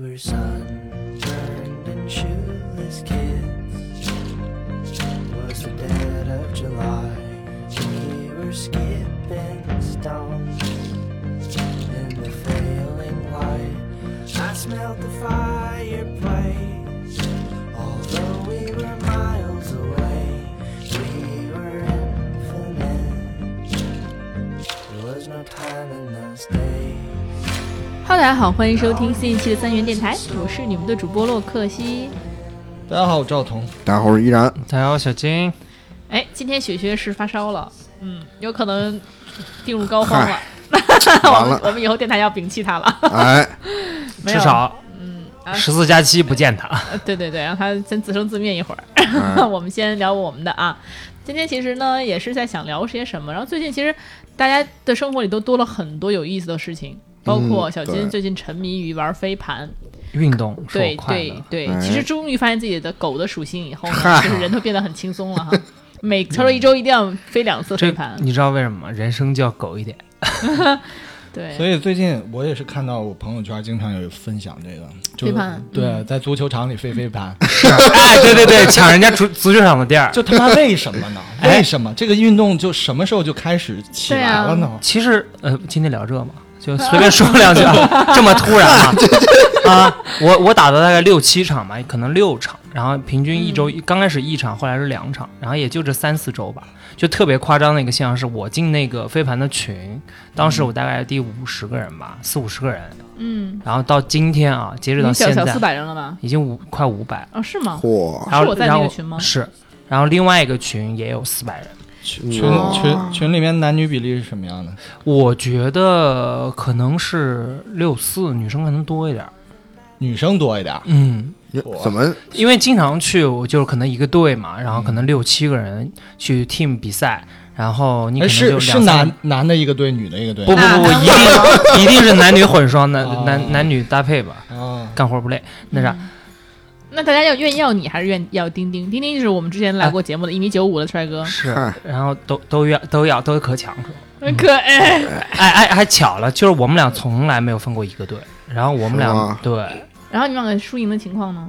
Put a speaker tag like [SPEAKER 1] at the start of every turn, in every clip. [SPEAKER 1] were sun-turned and shoeless kids. It was the dead of July. We were skipping stones in the failing light. I smelled the fireplace. Although we were miles away, we were infinite. There was no time in those days.
[SPEAKER 2] Hello，大家好，欢迎收听新一期的三元电台，我是你们的主播洛克西。
[SPEAKER 3] 大家好，我赵彤。
[SPEAKER 4] 大家好，我是 依然。
[SPEAKER 3] 大家好，小金。
[SPEAKER 2] 哎，今天雪雪是发烧了，嗯，有可能病入膏肓了。我
[SPEAKER 4] 完了，
[SPEAKER 2] 们以后电台要摒弃 他了，
[SPEAKER 4] 哎，
[SPEAKER 2] 没有
[SPEAKER 3] 至少
[SPEAKER 2] 啊
[SPEAKER 3] 十四加七不见他。
[SPEAKER 2] 呃对对对，让他先自生自灭一会儿。
[SPEAKER 4] 哎
[SPEAKER 2] 我们先聊我们的啊。今天其实呢，也是在想聊些什么。然后最近其实大家的生活里都多了很多有意思的事情，包括
[SPEAKER 4] 嗯
[SPEAKER 2] 小金
[SPEAKER 4] 对
[SPEAKER 2] 最近沉迷于玩飞盘，
[SPEAKER 3] 运动是
[SPEAKER 2] 对
[SPEAKER 3] 我快
[SPEAKER 2] 对
[SPEAKER 3] 乐。
[SPEAKER 2] 对，
[SPEAKER 4] 哎
[SPEAKER 2] 其实终于发现自己的狗的属性以后呢，
[SPEAKER 4] 嗨
[SPEAKER 2] 就是人都变得很轻松了哈。每他说一周一定要飞两次飞
[SPEAKER 3] 这
[SPEAKER 2] 盘，
[SPEAKER 3] 你知道为什么吗？人生就要狗 一点。
[SPEAKER 5] 所
[SPEAKER 2] 对，
[SPEAKER 5] 以最近我也是看到我朋友圈经常有分享这个，就
[SPEAKER 2] 飞盘嗯
[SPEAKER 5] 对，在足球场里飞飞盘，
[SPEAKER 3] 哎，对对 对，抢人家足足球场的店儿。
[SPEAKER 5] 就他妈为什 么呢？
[SPEAKER 3] 哎
[SPEAKER 5] 为什么这个运动就什么时候就开始起
[SPEAKER 2] 啊
[SPEAKER 5] 来了呢？
[SPEAKER 3] 其实呃，今天聊这嘛，就随便说两 句，啊，这么突然 啊？啊，我我打了大概六七场吧，可能六场，然后平均一周、
[SPEAKER 2] 嗯
[SPEAKER 3] 刚开始一场，后来是两场，然后也就这三四周吧。就特别夸张的一个现象是，我进那个飞盘的群，当时我大概第五十个人吧，四五十个人，
[SPEAKER 2] 嗯，
[SPEAKER 3] 然后到今天啊，截止到
[SPEAKER 2] 你小
[SPEAKER 3] 现
[SPEAKER 2] 小
[SPEAKER 3] 在
[SPEAKER 2] 四百人了吧？
[SPEAKER 3] 已经五快五百，
[SPEAKER 2] 哦，是吗？
[SPEAKER 4] 嚯，
[SPEAKER 3] 然
[SPEAKER 2] 是
[SPEAKER 3] 后
[SPEAKER 2] 我在
[SPEAKER 3] 然
[SPEAKER 2] 那
[SPEAKER 3] 后
[SPEAKER 2] 个群吗？
[SPEAKER 3] 是，然后另外一个群也有四百人。
[SPEAKER 5] 群
[SPEAKER 4] 哦
[SPEAKER 5] 群群群里面男女比例是什么样的？
[SPEAKER 3] 我觉得可能是六四女生可能多一点儿，
[SPEAKER 5] 女生多一点儿，
[SPEAKER 3] 嗯，
[SPEAKER 4] 怎么
[SPEAKER 3] 因为经常去，我就是可能一个队嘛，然后可能六七个人去 team 比赛，然后你可
[SPEAKER 5] 哎，
[SPEAKER 3] 能就是两
[SPEAKER 5] 是
[SPEAKER 3] 三
[SPEAKER 5] 男男的一个队，女的一个队
[SPEAKER 3] 不不不，
[SPEAKER 2] 那
[SPEAKER 3] 一定 一定是男女混双，男
[SPEAKER 5] 哦
[SPEAKER 3] 男男女搭配吧，
[SPEAKER 5] 啊。
[SPEAKER 3] 干活不累。那啥，
[SPEAKER 2] 那大家要愿意要你还是愿意要丁丁？丁丁就是我们之前来过节目的一米九五的帅哥，
[SPEAKER 3] 是啊
[SPEAKER 4] 嗨，
[SPEAKER 3] 然后都都要都要都可抢手。
[SPEAKER 2] 很可爱。
[SPEAKER 3] 哎哎，还巧了，就是我们俩从来没有分过一个队，然后我们
[SPEAKER 4] 是
[SPEAKER 3] 俩
[SPEAKER 4] 吗
[SPEAKER 3] 对
[SPEAKER 2] 然后你们两个输赢的情况呢？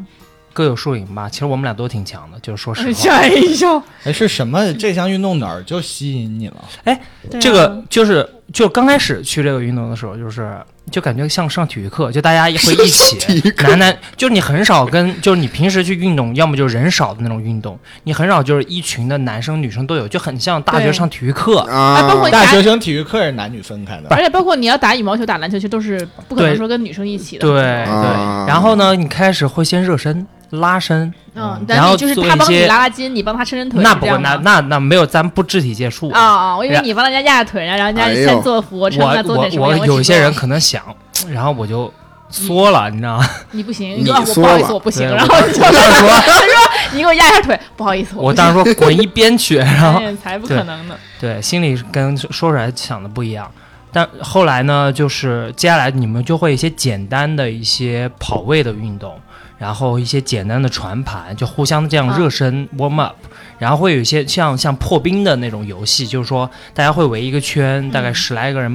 [SPEAKER 3] 各有输赢吧。其实我们俩都挺强的，就是说实话，
[SPEAKER 2] 吓一跳。
[SPEAKER 5] 哎，是什么？这项运动哪儿就吸引你了？
[SPEAKER 2] 对啊
[SPEAKER 3] 这个就是就刚开始去这个运动的时候，就是就感觉像上体育课，就大家会 一起男男，就是你很少跟就是你平时去运动，要么就人少的那种运动，你很少就是一群的男生女生都有，就很像大学
[SPEAKER 2] 对
[SPEAKER 3] 上体育课。
[SPEAKER 2] 哎，包
[SPEAKER 4] 啊
[SPEAKER 2] 括？你
[SPEAKER 5] 大
[SPEAKER 2] 打
[SPEAKER 5] 学生体育课是男女分开的，
[SPEAKER 2] 而且包括你要打羽毛球、打篮球，其实都是不可能
[SPEAKER 3] 对
[SPEAKER 2] 说跟女生一起的。嗯
[SPEAKER 3] 对
[SPEAKER 4] 啊
[SPEAKER 3] 对，然后呢，你开始会先热身、拉伸，
[SPEAKER 2] 嗯，
[SPEAKER 3] 然
[SPEAKER 2] 但
[SPEAKER 3] 后
[SPEAKER 2] 你就是
[SPEAKER 3] 做
[SPEAKER 2] 他
[SPEAKER 3] 一
[SPEAKER 2] 帮你
[SPEAKER 3] 些
[SPEAKER 2] 拉拉筋，你帮他伸伸腿，
[SPEAKER 3] 那
[SPEAKER 2] 是
[SPEAKER 3] 不
[SPEAKER 2] 这样
[SPEAKER 3] 那
[SPEAKER 2] 吗
[SPEAKER 3] 那那没有，咱不哎肢体接触
[SPEAKER 2] 啊啊！我以为
[SPEAKER 3] 然
[SPEAKER 2] 你帮人家压腿，然后人家
[SPEAKER 4] 哎呦
[SPEAKER 2] 先做俯卧撑，再做
[SPEAKER 3] 我
[SPEAKER 2] 点什么。
[SPEAKER 3] 我
[SPEAKER 2] 然后
[SPEAKER 3] 有
[SPEAKER 2] 一
[SPEAKER 3] 一
[SPEAKER 2] 起
[SPEAKER 3] 些
[SPEAKER 2] 做
[SPEAKER 3] 人可能想，然后我就缩了，你知道吗？
[SPEAKER 2] 你不行，
[SPEAKER 4] 你
[SPEAKER 2] 说啊我不
[SPEAKER 4] 说
[SPEAKER 2] 好意
[SPEAKER 4] 吧
[SPEAKER 2] 思，我不行，
[SPEAKER 3] 对
[SPEAKER 2] 然后你就 他说你给我压一下腿，不好意思，
[SPEAKER 3] 我
[SPEAKER 2] 不行
[SPEAKER 3] 当时说滚一边去，然后
[SPEAKER 2] 哎才不可能呢。
[SPEAKER 3] 对，心里跟说出来想的不一样。但后来呢，就是接下来你们就会一些简单的一些跑位的运动，然后一些简单的传盘，就互相这样
[SPEAKER 2] 啊
[SPEAKER 3] 热身、warm up，然后会有一些像像破冰的那种游戏，就是说大家会围一个圈，大概十来个人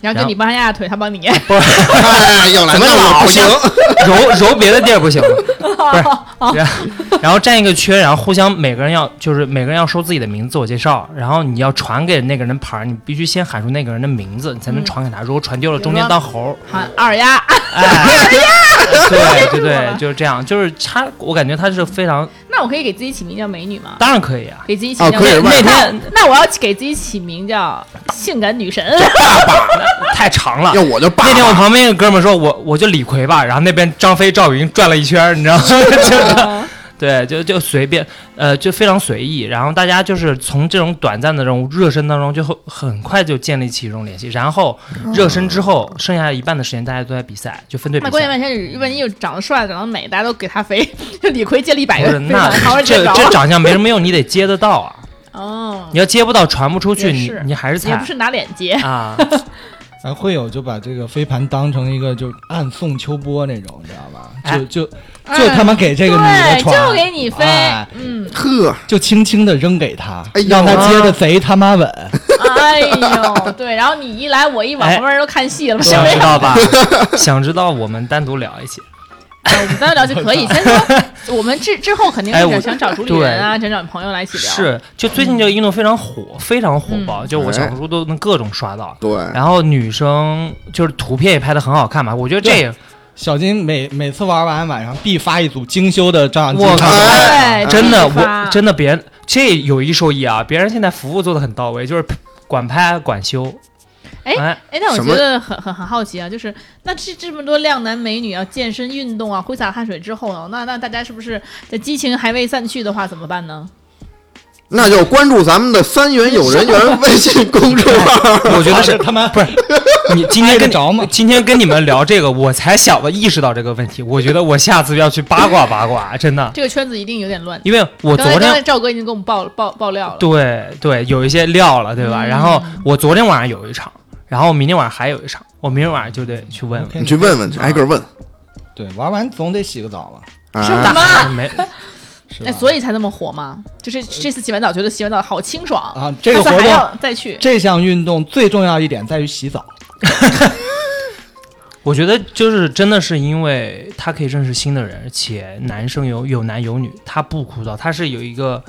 [SPEAKER 2] 然后
[SPEAKER 3] 然
[SPEAKER 2] 就
[SPEAKER 3] 后
[SPEAKER 2] 你帮他压压腿，他帮你。
[SPEAKER 4] 哎，要来
[SPEAKER 3] 怎么
[SPEAKER 4] 那
[SPEAKER 3] 老
[SPEAKER 4] 我不行，
[SPEAKER 3] 揉揉别的地儿不行吗？不是，然后然后站一个圈，然后互相每个人要就是每个人要说自己的名字自我介绍，然后你要传给那个人牌儿，你必须先喊出那个人的名字，你才能传给他。如果传丢了，
[SPEAKER 2] 比如
[SPEAKER 3] 中间
[SPEAKER 2] 说
[SPEAKER 3] 当猴儿，
[SPEAKER 2] 喊二丫，
[SPEAKER 3] 哎，对对
[SPEAKER 2] 我
[SPEAKER 3] 对
[SPEAKER 2] 了，
[SPEAKER 3] 就是这样，就是他，我感觉他是非常，
[SPEAKER 2] 那我可以给自己起名叫美女吗？
[SPEAKER 3] 当然可以啊，
[SPEAKER 2] 给自己起名叫
[SPEAKER 4] 啊可以
[SPEAKER 2] 美
[SPEAKER 4] 外
[SPEAKER 2] 女
[SPEAKER 3] 面
[SPEAKER 2] 那那我要给自己起名叫性感女神。
[SPEAKER 3] 太长了
[SPEAKER 4] 要。我就
[SPEAKER 3] 那
[SPEAKER 4] 霸
[SPEAKER 3] 天我
[SPEAKER 4] 道。
[SPEAKER 3] 旁边一个哥们儿说我我就李逵吧，然后那边张飞、赵云转了一圈儿，你知道吗？ 就是对，就就随便，呃，就非常随意。然后大家就是从这种短暂的这种热身当中，就会很快就建立起一种联系。然后热身之后，剩下一半的时间大家都在比赛，就分队
[SPEAKER 2] 哦那
[SPEAKER 3] 比
[SPEAKER 2] 关键
[SPEAKER 3] 赛。
[SPEAKER 2] 问题是，因为你又长得帅，长得美，大家都给他飞， 就李逵借了一百
[SPEAKER 3] 不
[SPEAKER 2] 个
[SPEAKER 3] 是，
[SPEAKER 2] 人，然后
[SPEAKER 3] 那
[SPEAKER 2] 接
[SPEAKER 3] 这
[SPEAKER 2] 着
[SPEAKER 3] 这长相没什么用，你得接得到啊！
[SPEAKER 2] 啊哦，
[SPEAKER 3] 你要接不到，传不出去，
[SPEAKER 2] 也
[SPEAKER 3] 你
[SPEAKER 2] 是
[SPEAKER 3] 你还是
[SPEAKER 2] 也
[SPEAKER 3] 菜
[SPEAKER 2] 不是拿脸接，
[SPEAKER 3] 啊！
[SPEAKER 5] 咱会有就把这个飞盘当成一个就暗送秋波那种，你知道吧？
[SPEAKER 3] 哎
[SPEAKER 5] 就就就他妈给这个女的
[SPEAKER 2] 嗯对，
[SPEAKER 5] 传，
[SPEAKER 2] 就给你飞，
[SPEAKER 5] 哎
[SPEAKER 2] 嗯，
[SPEAKER 4] 呵，
[SPEAKER 5] 就轻轻的扔给他，
[SPEAKER 4] 哎呦
[SPEAKER 5] 让他接的贼他妈稳。
[SPEAKER 2] 哎呦，对，然后你一来我一往，
[SPEAKER 3] 哎
[SPEAKER 2] 旁边人都看戏了，
[SPEAKER 3] 想知道吧？想知道，我们单独聊一期。
[SPEAKER 2] 哎我们单聊就可 以，先说我们之之后肯定
[SPEAKER 3] 哎
[SPEAKER 2] 是
[SPEAKER 3] 我
[SPEAKER 2] 想找主理人啊，想找朋友 来一起聊。，嗯
[SPEAKER 3] 是，就最近这个运动非常火，非常火爆，就我
[SPEAKER 2] 哎
[SPEAKER 3] 小红书都能各种刷到。
[SPEAKER 4] 对，
[SPEAKER 3] 然后女生就是图片也拍的很好看嘛，我觉得这也
[SPEAKER 5] 小金每每次玩完晚上必发一组精修的照相机，
[SPEAKER 3] 我靠
[SPEAKER 4] 哎
[SPEAKER 2] 对，
[SPEAKER 3] 真的，
[SPEAKER 2] 这个发
[SPEAKER 3] 我真的别人这有一说一啊，别人现在服务做的很到位，就是管拍管修。
[SPEAKER 2] 哎
[SPEAKER 3] 哎，
[SPEAKER 2] 哎，那我
[SPEAKER 4] 什
[SPEAKER 2] 觉
[SPEAKER 4] 么
[SPEAKER 2] 得很很很好奇啊，就是那这这么多靓男美女要健身运动啊，挥洒汗水之后呢，那那大家是不是在激情还未散去的话怎么办呢？
[SPEAKER 4] 那就关注咱们的三元有人缘微 信公众号。
[SPEAKER 3] 我觉得是
[SPEAKER 5] 他们
[SPEAKER 3] 不是你今天跟
[SPEAKER 5] 挨得着吗
[SPEAKER 3] 今天跟你们聊这个，我才想到意识到这个问题。我觉得我下次要去八卦八卦， 真的，
[SPEAKER 2] 这个圈子一定有点乱。
[SPEAKER 3] 因为我
[SPEAKER 2] 刚才刚
[SPEAKER 3] 昨天
[SPEAKER 2] 才赵哥已经给我们爆爆爆料了，
[SPEAKER 3] 对对，有一些料了，对吧？
[SPEAKER 2] 嗯
[SPEAKER 3] 然后我昨天晚上有一场，然后明天晚上还有一场，我明天晚上就得去问问。
[SPEAKER 4] 你去问问去，挨个问。
[SPEAKER 5] 对，玩完总得洗个澡吧？
[SPEAKER 2] 是
[SPEAKER 4] 啊，
[SPEAKER 2] 吧？
[SPEAKER 3] 没，
[SPEAKER 5] 是吧
[SPEAKER 2] 哎，所以才那么火嘛。就是这次洗完澡，觉得洗完澡好清爽，
[SPEAKER 5] 啊，这个
[SPEAKER 2] 下
[SPEAKER 5] 活
[SPEAKER 2] 次还
[SPEAKER 5] 动
[SPEAKER 2] 要再去。
[SPEAKER 5] 这项运动最重要一点在于洗澡，
[SPEAKER 3] 我觉得就是真的是因为他可以认识新的人，且男生有有男有女，他不枯燥，他是有一个，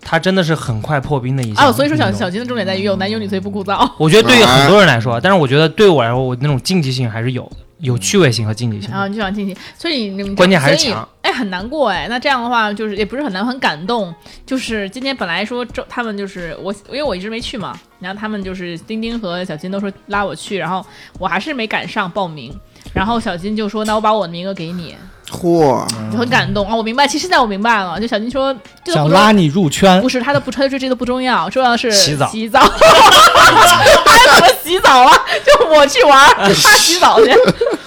[SPEAKER 3] 他真的是很快破冰的一项
[SPEAKER 2] 啊，所以说小
[SPEAKER 3] 运动
[SPEAKER 2] 小金的重点在于有男有女，所以不枯燥。
[SPEAKER 3] 我觉得对于很多人来说，但是我觉得对我来说，我那种竞技性还是有的，有趣味性和竞技 性
[SPEAKER 5] 嗯
[SPEAKER 2] 然。啊后你就想进去，所以你们
[SPEAKER 3] 关键还是
[SPEAKER 2] 所以
[SPEAKER 3] 强
[SPEAKER 2] 哎，很难过哎。那这样的话，就是也不是很难，很感动。就是今天本来说周他们就是我，因为我一直没去嘛，然后他们就是丁丁和小金都说拉我去，然后我还是没赶上报名。然后小金就说：“那我把我的名额给你。
[SPEAKER 4] 嚯，”
[SPEAKER 2] 就很感动啊！我明白，其实现在我明白了。就小金说，这都
[SPEAKER 5] 嗯想
[SPEAKER 2] 不
[SPEAKER 5] 拉
[SPEAKER 2] 重
[SPEAKER 5] 你入圈
[SPEAKER 2] 不。是他的不穿这这都不重要，重要的是
[SPEAKER 3] 洗澡
[SPEAKER 2] 洗澡， 他怎么洗澡啊？就我去玩 儿，他洗澡去。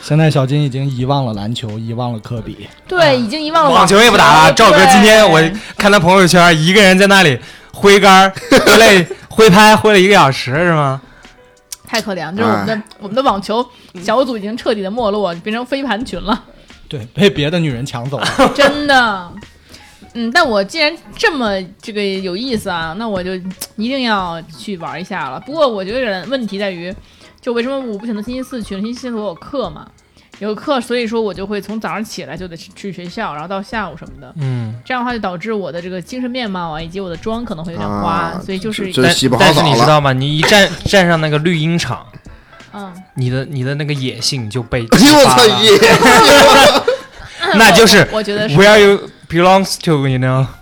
[SPEAKER 5] 现在小金已经遗忘了篮球，遗忘了科比，
[SPEAKER 2] 对，已经遗忘了
[SPEAKER 3] 嗯哦网球也不打了，赵哥今天我
[SPEAKER 2] 对
[SPEAKER 3] 看他朋友圈，一个人在那里挥杆儿，挥了 挥拍挥了一个小时是吗？
[SPEAKER 2] 太可怜了，就是我们
[SPEAKER 3] 哎
[SPEAKER 2] 的、我们的网球小组已经彻底的没落，变成飞盘群了，
[SPEAKER 5] 对，被别的女人抢走了。
[SPEAKER 2] 真的。嗯，但我既然这么这个有意思啊，那我就一定要去玩一下了。不过我觉得有点问题在于，就为什么我不选择星期四去呢？星期四我有课嘛，有课，所以说我就会从早上起来就得去去学校，然后到下午什么的。
[SPEAKER 3] 嗯，
[SPEAKER 2] 这样的话就导致我的这个精神面貌啊，以及我的妆可能会有点花，
[SPEAKER 4] 啊
[SPEAKER 2] 所以就是
[SPEAKER 4] 这
[SPEAKER 3] 但
[SPEAKER 4] 洗不好
[SPEAKER 3] 但是
[SPEAKER 4] 澡
[SPEAKER 3] 你知
[SPEAKER 4] 了
[SPEAKER 3] 道吗？你一站站上那个绿茵场，
[SPEAKER 2] 嗯，
[SPEAKER 3] 你的你的那个野性就被
[SPEAKER 4] 哎
[SPEAKER 3] 激
[SPEAKER 4] 呦我
[SPEAKER 3] 发
[SPEAKER 4] 操
[SPEAKER 3] 嗯了，
[SPEAKER 4] 耶！
[SPEAKER 3] 那就是
[SPEAKER 2] 我我觉得是
[SPEAKER 3] Where you belongs to，你呢？
[SPEAKER 4] 嗯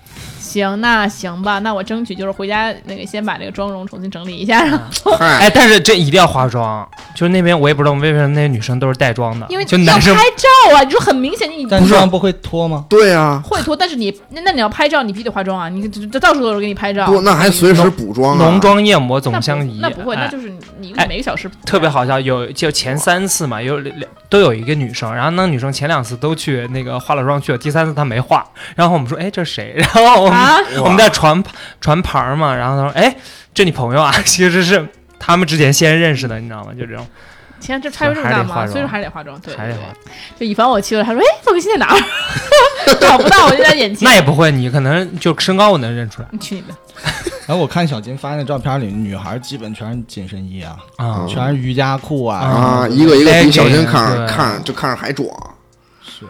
[SPEAKER 2] 行，那行吧，那我争取就是回家那个先把这个妆容重新整理一下，然后
[SPEAKER 4] 嗨，
[SPEAKER 3] 哎，但是这一定要化妆，就是那边我也不知道为什么那些女生都是带妆的，
[SPEAKER 2] 因为
[SPEAKER 3] 就
[SPEAKER 2] 要
[SPEAKER 3] 男生
[SPEAKER 2] 拍照啊，你说很明显你
[SPEAKER 5] 但这样不会脱吗？
[SPEAKER 4] 对啊，
[SPEAKER 2] 会脱，但是你那那你要拍照，你必须得化妆啊，你这这到处都是给你拍照，
[SPEAKER 4] 不，那还随时补妆啊。
[SPEAKER 3] 啊嗯浓妆艳抹总
[SPEAKER 2] 那
[SPEAKER 3] 相
[SPEAKER 2] 不
[SPEAKER 3] 宜。
[SPEAKER 2] 那不会，
[SPEAKER 3] 哎
[SPEAKER 2] 那就是你
[SPEAKER 3] 哎
[SPEAKER 2] 每个小时
[SPEAKER 3] 特别好笑，有就前三次嘛，有两都有一个女生，然后那女生前两次都去那个化了妆去了，第三次她没化，然后我们说，哎，这是谁？然后我们、
[SPEAKER 2] 啊，
[SPEAKER 4] 哇
[SPEAKER 3] 我们在传传牌儿嘛，然后她说，哎，这你朋友啊，其实是他们之前先认识的，你知道吗？就这种
[SPEAKER 2] 天，这差别这么大吗？
[SPEAKER 3] 还得化妆
[SPEAKER 2] 所以说还是得化妆，对，
[SPEAKER 3] 还得
[SPEAKER 2] 对
[SPEAKER 3] 化，
[SPEAKER 2] 就以防我去了，他说哎，范可新在哪儿？ 找不到，我就在眼前
[SPEAKER 3] 那。也不会，你可能就身高我能认出来
[SPEAKER 2] 你去你的！
[SPEAKER 5] 然后哎我看小金发的照片里，女孩基本全是紧身衣啊，
[SPEAKER 3] 啊、
[SPEAKER 5] 全是瑜伽裤啊。
[SPEAKER 4] 啊，一个一个比小心看着
[SPEAKER 3] 哎对
[SPEAKER 4] 看着就看着还壮。
[SPEAKER 5] 是，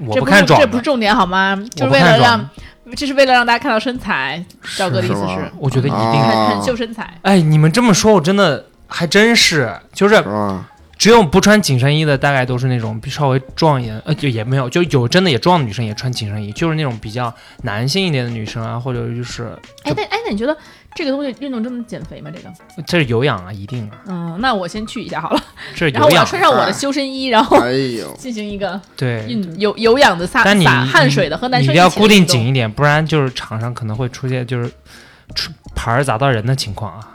[SPEAKER 3] 我
[SPEAKER 2] 这
[SPEAKER 3] 不
[SPEAKER 2] 不
[SPEAKER 3] 看
[SPEAKER 2] 是
[SPEAKER 3] 壮
[SPEAKER 2] 这不是
[SPEAKER 3] 的，
[SPEAKER 2] 重点好吗？就是
[SPEAKER 3] 我不
[SPEAKER 2] 为了
[SPEAKER 3] 看
[SPEAKER 2] 让
[SPEAKER 3] 壮，
[SPEAKER 2] 这是为了让大家看到身材。赵哥的意思
[SPEAKER 4] 是吗
[SPEAKER 2] 是，
[SPEAKER 3] 我觉得一定。
[SPEAKER 4] 啊
[SPEAKER 2] 很很秀身材。
[SPEAKER 3] 哎，你们这么说，我真的还真是，就是
[SPEAKER 4] 是吧？
[SPEAKER 3] 只有不穿紧身衣的，大概都是那种稍微壮一点，呃，就也没有，就有真的也壮的女生也穿紧身衣，就是那种比较男性一点的女生啊，或者就是
[SPEAKER 2] 哎，但哎，那你觉得这个东西运动真的减肥吗？这个，
[SPEAKER 3] 这是有氧啊，一定啊，
[SPEAKER 2] 嗯，那我先去一下好了。
[SPEAKER 3] 这是
[SPEAKER 2] 然后我
[SPEAKER 3] 有啊
[SPEAKER 2] 要
[SPEAKER 3] 氧，
[SPEAKER 2] 穿上我的修身衣，然后
[SPEAKER 4] 哎呦，
[SPEAKER 2] 进行一个
[SPEAKER 3] 对。
[SPEAKER 2] 运有有氧的撒
[SPEAKER 3] 嗯但你
[SPEAKER 2] 撒汗水的，和男
[SPEAKER 3] 你
[SPEAKER 2] 生
[SPEAKER 3] 一定要固定紧。一点，不然就是场上可能会出现就是出牌儿砸到人的情况啊。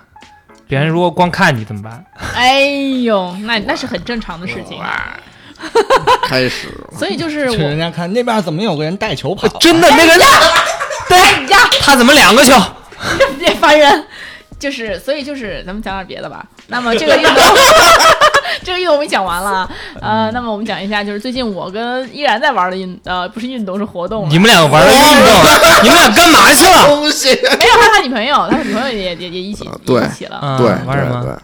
[SPEAKER 3] 别人如果光看你怎么办？
[SPEAKER 2] 哎呦，那那是很正常的事情。啊
[SPEAKER 4] 开始了
[SPEAKER 2] 所以就是
[SPEAKER 5] 去人
[SPEAKER 2] 我
[SPEAKER 5] 家看那边怎么有个人带球跑啊？
[SPEAKER 3] 真的那个人，对
[SPEAKER 2] 哎呀，
[SPEAKER 3] 他怎么两个球？
[SPEAKER 2] 别烦人，就是所以就是咱们讲点别的吧。那么这个运动。 这个运动我们讲完了啊，呃，那么我们讲一下，就是最近我跟依然在玩的运，呃，不是运动是活动了。
[SPEAKER 3] 你们两个玩儿运动，你们俩干嘛去了？
[SPEAKER 4] 东西。
[SPEAKER 3] 嗯
[SPEAKER 2] 没有，他他女朋友，他女朋友也也也一起
[SPEAKER 4] 呃对
[SPEAKER 2] 一起了。
[SPEAKER 3] 嗯
[SPEAKER 4] 对，
[SPEAKER 3] 玩儿什么？
[SPEAKER 4] 对对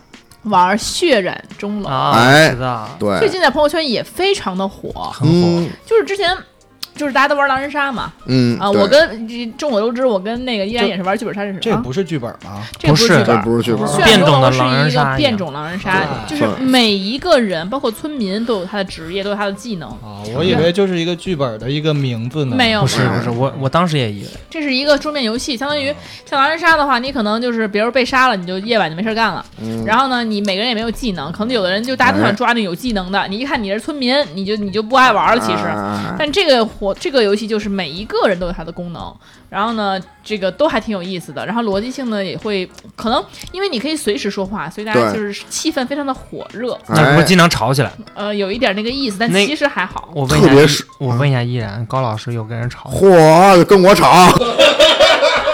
[SPEAKER 2] 玩血染钟楼，
[SPEAKER 3] 啊，
[SPEAKER 4] 哎
[SPEAKER 3] 知道，
[SPEAKER 2] 最
[SPEAKER 4] 对，
[SPEAKER 2] 近在朋友圈也非常的火，
[SPEAKER 3] 很火
[SPEAKER 4] 嗯
[SPEAKER 2] 就是之前。就是大家都玩狼人杀嘛，
[SPEAKER 4] 嗯
[SPEAKER 2] 啊，
[SPEAKER 4] 对
[SPEAKER 2] 我跟众所周知，我跟那个依然
[SPEAKER 5] 这
[SPEAKER 2] 也是玩剧本杀认识的。
[SPEAKER 5] 这
[SPEAKER 2] 啊
[SPEAKER 5] 不是剧本吧？
[SPEAKER 2] 这个不
[SPEAKER 3] 不
[SPEAKER 2] 剧
[SPEAKER 3] 是
[SPEAKER 2] 本
[SPEAKER 4] 这
[SPEAKER 2] 儿，
[SPEAKER 4] 呃不是剧本
[SPEAKER 2] 血
[SPEAKER 4] 儿，
[SPEAKER 2] 染
[SPEAKER 3] 变
[SPEAKER 2] 钟
[SPEAKER 3] 种
[SPEAKER 2] 楼
[SPEAKER 3] 的
[SPEAKER 2] 是
[SPEAKER 3] 狼人
[SPEAKER 2] 一
[SPEAKER 3] 杀
[SPEAKER 2] 个
[SPEAKER 3] 一
[SPEAKER 2] 变
[SPEAKER 3] 样
[SPEAKER 2] 种狼人杀，
[SPEAKER 5] 对
[SPEAKER 2] 就是
[SPEAKER 4] 是
[SPEAKER 2] 每一个人，包括村民，都有他的职业，都有他的技能。
[SPEAKER 5] 啊，我以为就是一个剧本的一个名字呢。
[SPEAKER 2] 没有，
[SPEAKER 3] 不是
[SPEAKER 2] 没
[SPEAKER 3] 不
[SPEAKER 2] 有
[SPEAKER 3] 是，嗯我我当时也以为
[SPEAKER 2] 这是一个桌面游戏，相当于像狼人杀的话，你可能就是别人被杀了，你就夜晚就没事儿干了。
[SPEAKER 3] 嗯
[SPEAKER 2] 然后呢，你每个人也没有技能，可能有的人就大家都
[SPEAKER 3] 哎
[SPEAKER 2] 想抓那有技能的，你一看你是村民，你就你就不爱玩了。其
[SPEAKER 3] 哎
[SPEAKER 2] 实，
[SPEAKER 4] 啊
[SPEAKER 2] 但这个活这个游戏就是每一个人都有它的功能，然后呢，这个都还挺有意思的，然后逻辑性呢也会可能因为你可以随时说话，所以大家
[SPEAKER 4] 对
[SPEAKER 2] 就是气氛非常的火热，
[SPEAKER 3] 那不
[SPEAKER 4] 哎
[SPEAKER 3] 是经常吵起来。
[SPEAKER 2] 呃，有一点那个意思，但
[SPEAKER 3] 那
[SPEAKER 2] 其实还 好。
[SPEAKER 3] 我问
[SPEAKER 4] 特别
[SPEAKER 3] 一下
[SPEAKER 4] 是，
[SPEAKER 3] 我问一下依然，高老师有跟人吵，
[SPEAKER 4] 嚯，跟我 吵，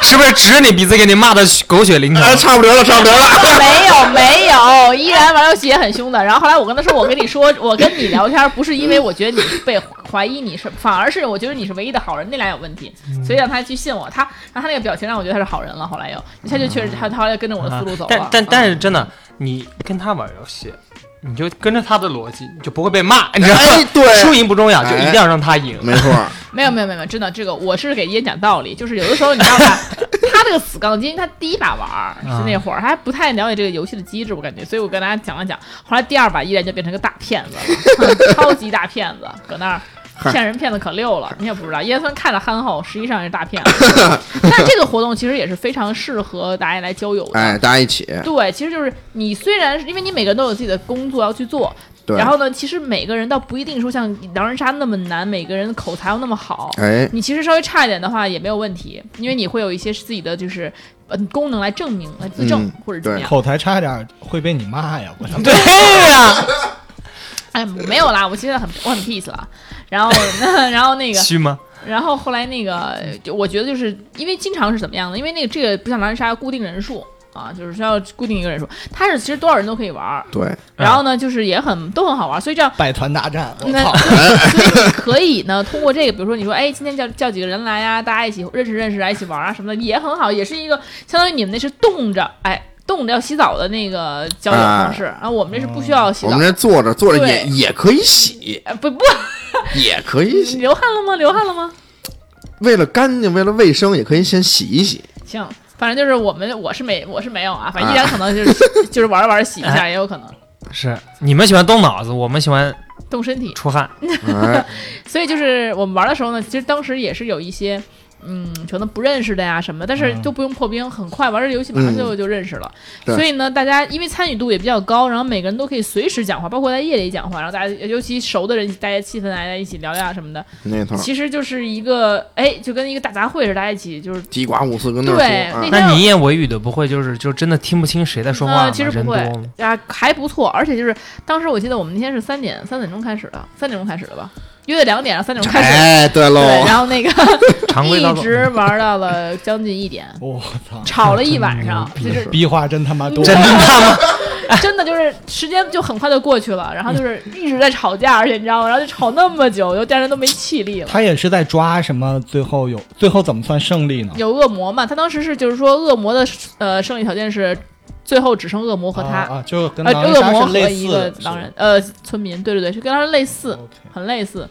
[SPEAKER 3] 是不是指着你鼻子给你骂的狗血淋头？
[SPEAKER 4] 哎，差不离了，差不离了，
[SPEAKER 2] 没有没有，依然玩游戏也很凶的。然后后来我跟他说，我跟你说， 我跟你聊天不是因为我觉得你被怀疑你是，反而是我觉得你是唯一的好人，那俩有问题，
[SPEAKER 3] 嗯
[SPEAKER 2] 所以让他去信我。他然后他那个表情让我觉得他是好人了。后来又他就确实他他后来跟着我的思路走了。
[SPEAKER 3] 嗯啊
[SPEAKER 2] 啊嗯
[SPEAKER 3] 但但但是真的，你跟他玩游戏，你就跟着他的逻辑，你就不会被骂，你知道吗？
[SPEAKER 4] 哎，
[SPEAKER 3] 输
[SPEAKER 4] 对，
[SPEAKER 3] 赢不重要，就一定要让他赢。
[SPEAKER 4] 没 错儿，
[SPEAKER 2] 没有没有没有，真的，这个我是给爷讲道理，就是有的时候你知道 吧，他这个死杠精，他第一把玩儿是那会儿，他还不太了解这个游戏的机制，我感觉，所以我跟大家讲了讲，后来第二把依然就变成个大骗子 了，超级大骗子，搁那儿。骗人骗的可溜 了，你也不知道。爷孙看着憨厚，实际上是大骗子。但这个活动其实也是非常适合大家来交友的。
[SPEAKER 4] 哎，大家一起，
[SPEAKER 2] 对，其实就是你虽然是因为你每个人都有自己的工作要去做，
[SPEAKER 4] 对，
[SPEAKER 2] 然后呢，其实每个人倒不一定说像狼人杀那么难，每个人口才又那么好。
[SPEAKER 4] 哎，
[SPEAKER 2] 你其实稍微差一点的话也没有问题，因为你会有一些自己的就是呃功能来证明、来自证、
[SPEAKER 4] 嗯
[SPEAKER 2] 或者怎么样。
[SPEAKER 5] 口才差点会被你骂呀！ 我操，
[SPEAKER 3] 对呀，
[SPEAKER 2] 哎，没有啦，我现在很我很 peace 了。然后， 然后那个，
[SPEAKER 3] 虚吗？
[SPEAKER 2] 然后后来那个，就我觉得就是因为经常是怎么样的，因为那个这个不像狼人杀固定人数啊，就是需要固定一个人数，它是其实多少人都可以玩儿。
[SPEAKER 4] 对，
[SPEAKER 2] 然后呢，就是也很都很好玩儿，所以这样
[SPEAKER 5] 百团大战，我
[SPEAKER 2] 那
[SPEAKER 5] 操！
[SPEAKER 2] 所以你可以呢，通过这个，比如说你说，哎，今天叫叫几个人来啊，大家一起认识认识啊，一起玩啊什么的，也很好，也是一个相当于你们那是冻着，哎，冻着要洗澡的那个交友方式，啊，我们这是
[SPEAKER 5] 哦
[SPEAKER 2] 不需要洗
[SPEAKER 4] 我
[SPEAKER 2] 澡
[SPEAKER 4] 们，这坐着坐着也
[SPEAKER 2] 对
[SPEAKER 4] 也可以洗，
[SPEAKER 2] 哎不不，
[SPEAKER 4] 也可以 洗，
[SPEAKER 2] 流汗了吗？流汗了吗？
[SPEAKER 4] 为了干净，为了卫生，也可以先洗 一洗，
[SPEAKER 2] 行，反正就是我们我是没我是没有啊，反正依然可能就是、就是玩着玩着洗一下也有可能
[SPEAKER 3] 是你们喜欢动脑子，我们喜欢
[SPEAKER 2] 冻身体，
[SPEAKER 3] 出汗。
[SPEAKER 4] 哎，
[SPEAKER 2] 所以就是我们玩的时候呢，其实当时也是有一些。嗯，可能不认识的呀什么的，但是
[SPEAKER 3] 嗯
[SPEAKER 2] 都不用破冰，很快玩这游戏马上就、就认识了。
[SPEAKER 4] 对
[SPEAKER 2] 所以呢，大家因为参与度也比较高，然后每个人都可以随时讲话，
[SPEAKER 3] 嗯
[SPEAKER 2] 包括在夜里讲话，然后大家尤其熟的人，大家气氛大家一起聊聊啊什么的，
[SPEAKER 4] 那
[SPEAKER 3] 嗯
[SPEAKER 4] 头儿
[SPEAKER 2] 其实就是一个哎，就跟一个大杂烩似的，大家一起就是
[SPEAKER 4] 叽呱五四跟那儿
[SPEAKER 2] 对
[SPEAKER 4] 说，啊
[SPEAKER 2] 那
[SPEAKER 3] 那你一言为语的不会就是就真的听不清谁在说话
[SPEAKER 2] 呃，
[SPEAKER 3] 吗？
[SPEAKER 2] 其实
[SPEAKER 3] 人
[SPEAKER 2] 不
[SPEAKER 3] 多
[SPEAKER 2] 会
[SPEAKER 3] 吗？
[SPEAKER 2] 啊，还不错，而且就是当时我记得我们那天是三点三点钟开始的，三点钟开始的吧，约的两点，然后三点钟开始。
[SPEAKER 4] 哎，对喽，
[SPEAKER 2] 对，然后那个
[SPEAKER 3] 常
[SPEAKER 2] 一
[SPEAKER 3] 规操作。
[SPEAKER 2] 直玩到了将近一 点，
[SPEAKER 5] 我操，
[SPEAKER 2] 吵了一晚上，就是
[SPEAKER 5] 逼话真他妈多！
[SPEAKER 2] 真真的就是时间就很快就过去了，然后就是
[SPEAKER 5] 嗯
[SPEAKER 2] 一直在吵架，而且你知道吗？然后 就吵那么久，就第二天都没气力了。
[SPEAKER 5] 他也是在抓什么？最后有最后怎么算胜利呢？
[SPEAKER 2] 有恶魔嘛？他当时是就是说恶魔的呃胜利条件是最后只剩恶魔和他，
[SPEAKER 5] 啊啊，就跟
[SPEAKER 2] 呃
[SPEAKER 5] 狼人
[SPEAKER 2] 恶
[SPEAKER 5] 杀
[SPEAKER 2] 魔
[SPEAKER 5] 是嗯
[SPEAKER 2] 和
[SPEAKER 5] 类
[SPEAKER 2] 一
[SPEAKER 5] 似
[SPEAKER 2] 个
[SPEAKER 5] 的，
[SPEAKER 2] 狼人呃村民，对对对，是跟他类似
[SPEAKER 5] 是，吧。OK
[SPEAKER 2] 很类似。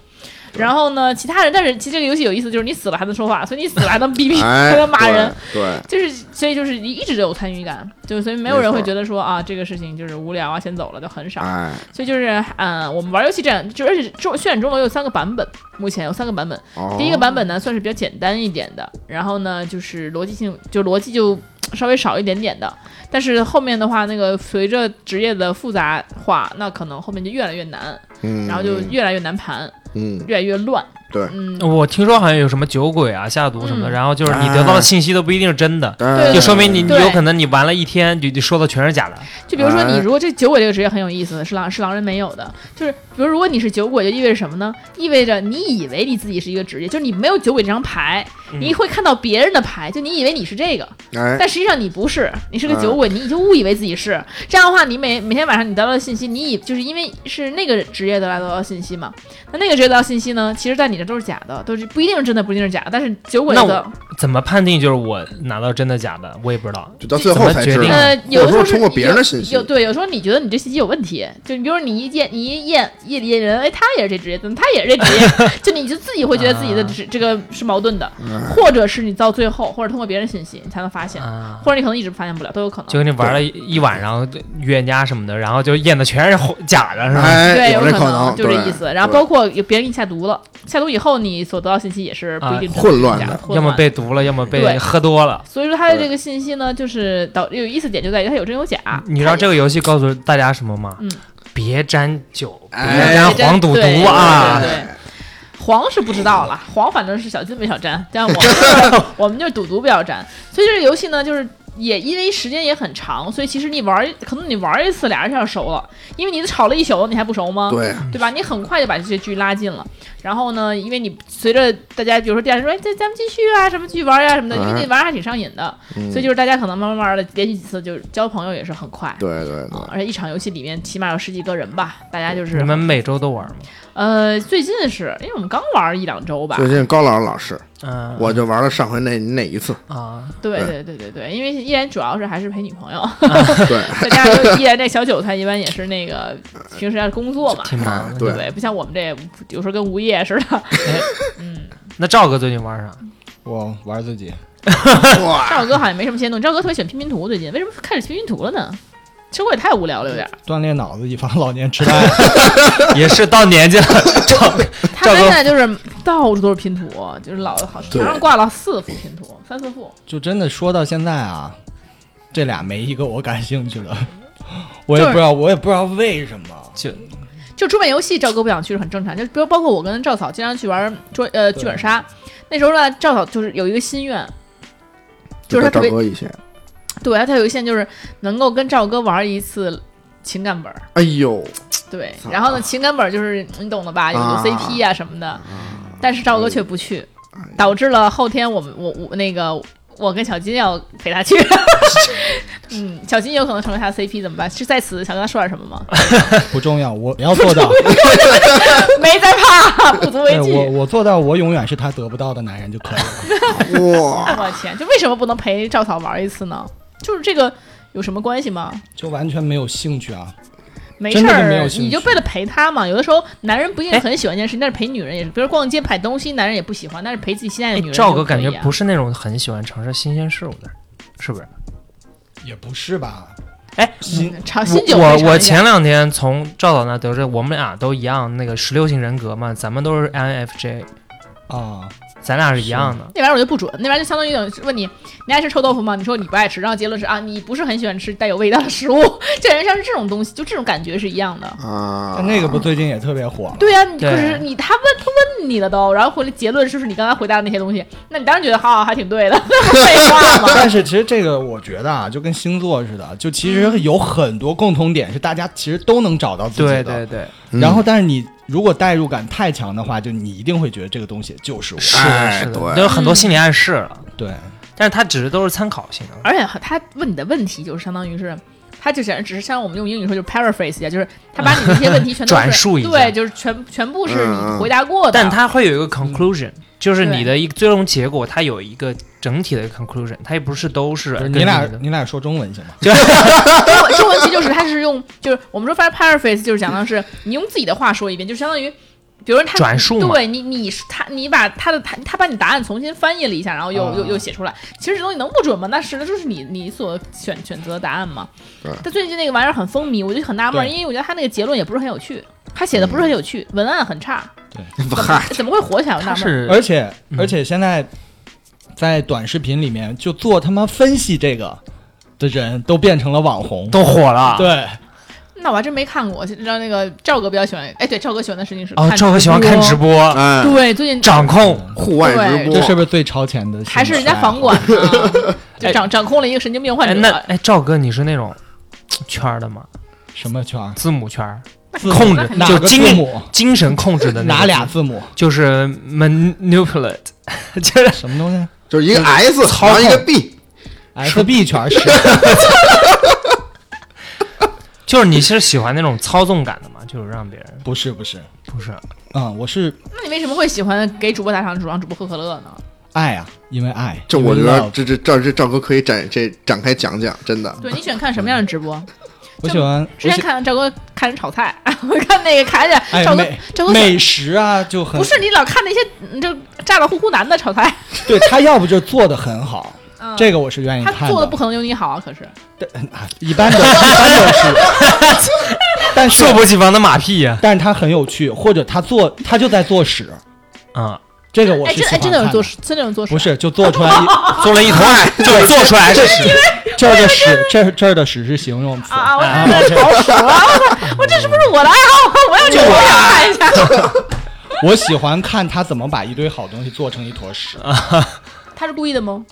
[SPEAKER 2] 然后呢，其他人但是其实这个游戏有意思，就是你死了还能说话，所以你死了还能逼逼，
[SPEAKER 4] 哎，
[SPEAKER 2] 还能骂人。
[SPEAKER 4] 对，对，
[SPEAKER 2] 就是，所以就是你一直都有参与感，就是所以没有人
[SPEAKER 4] 没错
[SPEAKER 2] 会觉得说啊这个事情就是无聊啊，先走了就很少。
[SPEAKER 4] 哎，
[SPEAKER 2] 所以就是，嗯、我们玩游戏这样，就而且中渲染钟楼有三个版本，目前有三个版本。
[SPEAKER 4] 哦
[SPEAKER 2] 第一个版本呢算是比较简单一点的，然后呢就是逻辑性就逻辑就稍微少一点点的，但是后面的话，那个随着职业的复杂化，那可能后面就越来越难，
[SPEAKER 4] 嗯，
[SPEAKER 2] 然后就越来越难盘，
[SPEAKER 4] 嗯，
[SPEAKER 2] 越来越乱。
[SPEAKER 4] 对
[SPEAKER 2] 嗯，
[SPEAKER 3] 我听说好像有什么酒鬼啊、下毒什么
[SPEAKER 2] 嗯
[SPEAKER 3] 的，然后就是你得到的信息都不一定是真的，
[SPEAKER 4] 哎
[SPEAKER 2] 对
[SPEAKER 3] 就说明你你
[SPEAKER 2] 对
[SPEAKER 3] 有可能你玩了一天，你你说的全是假的。
[SPEAKER 2] 就比如说，你
[SPEAKER 4] 哎
[SPEAKER 2] 如果这酒鬼这个职业很有意思，是狼是狼人没有的。就是比如，如果你是酒鬼，就意味着什么呢？意味着你以为你自己是一个职业，就是你没有酒鬼这张牌，你会看到别人的牌，就你以为你是这个，
[SPEAKER 4] 哎，
[SPEAKER 2] 但实际上你不是，你是个酒鬼，你就误以为自己是。这样的话，你每每天晚上你得到的信息，你以就是因为是那个职业得来得到的信息嘛，那那个职业得到的信息呢，其实在你的都是假的，都是不一定是真的，不一定是假的。但是酒鬼
[SPEAKER 3] 那
[SPEAKER 2] 的，
[SPEAKER 3] 怎么判定就是我拿到真的假的？我也不知道。
[SPEAKER 4] 就到最后才知
[SPEAKER 3] 怎么决定
[SPEAKER 4] 道。
[SPEAKER 2] 呃，有
[SPEAKER 4] 有
[SPEAKER 2] 的时
[SPEAKER 4] 时候
[SPEAKER 2] 候
[SPEAKER 4] 通过别人的信
[SPEAKER 2] 有
[SPEAKER 4] 息
[SPEAKER 2] 有，对，有时候你觉得你这信息有问题，就比如说你一见你一验验验人，哎，他也是这职业，怎么他也是这职 业？就你就自己会觉得自己的
[SPEAKER 3] 啊
[SPEAKER 2] 这这个是矛盾的，
[SPEAKER 4] 嗯
[SPEAKER 2] 或者是你到最后，或者通过别人信息你才能发现，
[SPEAKER 3] 啊，
[SPEAKER 2] 或者你可能一直发现不了，都有可
[SPEAKER 3] 就
[SPEAKER 2] 能。
[SPEAKER 3] 跟你玩了一一晚上，冤家什么的，然后就验的全是红假的，是吧？
[SPEAKER 4] 哎，
[SPEAKER 2] 对，有
[SPEAKER 4] 这
[SPEAKER 2] 可
[SPEAKER 4] 能，
[SPEAKER 2] 就这
[SPEAKER 4] 对
[SPEAKER 2] 意思。然后包括有别人给你下毒了，下毒以后你所得到信息也是不一
[SPEAKER 3] 啊
[SPEAKER 2] 定真
[SPEAKER 4] 混乱
[SPEAKER 2] 假
[SPEAKER 4] 的
[SPEAKER 2] 混
[SPEAKER 3] 要么
[SPEAKER 2] 乱
[SPEAKER 3] 被毒了，要么被
[SPEAKER 2] 对
[SPEAKER 3] 喝多了。
[SPEAKER 2] 所以说它的
[SPEAKER 4] 对
[SPEAKER 2] 这个信息呢，就是导有意思点就在于它有真有假。
[SPEAKER 3] 你知道
[SPEAKER 2] 它
[SPEAKER 3] 这个游戏告诉大家什么吗？
[SPEAKER 2] 嗯
[SPEAKER 3] 别沾酒，
[SPEAKER 4] 哎
[SPEAKER 3] 别沾
[SPEAKER 2] 也
[SPEAKER 3] 黄赌
[SPEAKER 2] 对
[SPEAKER 3] 毒啊
[SPEAKER 2] 对！对对黄是不知道了，黄反正是小金没少沾，但 我们就是我们就是赌毒不要沾。所以这个游戏呢，就是也因为时间也很长，所以其实你玩儿可能你玩儿一次俩人就要熟了，因为你吵了一宿，你还不熟吗？
[SPEAKER 4] 对，
[SPEAKER 2] 对吧？你很快就把这些剧拉近了。然后呢，因为你随着大家，比如说第二天说，哎，咱咱们继续啊，什么继续玩呀、什么的，因为
[SPEAKER 4] 哎
[SPEAKER 2] 你玩儿还挺上瘾的，
[SPEAKER 4] 嗯
[SPEAKER 2] 所以就是大家可能慢慢慢的连续几次就是交朋友也是很快。
[SPEAKER 4] 对对对
[SPEAKER 2] 啊，而且一场游戏里面起码有十几个人吧，大家就是
[SPEAKER 3] 你们每周都玩吗？
[SPEAKER 2] 呃，最近是因为我们刚玩一两周吧，
[SPEAKER 4] 最近高老师老师，
[SPEAKER 3] 嗯，
[SPEAKER 4] 我就玩了上回那那 一次，
[SPEAKER 3] 啊，
[SPEAKER 2] 对
[SPEAKER 4] 对
[SPEAKER 2] 对对对对，因为依然主要是还是陪女朋友，
[SPEAKER 4] 对，
[SPEAKER 2] 再加上就依然这小韭菜一般也是那个平时要工作嘛，啊
[SPEAKER 3] 挺忙的。
[SPEAKER 4] 对
[SPEAKER 2] 对不对？不像我们这有时候跟无业似的，
[SPEAKER 3] 那赵哥最近玩啥？
[SPEAKER 5] 我玩自己，
[SPEAKER 4] 哇，
[SPEAKER 2] 赵哥好像没什么心动，赵哥特别喜欢拼拼图，最近为什么开始拼拼图了呢？生活也太无聊了，有点 儿。
[SPEAKER 5] 锻炼脑子，以防老年痴呆。
[SPEAKER 3] 也是到年纪了，赵哥
[SPEAKER 2] 他
[SPEAKER 3] 赵哥
[SPEAKER 2] 现在就是到处都是拼图，就是老好墙上挂了四幅拼图，三四幅。
[SPEAKER 5] 就真的说到现在啊，这俩没一个我感兴趣的， 我也
[SPEAKER 2] 就是
[SPEAKER 5] 不知道，我也不知道为什 么。
[SPEAKER 3] 就
[SPEAKER 2] 就桌面游戏，赵哥不想去是很正常。就比如包括我跟赵嫂经常去玩桌呃
[SPEAKER 5] 对
[SPEAKER 2] 剧本杀，那时候呢，赵嫂就是有一个心愿，就是他
[SPEAKER 4] 跟赵
[SPEAKER 2] 特别
[SPEAKER 4] 哥以前，
[SPEAKER 2] 对他有一个心愿就是能够跟赵哥玩一次情感本儿。
[SPEAKER 4] 哎 呦，
[SPEAKER 2] 对
[SPEAKER 4] 操，
[SPEAKER 2] 然后呢，情感本儿就是你懂的吧，有有
[SPEAKER 4] 啊
[SPEAKER 2] CP 啊什么的，但是赵哥却不去，导致了后天我们我我那个。我跟小金要陪他去，嗯，小金有可能成为他的 CP 怎么办？是在此想跟他说点什么吗？
[SPEAKER 5] 不重要，我要 做到。
[SPEAKER 2] 没在怕，不足为
[SPEAKER 5] 对
[SPEAKER 2] 惧。
[SPEAKER 5] 哎我我做到，我永远是他得不到的男人就可以了。
[SPEAKER 4] 哇，
[SPEAKER 2] 我天，就为什么不能陪赵嫂玩一次呢？就是这个有什么关系吗？
[SPEAKER 5] 就完全没有兴趣啊！
[SPEAKER 2] 没
[SPEAKER 5] 真
[SPEAKER 2] 事
[SPEAKER 5] 的是没
[SPEAKER 2] 儿
[SPEAKER 5] 有，兴趣
[SPEAKER 2] 你就为了陪她嘛。有的时候男人不一定
[SPEAKER 3] 哎
[SPEAKER 2] 很喜欢一件事，但是陪女人也是，比如逛街买东西，男人也不喜欢，但是陪自己心爱的女人、
[SPEAKER 3] 哎 赵哥感觉
[SPEAKER 2] 啊
[SPEAKER 3] 不，是那种很喜欢尝试新鲜事物的人，是不是？
[SPEAKER 5] 也不是吧？
[SPEAKER 3] 哎
[SPEAKER 5] 新
[SPEAKER 2] 嗯尝新酒
[SPEAKER 3] 我
[SPEAKER 2] 非常
[SPEAKER 3] 我我
[SPEAKER 2] 一样
[SPEAKER 3] 前两天从赵导那得知，我们俩都一样，那个十六型人格嘛，咱们都是 INFJ，嗯
[SPEAKER 5] 啊，
[SPEAKER 3] 咱俩是一样的。
[SPEAKER 2] 那玩意儿我就不准，那玩意儿就相当于等于是问你，你爱吃臭豆腐吗？你说你不爱吃，然后结论是啊，你不是很喜欢吃带有味道的食物， 这人像是这种东西，就这种感觉是一样的。
[SPEAKER 4] 啊，
[SPEAKER 5] 但那个不最近也特别
[SPEAKER 3] 啊
[SPEAKER 5] 火，
[SPEAKER 2] 对啊呀、你
[SPEAKER 3] 对
[SPEAKER 2] 可是你他问他问你了都，然后回来结论就是你刚才回答的那些东西，那你当然觉得好好还挺对的，那不废话吗？
[SPEAKER 5] 但是其实这个我觉得啊，就跟星座似的，就其实有很多共同点是大家其实都能找到自己的。
[SPEAKER 3] 对对对，
[SPEAKER 4] 嗯
[SPEAKER 5] 然后，但是你如果代入感太强的话，就你一定会觉得这个东西就是我。
[SPEAKER 3] 是的，
[SPEAKER 4] 哎
[SPEAKER 3] 是的，
[SPEAKER 4] 对
[SPEAKER 3] 都有
[SPEAKER 2] 嗯
[SPEAKER 3] 很多心理暗示了，
[SPEAKER 5] 对，
[SPEAKER 3] 但是他只是都是参考性的。
[SPEAKER 2] 而且他问你的问题就是相当于是，他就想只是像我们用英语说就是 paraphrase 一下，就是他把你的这些问题全都是
[SPEAKER 3] 转述一下
[SPEAKER 2] 对，就是全全部是你回答过的。
[SPEAKER 3] 但它会有一个 conclusion，、就是
[SPEAKER 2] 嗯对
[SPEAKER 3] 你的一个最终结果，它有一个整体的 conclusion，它也不是都是
[SPEAKER 5] 不是
[SPEAKER 3] 跟
[SPEAKER 5] 你俩
[SPEAKER 3] 的
[SPEAKER 5] 你俩说中文行吗？
[SPEAKER 2] 中文中文其实就是他是用就是我们说 paraphrase 就是讲的是你用自己的话说一遍，就相当于。比如说他
[SPEAKER 3] 转述嘛
[SPEAKER 2] 对你你他你把他的他他把你答案重新翻译了一下，然后又、
[SPEAKER 5] 啊
[SPEAKER 2] 又又写出来。其实这东西能不准吗？那是那就是你你所选选择的答案嘛
[SPEAKER 4] 对。
[SPEAKER 2] 但最近那个玩意儿很风靡，我就很纳闷儿，
[SPEAKER 5] 对
[SPEAKER 2] 因为我觉得他那个结论也不是很有趣，他写的不是很
[SPEAKER 3] 嗯
[SPEAKER 2] 有趣，文案很差，
[SPEAKER 4] 嗨，
[SPEAKER 2] 怎么会火起来？我
[SPEAKER 3] 它
[SPEAKER 2] 纳闷儿。
[SPEAKER 3] 是
[SPEAKER 5] 而且
[SPEAKER 3] 嗯
[SPEAKER 5] 而且现在在短视频里面，就做他妈分析这个的人都变成了网红。
[SPEAKER 3] 都啊火了。
[SPEAKER 5] 对，
[SPEAKER 2] 那我还真没看过，知道那个赵哥比较喜欢，哎，对，赵哥喜欢的事情是
[SPEAKER 3] 哦，
[SPEAKER 2] 看
[SPEAKER 3] 赵哥喜欢看直
[SPEAKER 2] 播，嗯
[SPEAKER 3] 播，
[SPEAKER 4] 哎，
[SPEAKER 2] 对，最近
[SPEAKER 3] 掌控
[SPEAKER 4] 户外直播
[SPEAKER 5] 这是不是最超前的兴趣爱好？
[SPEAKER 2] 还是人家房管呢， 就掌掌控了一个神经病患
[SPEAKER 3] 哎，
[SPEAKER 2] 者。
[SPEAKER 3] 那哎，赵哥，你是那种圈儿的吗？
[SPEAKER 5] 什么圈儿？
[SPEAKER 3] 字母圈儿，
[SPEAKER 5] 字母
[SPEAKER 3] 控制
[SPEAKER 5] 哪
[SPEAKER 3] 就
[SPEAKER 5] 个
[SPEAKER 3] 精
[SPEAKER 5] 字
[SPEAKER 3] 灵
[SPEAKER 5] 母？
[SPEAKER 3] 精神控制的那
[SPEAKER 5] 哪
[SPEAKER 3] 个
[SPEAKER 5] 俩
[SPEAKER 3] 字？
[SPEAKER 5] 字母？
[SPEAKER 3] 就是 manipulate，就是
[SPEAKER 5] 什么东 西
[SPEAKER 4] 就是一个 S，
[SPEAKER 3] 操
[SPEAKER 4] 然后一个
[SPEAKER 3] 控
[SPEAKER 4] B，
[SPEAKER 5] ？S B 圈是
[SPEAKER 3] 就是你是喜欢那种操纵感的嘛？就是让别人
[SPEAKER 5] 不是不是
[SPEAKER 3] 不是
[SPEAKER 5] 啊、我是
[SPEAKER 2] 那你为什么会喜欢给主播打赏，主让主播喝可乐呢？
[SPEAKER 5] 爱啊，因为爱。
[SPEAKER 4] 这
[SPEAKER 5] 因为
[SPEAKER 4] 我觉得
[SPEAKER 5] love
[SPEAKER 4] 这这这这赵哥可以展这展开讲讲，真的。
[SPEAKER 2] 对你喜欢看什么样的直播？
[SPEAKER 5] 我喜欢
[SPEAKER 2] 之前看赵哥看人炒菜， 我看那个看见
[SPEAKER 5] 哎
[SPEAKER 2] 赵哥
[SPEAKER 5] 美
[SPEAKER 2] 赵哥
[SPEAKER 5] 美食啊，就很
[SPEAKER 2] 不是你老看那些嗯就咋咋呼呼男的炒菜，
[SPEAKER 5] 对他要不就做的很好，
[SPEAKER 2] 嗯
[SPEAKER 5] 这个我是愿意
[SPEAKER 2] 他
[SPEAKER 5] 看
[SPEAKER 2] 做的不可能有你好啊，可是
[SPEAKER 5] 啊一般的一般都是，但是
[SPEAKER 3] 猝不及防的马屁呀
[SPEAKER 5] 但是他很有趣，或者他做他就在做屎，
[SPEAKER 3] 啊，
[SPEAKER 5] 这个我
[SPEAKER 2] 哎
[SPEAKER 5] 是
[SPEAKER 2] 真
[SPEAKER 5] 喜
[SPEAKER 2] 哎
[SPEAKER 5] 欢
[SPEAKER 2] 真的有人
[SPEAKER 5] 看
[SPEAKER 2] 做事，真的有人做啊事，
[SPEAKER 5] 不是就做出来一
[SPEAKER 3] 做了一头 爱，就做出来是屎。
[SPEAKER 5] 这儿的屎，这儿这儿的屎是形容词
[SPEAKER 2] 啊，啊！我真是好熟 啊！我操，我这是不是我的爱好？啊我要去我想
[SPEAKER 5] 啊
[SPEAKER 2] 看一下。
[SPEAKER 5] 我喜欢看他怎么把一堆好东西做成一坨屎，
[SPEAKER 2] 啊他是故意的吗？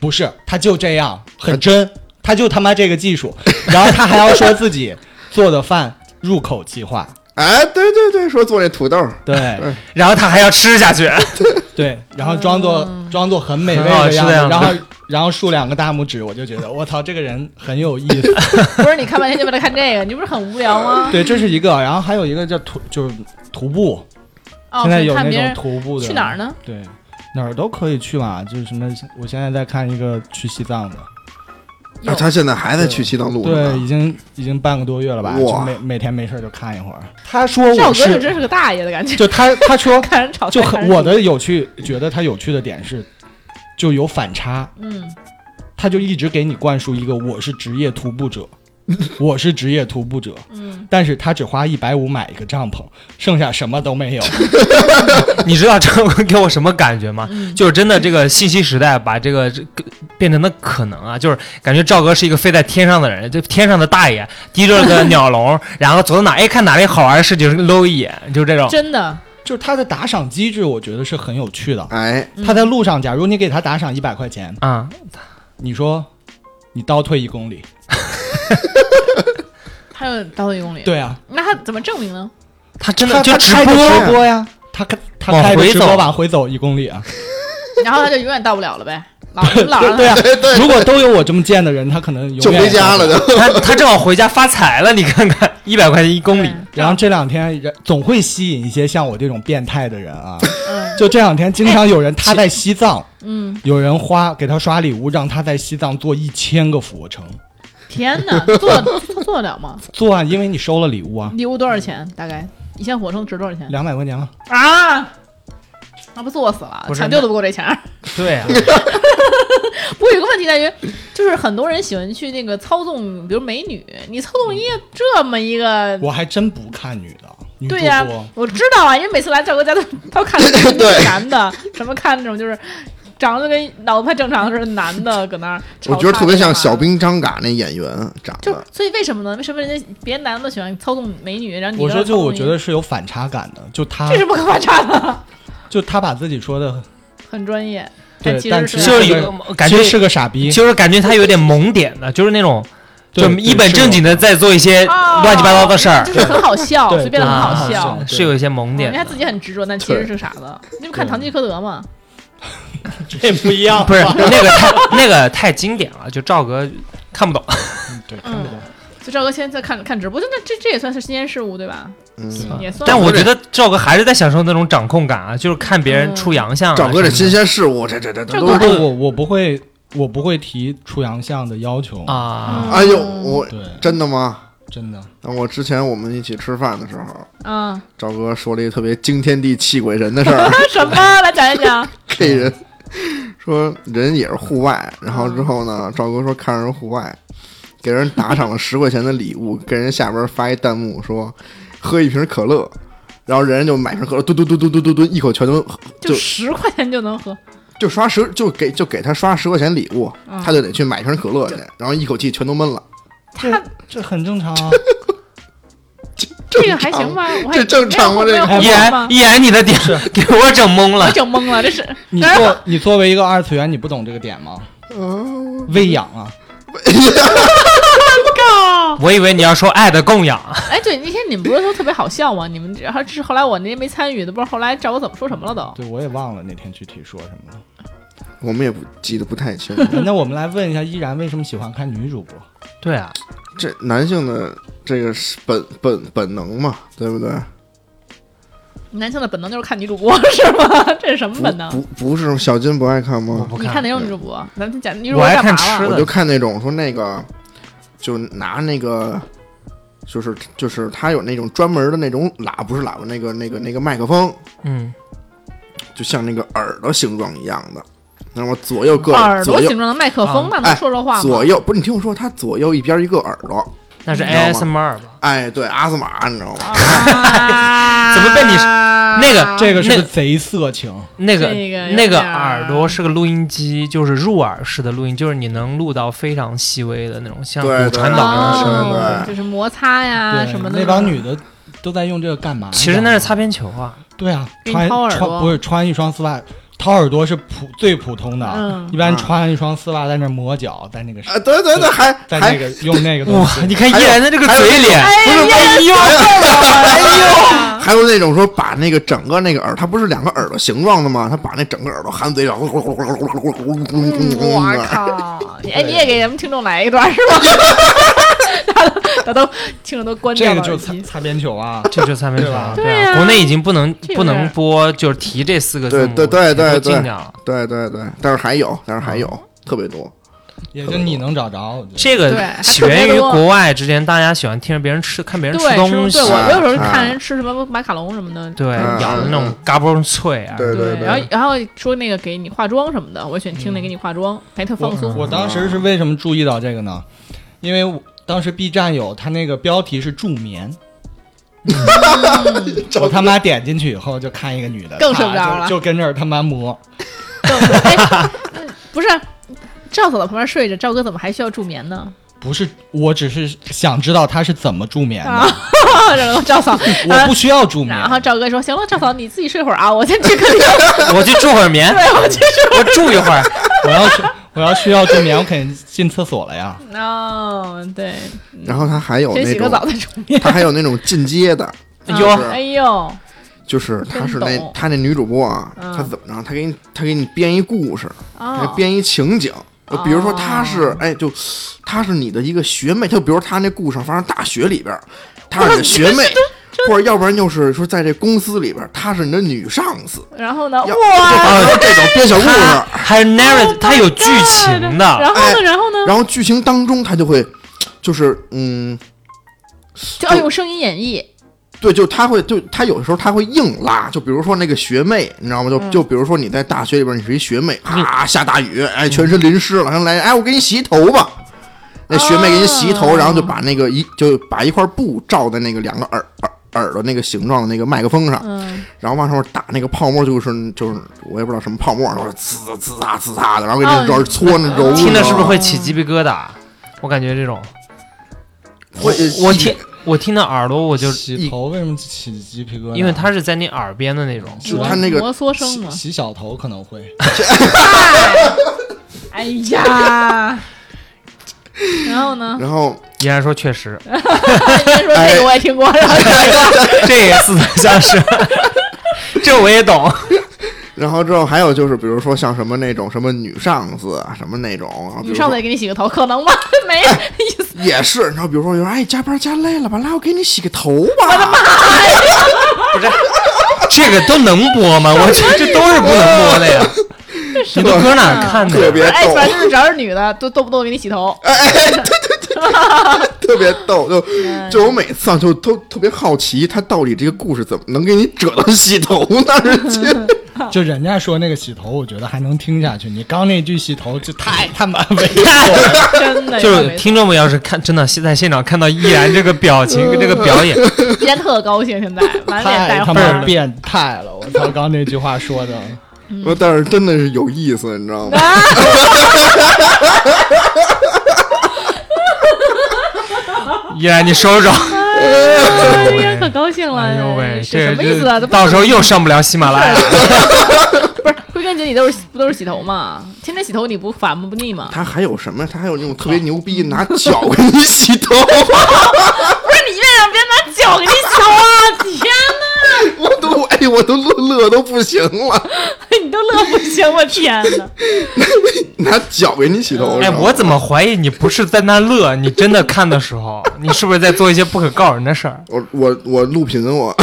[SPEAKER 5] 不是他就这样很真，他就他妈这个 技术，然后他还要说自己做的饭入口即化，
[SPEAKER 4] 哎，对对对，说做那土豆，
[SPEAKER 5] 对
[SPEAKER 3] 然后他还要吃下 去，
[SPEAKER 5] 对，然后装作、装作很美味
[SPEAKER 3] 很好
[SPEAKER 5] 的
[SPEAKER 3] 吃
[SPEAKER 5] 样
[SPEAKER 3] 哦
[SPEAKER 5] 子，
[SPEAKER 3] 的样子
[SPEAKER 5] 然后然后竖两个大拇指，我就觉得我操，这个人很有意思。
[SPEAKER 2] 不是，你看半天就为了看这个，你不是很无聊吗？
[SPEAKER 5] 对，这是一个，然后还有一个叫徒就是徒步，
[SPEAKER 2] 哦，
[SPEAKER 5] 现在有
[SPEAKER 2] 看
[SPEAKER 5] 那
[SPEAKER 2] 别
[SPEAKER 5] 种
[SPEAKER 2] 人
[SPEAKER 5] 徒步的
[SPEAKER 2] 去哪儿呢？
[SPEAKER 5] 对，哪儿都可以去嘛，就是什么，我现在在看一个去西藏的，
[SPEAKER 2] 有
[SPEAKER 4] 啊，他现在还在去西藏路
[SPEAKER 5] 对，已
[SPEAKER 4] 呢。啊
[SPEAKER 5] 经已经半个多月了吧，就
[SPEAKER 4] 哇
[SPEAKER 5] 每每天没事儿就看一会儿。他说
[SPEAKER 2] 赵
[SPEAKER 5] 我，
[SPEAKER 2] 哥就是真是个大爷的感觉，
[SPEAKER 5] 就他他 说
[SPEAKER 2] 看人炒菜，
[SPEAKER 5] 就
[SPEAKER 2] 看
[SPEAKER 5] 很
[SPEAKER 2] 人
[SPEAKER 5] 我的有趣，觉得他有趣的点是，就有反差，
[SPEAKER 2] 嗯，
[SPEAKER 5] 他就一直给你灌输一个我是职业徒步者， 我是职业徒步者，
[SPEAKER 2] 嗯，
[SPEAKER 5] 但是他只花一百五买一个帐篷，剩下什么都没有。
[SPEAKER 3] 你知道这个给我什么感觉吗？
[SPEAKER 5] 嗯
[SPEAKER 3] 就是真的这个信息时代把这个这个变成的可能啊，就是感觉赵哥是一个飞在天上的人，就天上的大爷提着个鸟 笼，然后走到哪哎看哪里好玩的事情搂一眼，就这
[SPEAKER 5] 哦
[SPEAKER 3] 种。
[SPEAKER 2] 真的
[SPEAKER 5] 就是他的打赏机制，我觉得是很有趣的。
[SPEAKER 4] 哎，
[SPEAKER 2] 嗯
[SPEAKER 5] 他在路上，假如你给他打赏一百块钱，
[SPEAKER 3] 啊、
[SPEAKER 5] 你说你倒退一公里，
[SPEAKER 2] 他有倒一公里。，
[SPEAKER 5] 对啊，
[SPEAKER 2] 那他怎么证明呢？
[SPEAKER 3] 他真
[SPEAKER 5] 他
[SPEAKER 3] 的就
[SPEAKER 5] 他
[SPEAKER 3] 直
[SPEAKER 5] 开着
[SPEAKER 3] 播，
[SPEAKER 5] 直播呀，他开他
[SPEAKER 3] 往
[SPEAKER 5] 开着
[SPEAKER 3] 回
[SPEAKER 5] 直播
[SPEAKER 3] 走
[SPEAKER 5] 往回走一公里啊，
[SPEAKER 2] 然后他就永远到不了了呗， 老老让
[SPEAKER 5] 对
[SPEAKER 2] 他
[SPEAKER 5] 啊，如果都有我这么贱的人，他可能永远
[SPEAKER 4] 就回家了
[SPEAKER 5] 也。
[SPEAKER 4] 就。
[SPEAKER 3] 他他正好回家发财了，你看 看一百块钱一
[SPEAKER 4] 啊
[SPEAKER 3] 公里，
[SPEAKER 5] 然后这两天人总会吸引一些像我这种变态的人啊，
[SPEAKER 2] 嗯
[SPEAKER 5] 就这两天经常有人他在西藏，
[SPEAKER 2] 嗯，
[SPEAKER 5] 有人花给他刷礼物，让他在西藏做一千个俯卧撑，
[SPEAKER 2] 天哪，做做做得了吗？
[SPEAKER 5] 做啊，因为你收了礼物啊，
[SPEAKER 2] 礼物多少钱？大概一箱火车值多少钱
[SPEAKER 5] 两百块钱嘛。
[SPEAKER 2] 啊？那不作死了，
[SPEAKER 3] 不是
[SPEAKER 2] 抢救都不够这钱儿。
[SPEAKER 3] 对啊，
[SPEAKER 2] 不过有个问题在于，就是很多人喜欢去那个操纵，比如美女，你操纵一个这么一个，
[SPEAKER 5] 我还真不看女的，女主
[SPEAKER 2] 对呀、
[SPEAKER 5] 播。
[SPEAKER 2] 我知道啊，因为每次来赵哥家都都看那个
[SPEAKER 4] 对
[SPEAKER 2] 男的，什么看那种就是长得跟脑子不太正常似的男的搁那儿炒
[SPEAKER 4] 我
[SPEAKER 2] 菜干嘛的，
[SPEAKER 4] 觉得特别像小兵张嘎那演员长
[SPEAKER 2] 就
[SPEAKER 4] 得，
[SPEAKER 2] 所以为什么呢？为什么人家别的男的喜欢操纵美女，然后你
[SPEAKER 5] 我
[SPEAKER 2] 搁
[SPEAKER 5] 说，
[SPEAKER 2] 那
[SPEAKER 5] 就
[SPEAKER 2] 操纵
[SPEAKER 5] 我
[SPEAKER 2] 一
[SPEAKER 5] 觉
[SPEAKER 2] 个
[SPEAKER 5] 得是有反差感的，就他
[SPEAKER 2] 这，是不可反差的，
[SPEAKER 5] 就他把自己说的，
[SPEAKER 2] 很专业。
[SPEAKER 5] 对
[SPEAKER 2] 但其
[SPEAKER 5] 但
[SPEAKER 2] 实是
[SPEAKER 5] 其实
[SPEAKER 3] 就是
[SPEAKER 5] 对
[SPEAKER 3] 有感
[SPEAKER 5] 其
[SPEAKER 3] 觉
[SPEAKER 5] 实是个傻逼，
[SPEAKER 3] 就是感觉他有点萌点的，就是那种
[SPEAKER 5] 对
[SPEAKER 3] 就一本正经，的在做一些
[SPEAKER 2] 哦
[SPEAKER 3] 乱七八糟的事儿
[SPEAKER 2] 就，是很好笑，
[SPEAKER 5] 对
[SPEAKER 2] 所以变得很
[SPEAKER 3] 啊
[SPEAKER 2] 好
[SPEAKER 5] 很好
[SPEAKER 2] 笑嗯
[SPEAKER 5] 笑。
[SPEAKER 3] 是有一些萌
[SPEAKER 2] 因为
[SPEAKER 3] 点
[SPEAKER 2] 他
[SPEAKER 3] 的。
[SPEAKER 2] 自己很执着，但其实是傻子。你们看《
[SPEAKER 5] 对
[SPEAKER 2] 堂吉诃德》吗？
[SPEAKER 5] 对这不一样，
[SPEAKER 3] 不是那个太那个太经典了，就赵哥看不懂。
[SPEAKER 5] 嗯对，看不懂。
[SPEAKER 2] 就赵哥现在在看看直播，就那这这也算是新鲜事物对吧？
[SPEAKER 4] 嗯，
[SPEAKER 2] 也算。
[SPEAKER 3] 但我觉得赵哥还是在享受那种掌控感啊，就是看别人
[SPEAKER 2] 嗯
[SPEAKER 3] 出洋相啊什
[SPEAKER 4] 赵
[SPEAKER 3] 么的。
[SPEAKER 4] 哥这新鲜事物，这这这这
[SPEAKER 2] 赵
[SPEAKER 4] 都
[SPEAKER 2] 哥
[SPEAKER 5] 不
[SPEAKER 4] 是。
[SPEAKER 5] 过我我不会，我不会提出洋相的要求，
[SPEAKER 2] 嗯
[SPEAKER 3] 啊，
[SPEAKER 4] 哎呦，我
[SPEAKER 5] 对，
[SPEAKER 4] 真的吗？
[SPEAKER 5] 真的，
[SPEAKER 4] 那我之前我们一起吃饭的时候，
[SPEAKER 2] 嗯，
[SPEAKER 4] 赵哥说了一个特别惊天地泣鬼神的 事儿
[SPEAKER 2] 什么来讲一讲？
[SPEAKER 4] ，K 人说人也是户外，然后之后呢，赵哥说看人户外，给人打赏了十块钱的礼物，给人下边发一弹幕说喝一瓶可乐，然后人家就买瓶可乐，嘟嘟嘟嘟嘟嘟嘟，一口全都
[SPEAKER 2] 就
[SPEAKER 4] 就
[SPEAKER 2] 十块钱就能喝，
[SPEAKER 4] 就刷十就给就给他刷十块钱礼物，
[SPEAKER 2] 嗯
[SPEAKER 4] 他就得去买瓶可乐去，然后一口气全都闷了。
[SPEAKER 5] 这这很正 常啊。
[SPEAKER 2] 这个还行吧？我还
[SPEAKER 4] 这正常吗
[SPEAKER 2] 没有
[SPEAKER 4] 这
[SPEAKER 2] 没有红
[SPEAKER 3] 依
[SPEAKER 2] 包
[SPEAKER 3] 然
[SPEAKER 2] 嗯吗？
[SPEAKER 3] 依然你的点 给我整懵
[SPEAKER 2] 我
[SPEAKER 3] 了。
[SPEAKER 2] 整懵了，这是
[SPEAKER 5] 你
[SPEAKER 2] 当然
[SPEAKER 5] 作你作为一个二次元，你不懂这个点吗？喂养啊，
[SPEAKER 2] 靠！
[SPEAKER 3] 我以为你要说爱的供养，啊
[SPEAKER 2] 哎，对，那天你们不是说特别好笑吗？你们这还是后来我那天没参与的，不知道后来赵哥怎么说什么了都。
[SPEAKER 5] 对我也忘了那天具体说什么了。
[SPEAKER 4] 我们也不记得不 太清楚，
[SPEAKER 2] 啊
[SPEAKER 5] 那我们来问一下依然为什么喜欢看女主播？
[SPEAKER 3] 对啊，
[SPEAKER 4] 这男性的这个是本本本能嘛，对不对？
[SPEAKER 2] 男性的本能就是看女主播 是吗？这是什么
[SPEAKER 4] 不
[SPEAKER 2] 本能？
[SPEAKER 4] 不不是小金不爱看
[SPEAKER 3] 我
[SPEAKER 4] 吗？
[SPEAKER 3] 不
[SPEAKER 2] 你看哪种女主播？咱们讲女主
[SPEAKER 3] 我
[SPEAKER 2] 播
[SPEAKER 3] 爱
[SPEAKER 2] 干嘛
[SPEAKER 3] 看吃
[SPEAKER 2] 了？
[SPEAKER 3] 的
[SPEAKER 4] 我就看那种说那个，就拿那个，就是就是他有那种专门的那种喇，不是喇叭，那个那个那个麦克风，
[SPEAKER 3] 嗯，
[SPEAKER 4] 就像那个耳朵形状一样的，那么左右各
[SPEAKER 2] 耳朵
[SPEAKER 4] 左
[SPEAKER 2] 形
[SPEAKER 4] 右
[SPEAKER 2] 状的麦克风嘛，能
[SPEAKER 4] 哎
[SPEAKER 2] 说说话 吗
[SPEAKER 4] 左？右不是你听我说，它左右一边一个耳朵，
[SPEAKER 3] 那是
[SPEAKER 4] 你知道吗
[SPEAKER 3] ASMR 吧？
[SPEAKER 4] 哎，对，阿斯玛，你知道吗？
[SPEAKER 2] 啊
[SPEAKER 3] 怎么被你那个
[SPEAKER 2] 哦
[SPEAKER 5] 这个是
[SPEAKER 3] 那
[SPEAKER 5] 个贼色情，
[SPEAKER 3] 那个
[SPEAKER 2] 这个有
[SPEAKER 3] 那个
[SPEAKER 2] 点儿
[SPEAKER 3] 耳朵是个录音机，就是入耳式的录音，就是你能录到非常细微的那种，像骨
[SPEAKER 4] 对
[SPEAKER 3] 传导那种声音。
[SPEAKER 2] 哦就是摩擦呀
[SPEAKER 5] 对
[SPEAKER 2] 啊什么的。
[SPEAKER 5] 那帮女的都在用这个干嘛？
[SPEAKER 3] 其实那是擦边球啊，
[SPEAKER 5] 对啊，
[SPEAKER 2] 给你
[SPEAKER 5] 穿
[SPEAKER 2] 掏耳朵
[SPEAKER 5] 穿不是穿一双丝袜，掏耳朵是普最普通的，
[SPEAKER 2] 嗯
[SPEAKER 5] 一般
[SPEAKER 3] 啊
[SPEAKER 5] 穿一双丝袜在那磨脚，在那个
[SPEAKER 4] 啊，对对对，还
[SPEAKER 5] 在
[SPEAKER 4] 还
[SPEAKER 5] 那个用那个东
[SPEAKER 3] 哇！
[SPEAKER 5] 西
[SPEAKER 3] 你看依然的这个嘴脸，
[SPEAKER 4] 不是哎呦，
[SPEAKER 2] 哎呦，
[SPEAKER 4] 还有那种说把那个整个那个耳，它不是两个耳朵形状的吗？它把那整个耳朵含嘴里，
[SPEAKER 2] 我
[SPEAKER 4] 我
[SPEAKER 2] 靠！哎，你也给咱们听众来一段是吧？ 他都听众都关掉
[SPEAKER 5] 这
[SPEAKER 2] 了
[SPEAKER 5] 个就
[SPEAKER 2] 耳
[SPEAKER 5] 是擦
[SPEAKER 2] 机。
[SPEAKER 5] 擦边球啊，
[SPEAKER 3] 这就擦边球啊！
[SPEAKER 5] 对
[SPEAKER 2] 吧对
[SPEAKER 3] 啊，
[SPEAKER 2] 啊
[SPEAKER 3] 国内已经不能
[SPEAKER 2] 这有
[SPEAKER 3] 不
[SPEAKER 2] 点
[SPEAKER 3] 能
[SPEAKER 2] 儿
[SPEAKER 3] 播，就是提这四个字母，
[SPEAKER 4] 对对对对
[SPEAKER 3] 也都
[SPEAKER 4] 对
[SPEAKER 3] 禁掉了。
[SPEAKER 4] 对对对，但是还有，但是还有特别多，
[SPEAKER 5] 也就你能找着。我觉得
[SPEAKER 3] 这
[SPEAKER 2] 对
[SPEAKER 3] 个
[SPEAKER 2] 还
[SPEAKER 3] 起
[SPEAKER 2] 特别
[SPEAKER 3] 源于
[SPEAKER 2] 多
[SPEAKER 3] 国外，之前大家喜欢听着别人吃，看别人
[SPEAKER 2] 对，
[SPEAKER 3] 吃东
[SPEAKER 2] 是
[SPEAKER 3] 西
[SPEAKER 2] 对，，我有时候
[SPEAKER 4] 啊
[SPEAKER 2] 看人吃什么马卡龙什么的，
[SPEAKER 3] 对，
[SPEAKER 4] 嗯
[SPEAKER 3] 咬的那
[SPEAKER 4] 嗯
[SPEAKER 3] 种嘎嘣脆啊，
[SPEAKER 4] 对对对
[SPEAKER 2] 然后然后说那个给你化妆什么的，我喜欢听那给你化妆，还特放松。
[SPEAKER 5] 我当时是为什么注意到这个呢？因为我当时 B 站有它那个标题是助 眠。我他妈点进去以后就看一个女的，
[SPEAKER 2] 更睡不着了
[SPEAKER 5] 啊就就跟这儿他妈磨。
[SPEAKER 2] 哎不是，赵嫂在旁边睡着，赵哥怎么还需要助眠呢？
[SPEAKER 5] 不是，我只是想知道她是怎么助眠的，
[SPEAKER 2] 啊然后赵嫂，
[SPEAKER 5] 我不需要助眠。
[SPEAKER 2] 然后赵哥说：“行了，赵嫂，你自己睡会儿啊，我先去客厅。
[SPEAKER 3] 我去助会儿眠，
[SPEAKER 2] 对，我去睡
[SPEAKER 3] 我住一会儿。
[SPEAKER 5] 我要是我要需要助眠，我肯定进厕所了呀。
[SPEAKER 2] 会儿。”哦，对，
[SPEAKER 4] 然后它还有
[SPEAKER 2] 先
[SPEAKER 4] 哦那
[SPEAKER 2] 洗个澡
[SPEAKER 4] 种，
[SPEAKER 2] 再助眠。
[SPEAKER 4] 它还有那种进阶的，
[SPEAKER 3] 哎呦
[SPEAKER 2] 哎呦，
[SPEAKER 4] 就是它是那
[SPEAKER 2] 真懂
[SPEAKER 4] 它那女主播啊，
[SPEAKER 2] 嗯
[SPEAKER 4] 她怎么着？她给你她给你编一故事，她
[SPEAKER 2] 哦，
[SPEAKER 4] 编一情景。
[SPEAKER 2] 哦
[SPEAKER 4] 比如说，她是哎，就她是你的一个学妹，就比如她那故事发生大学里边儿，她是你的学妹，或者要不然就是说在这公司里边儿，她是你的女上司，
[SPEAKER 2] 然后呢？
[SPEAKER 4] 要
[SPEAKER 2] 哇，
[SPEAKER 4] 然后这种编小故
[SPEAKER 3] 它
[SPEAKER 4] 事，
[SPEAKER 3] 还有
[SPEAKER 2] 哦
[SPEAKER 3] narrative，它有剧情的，
[SPEAKER 2] 然后呢？
[SPEAKER 4] 哎
[SPEAKER 2] 然后呢？
[SPEAKER 4] 然后剧情当中她就会，就是嗯，
[SPEAKER 2] 就要用声音演绎。
[SPEAKER 4] 对，就他会，就他有时候他会硬拉，就比如说那个学妹，你知道吗？就就比如说你在大学里边，你是一学妹啊，下大雨，哎，全身淋湿了，然后来，哎，我给你洗头吧。那学妹给你洗头，
[SPEAKER 2] 哦
[SPEAKER 4] 然后就把那个一就把一块布罩在那个两个耳耳耳朵那个形状的那个麦克风上，
[SPEAKER 2] 嗯，
[SPEAKER 4] 然后往上面打那个泡沫，就是就是我也不知道什么泡沫，然后呲呲擦呲擦的，然后给
[SPEAKER 2] 哦
[SPEAKER 4] 那软搓那揉，
[SPEAKER 3] 听着是不是
[SPEAKER 4] 你
[SPEAKER 3] 会起鸡皮疙瘩？我感觉这种，
[SPEAKER 4] 知道吗会
[SPEAKER 3] 我听我听到耳朵我 就，
[SPEAKER 5] 洗头为什么起鸡皮疙瘩？
[SPEAKER 3] 因为它是在你耳边的那种，
[SPEAKER 5] 是
[SPEAKER 4] 就
[SPEAKER 2] 摩
[SPEAKER 4] 他那个
[SPEAKER 2] 摩挲声
[SPEAKER 5] 洗
[SPEAKER 2] 嘛。
[SPEAKER 5] 洗小头可能 会。
[SPEAKER 2] 哎呀， 然后呢？
[SPEAKER 4] 然后
[SPEAKER 3] 依然说确实，
[SPEAKER 2] 先说这个我也听过，然后
[SPEAKER 3] 这也似曾相识，这我也懂。
[SPEAKER 4] 然后之后还有就是，比如说像什么那种什么女上司啊，什么那种，然后比
[SPEAKER 2] 你
[SPEAKER 4] 如
[SPEAKER 2] 上
[SPEAKER 4] 说
[SPEAKER 2] 次也给你洗个头，可能吗？ 哎没意思。
[SPEAKER 4] 也是，然后比如说有人哎加班加累了吧，来我给你洗个头吧。我的妈！
[SPEAKER 3] 这个都能播吗？我觉得这都是不能播的呀。你都搁哪儿看的
[SPEAKER 4] 特
[SPEAKER 3] 呀？
[SPEAKER 4] 别
[SPEAKER 2] 哎，
[SPEAKER 4] 逗，
[SPEAKER 2] 反正就是只要是女的，都动不动给你洗头。
[SPEAKER 4] 特别逗，就就我每次啊，就都特别好奇，他到底这个故事怎么能给你折到洗头那儿去？
[SPEAKER 5] 就人家说那个洗头，我觉得还能听下去。你刚那句洗头就太他妈 猥琐了。
[SPEAKER 2] 真的，
[SPEAKER 3] 就是听众们要是看真的现在现场看到依然这个表情跟这个表演，
[SPEAKER 2] 依然特高兴，现在满脸
[SPEAKER 5] 太
[SPEAKER 2] 带
[SPEAKER 5] 他
[SPEAKER 2] 花
[SPEAKER 5] 妈
[SPEAKER 2] 儿。
[SPEAKER 5] 变态了！我操，刚那句话说的，
[SPEAKER 4] 我但是真的是有意思，你知道吗？
[SPEAKER 3] 依然你收手。
[SPEAKER 2] 哎呀，可高兴了！
[SPEAKER 3] 哎呦喂，
[SPEAKER 2] 是什
[SPEAKER 3] 这
[SPEAKER 2] 么意思啊？
[SPEAKER 3] 这
[SPEAKER 2] 这不
[SPEAKER 3] 到时候又上不了喜马拉雅了。
[SPEAKER 2] 不是归根结底都是不都是洗头嘛？天天洗头你不烦不腻吗？
[SPEAKER 4] 他还有什么？他还有那种特别牛逼，拿脚给你洗 头，
[SPEAKER 2] 不是你为啥别拿脚给你洗 头啊？天
[SPEAKER 4] 我都哎呦，我都乐乐都不行了。
[SPEAKER 2] 哪，你都乐不行！我天哪！
[SPEAKER 4] 拿脚给你洗头。
[SPEAKER 3] 哎，
[SPEAKER 4] 知道吗
[SPEAKER 3] 我怎么怀疑你不是在那乐？你真的看的时候，你是不是在做一些不可告人的事儿？
[SPEAKER 4] 我我我录屏我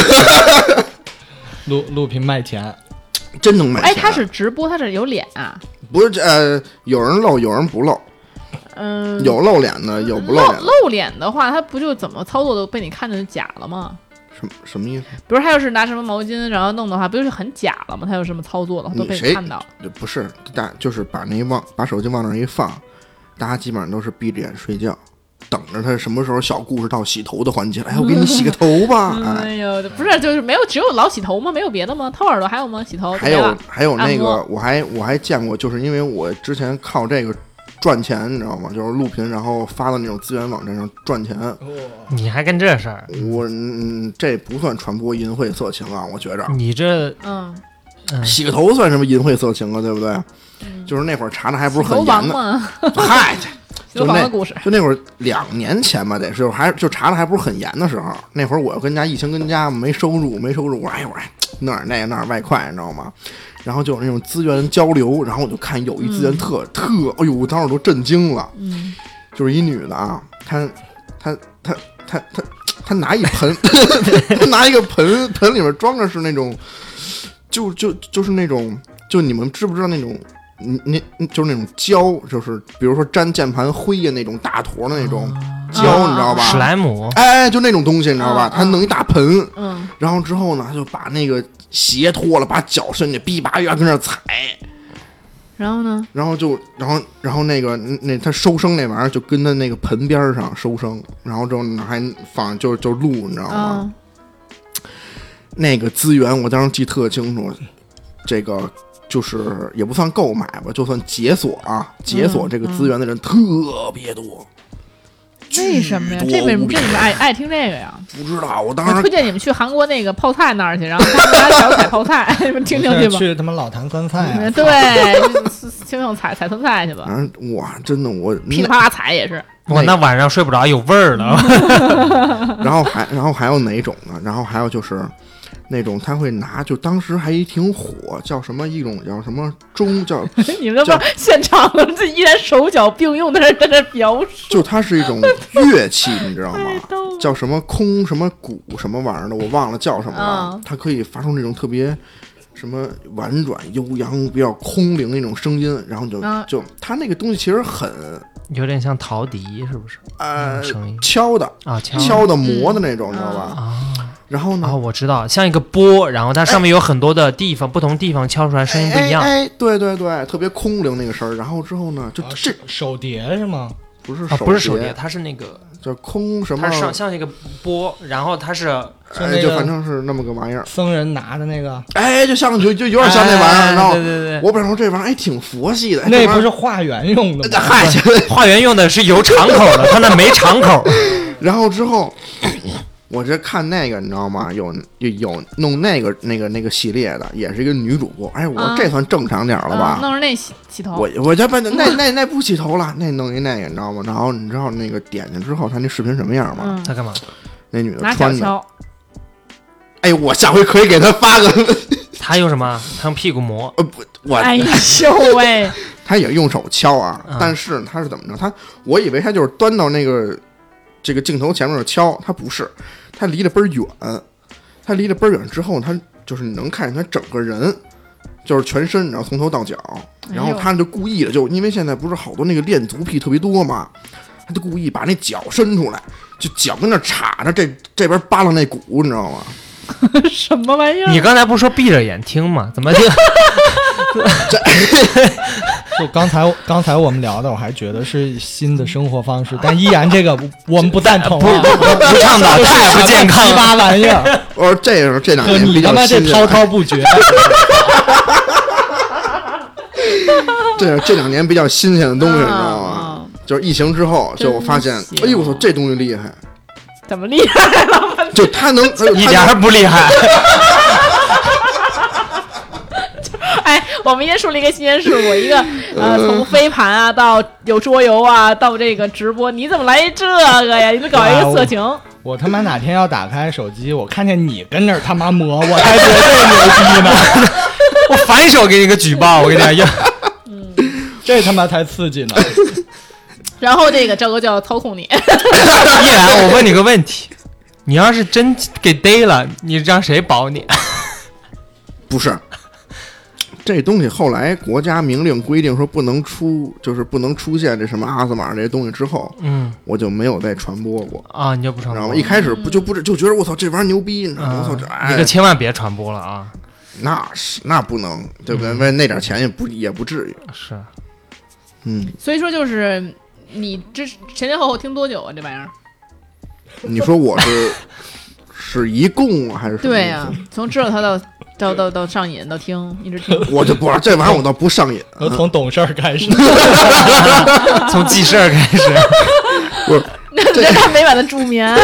[SPEAKER 5] 录录屏卖钱，
[SPEAKER 4] 真能买钱。
[SPEAKER 2] 哎，他是直播，他是有脸啊，
[SPEAKER 4] 不是这呃，有人露，有人不露，
[SPEAKER 2] 嗯，
[SPEAKER 4] 有露脸的，有不露
[SPEAKER 2] 露
[SPEAKER 4] 脸的，
[SPEAKER 2] 露脸的话，他不就怎么操作都被你看着就假了吗？
[SPEAKER 4] 什么什么意思？
[SPEAKER 2] 比如他要是拿什么毛巾然后弄的话，不就是很假了吗？他有什么操作的话都被
[SPEAKER 4] 嗯谁啊
[SPEAKER 2] 你看到了。
[SPEAKER 4] 这不是大，就是把那往把手机往那儿一放，大家基本上都是闭着眼睡觉，等着他什么时候小故事到洗头的环节了。哎，我给你洗个头吧。
[SPEAKER 2] 嗯
[SPEAKER 4] 哎，
[SPEAKER 2] 哎呦，不是，就是没有，只有老洗头吗？没有别的吗？掏耳朵还有吗？洗头
[SPEAKER 4] 还
[SPEAKER 2] 没
[SPEAKER 4] 有
[SPEAKER 2] 了
[SPEAKER 4] 还有那
[SPEAKER 2] 哎按
[SPEAKER 4] 个
[SPEAKER 2] 摩，
[SPEAKER 4] 我还我还见过，就是因为我之前靠这个赚钱，你知道吗？就是录屏，然后发到那种资源网站上赚钱。
[SPEAKER 3] 你还干这事儿？
[SPEAKER 4] 我嗯，这不算传播淫秽色情啊，我觉着。
[SPEAKER 3] 你这
[SPEAKER 2] 嗯，
[SPEAKER 4] 洗个头算什么淫秽色情啊？对不对？就是那会儿查的还不是
[SPEAKER 2] 嗯洗头
[SPEAKER 4] 很
[SPEAKER 2] 王
[SPEAKER 4] 严的，
[SPEAKER 2] 吗？
[SPEAKER 4] 嗨，
[SPEAKER 2] 洗
[SPEAKER 4] 就
[SPEAKER 2] 头
[SPEAKER 4] 那
[SPEAKER 2] 王的故事，
[SPEAKER 4] 就那会儿两年前吧，得是还就查的还不是很严的时候，那会儿我跟家疫情跟家没收入没收入，我哎我哎那儿那那儿外快，你知道吗？然后就有那种资源交流，然后我就看有一资源特、特，哎呦，我当时我都震惊了，
[SPEAKER 2] 嗯，
[SPEAKER 4] 就是一女的啊，她她她她她她拿一 盆，她拿一个盆盆里面装的是那种，就就就是那种，就你们知不知道那种？嗯，那就是那种胶，就是比如说粘键盘灰呀那种大坨的那种胶，
[SPEAKER 2] 啊
[SPEAKER 4] 你知道吧？
[SPEAKER 3] 史莱姆
[SPEAKER 4] 哎哎，就那种东西，你知道吧
[SPEAKER 2] 嗯？
[SPEAKER 4] 她弄一大盆，
[SPEAKER 2] 嗯，
[SPEAKER 4] 然后之后呢，她就把那个鞋脱了，把脚伸进去，哔叭一下跟那儿踩，
[SPEAKER 2] 然后呢？
[SPEAKER 4] 然后就，然后，然后那个那他收声那玩意儿就跟他那个盆边儿上收声，然后之后还放就就录，你知道吗？
[SPEAKER 2] 嗯，
[SPEAKER 4] 那个资源我当时记特清楚，这个就是也不算购买吧，就算解锁啊，解锁这个资源的人特别多。
[SPEAKER 2] 为什么呀？
[SPEAKER 4] 巨
[SPEAKER 2] 这
[SPEAKER 4] 多
[SPEAKER 2] 为什么
[SPEAKER 4] 无比
[SPEAKER 2] 这你们爱爱听这个呀？
[SPEAKER 4] 不知道，我当
[SPEAKER 2] 我
[SPEAKER 4] 时
[SPEAKER 2] 推荐你们去韩国那个泡菜那儿去，然后他们拿脚踩泡菜， 你们听听去 吧。
[SPEAKER 5] 去他妈老坛酸菜啊、
[SPEAKER 2] 嗯对，听听踩踩酸菜去吧，
[SPEAKER 4] 反正哇，真的我
[SPEAKER 2] 噼里
[SPEAKER 4] 那
[SPEAKER 2] 啪啦踩也是。
[SPEAKER 3] 我那晚上睡不着，有味儿了。
[SPEAKER 4] 然后还然后还有哪种呢？然后还有就是。那种他会拿，就当时还挺火，叫什么一种叫什么中叫
[SPEAKER 2] 你们都不知道现场的，这依然手脚并用在那在那描述，
[SPEAKER 4] 就它是一种 乐器，你知道
[SPEAKER 2] 太
[SPEAKER 4] 吗？
[SPEAKER 2] 逗了。
[SPEAKER 4] 叫什么空什么鼓什么玩意儿的，我忘了叫什么了
[SPEAKER 2] 嗯。
[SPEAKER 4] 它可以发出那种特别什么婉转悠扬、比较空灵那种声音，然后就
[SPEAKER 2] 嗯
[SPEAKER 4] 就它那个东西其实很
[SPEAKER 3] 有点像陶笛，是不是？
[SPEAKER 4] 呃
[SPEAKER 3] 嗯声音
[SPEAKER 4] 敲的、
[SPEAKER 3] 啊，敲
[SPEAKER 4] 敲的、磨的
[SPEAKER 2] 嗯
[SPEAKER 4] 那种，你知道吧？
[SPEAKER 3] 啊
[SPEAKER 4] 然后
[SPEAKER 3] 啊，
[SPEAKER 4] 呢，
[SPEAKER 3] 我知道，像一个波，然后它上面有很多的地方，不同地方敲出来声音不一样。
[SPEAKER 4] 哎，哎对对对，特别空灵那个声儿。然后之后呢，就
[SPEAKER 5] 啊
[SPEAKER 4] 这
[SPEAKER 5] 手手碟是吗？
[SPEAKER 4] 不是
[SPEAKER 3] 啊，不是手碟，
[SPEAKER 4] 碟，
[SPEAKER 3] 它是那个，
[SPEAKER 4] 叫空哎什么
[SPEAKER 3] 它，是上像一个波，然后它是
[SPEAKER 5] 像
[SPEAKER 4] 哎，
[SPEAKER 5] 那
[SPEAKER 4] 就反
[SPEAKER 5] 个
[SPEAKER 4] 正是那么个玩意儿。
[SPEAKER 5] 僧人拿的那个，
[SPEAKER 4] 哎，就像就就有点像那玩意儿，
[SPEAKER 3] 哎
[SPEAKER 4] 然后
[SPEAKER 3] 对对对，
[SPEAKER 4] 我本来说这玩意儿哎挺佛系的，哎
[SPEAKER 5] 那
[SPEAKER 4] 这玩意
[SPEAKER 5] 不
[SPEAKER 4] 儿哎
[SPEAKER 5] 是化缘用的吗？
[SPEAKER 4] 嗨，
[SPEAKER 3] 化缘用的是有敞口的，它那没敞口。
[SPEAKER 4] 然后之后 我这看那个你知道吗？有有有弄那个那个那个系列的，也是一个女主播，哎，我说
[SPEAKER 2] 啊
[SPEAKER 4] 这算正常点儿了
[SPEAKER 2] 嗯
[SPEAKER 4] 吧？
[SPEAKER 2] 弄着那洗洗头
[SPEAKER 4] 我，我这不那那那不洗头了，那弄一那个你知道吗？然后你知道那个点进之后，她那视频什么样吗？
[SPEAKER 2] 嗯，
[SPEAKER 3] 它干嘛？
[SPEAKER 4] 那女
[SPEAKER 2] 拿脚
[SPEAKER 4] 的穿的，
[SPEAKER 2] 敲，
[SPEAKER 4] 哎，我下回可以给她发个，
[SPEAKER 3] 它用什么？啊它用屁股磨。
[SPEAKER 4] 我
[SPEAKER 2] 哎呦喂，
[SPEAKER 4] 她也用手敲啊
[SPEAKER 3] 嗯，
[SPEAKER 4] 但是她是怎么着？她我以为她就是端到那个这个镜头前面敲，她不是，她离得倍儿远，她离得倍儿远之后，她就是你能看见她整个人，就是全身，然后从头到脚，然后
[SPEAKER 2] 哎呦
[SPEAKER 4] 她就故意的，就因为现在不是好多那个练足癖特别多嘛，她就故意把那脚伸出来，就脚跟那插着，这这边扒拉那骨，你知道 吗？
[SPEAKER 2] 什么玩意儿？
[SPEAKER 3] 你刚才不是说闭着眼听吗？怎么就
[SPEAKER 5] 就刚才刚才我们聊的，我还觉得是新的生活方式，但依然这个不我们不赞同啊。
[SPEAKER 3] 不倡导？太不健 康
[SPEAKER 5] 鸡
[SPEAKER 3] 了。
[SPEAKER 5] 巴玩意儿，
[SPEAKER 4] 我说这是这两
[SPEAKER 5] 就
[SPEAKER 4] 年
[SPEAKER 5] 你
[SPEAKER 4] 比
[SPEAKER 5] 他
[SPEAKER 4] 较
[SPEAKER 5] 妈这
[SPEAKER 4] 新
[SPEAKER 5] 滔
[SPEAKER 4] 的，
[SPEAKER 5] 滔不绝，
[SPEAKER 4] 这这两年比较新鲜的东西，你知道吗？
[SPEAKER 2] 啊？
[SPEAKER 4] 就是疫情之后，就我发现
[SPEAKER 2] 真，行
[SPEAKER 4] 哎呦我操，这东西厉害！
[SPEAKER 2] 怎么厉害？
[SPEAKER 4] 就他能，哎呦
[SPEAKER 3] 一点
[SPEAKER 4] 他
[SPEAKER 3] 儿
[SPEAKER 4] 能
[SPEAKER 3] 不厉害，
[SPEAKER 2] 哎，我们今天树立一个新鲜事物，一个呃，从飞盘啊到有桌游啊，到这个直播，你怎么来这个呀？你怎么搞一个色情？
[SPEAKER 4] 哦
[SPEAKER 5] 我他妈哪天要打开手机，我看见你跟那儿他妈磨，我才觉得这牛逼呢。
[SPEAKER 3] 我反手给你个举报。我跟你讲，要
[SPEAKER 5] 这他妈才刺激呢！
[SPEAKER 2] 然后这个赵哥就要操控你，
[SPEAKER 3] 一然，我问你个问题，你要是真给逮了，你让谁保你？
[SPEAKER 4] 不是，这东西后来国家明令规定说不能出，就是不能出现这什么阿斯玛这些东西之后，
[SPEAKER 3] 嗯
[SPEAKER 4] 我就没有再传播过。
[SPEAKER 3] 啊，你就不传
[SPEAKER 4] 知道
[SPEAKER 3] 播
[SPEAKER 4] 吗？
[SPEAKER 3] 了？
[SPEAKER 4] 一开始
[SPEAKER 2] 嗯
[SPEAKER 4] 不就不知就觉得我操这玩意儿牛逼，你知道吗？我操这
[SPEAKER 3] 啊，你
[SPEAKER 4] 哎
[SPEAKER 3] 可，千万别传播了啊！
[SPEAKER 4] 那是那不能，对不对？为那点钱也不也不至于。
[SPEAKER 3] 是
[SPEAKER 4] 嗯，
[SPEAKER 2] 所以说就是你这前前后后听多久啊？这玩意儿？
[SPEAKER 4] 你说我是 是一共啊还是什么
[SPEAKER 2] 对啊呀、
[SPEAKER 4] 意思
[SPEAKER 2] 从知道他到到到到上瘾到听，一直听。
[SPEAKER 4] 我就不玩这玩意儿，我倒不上瘾。
[SPEAKER 5] 我从懂事儿开始，
[SPEAKER 3] 从记事儿开始，
[SPEAKER 2] 你看他每晚的助眠，啊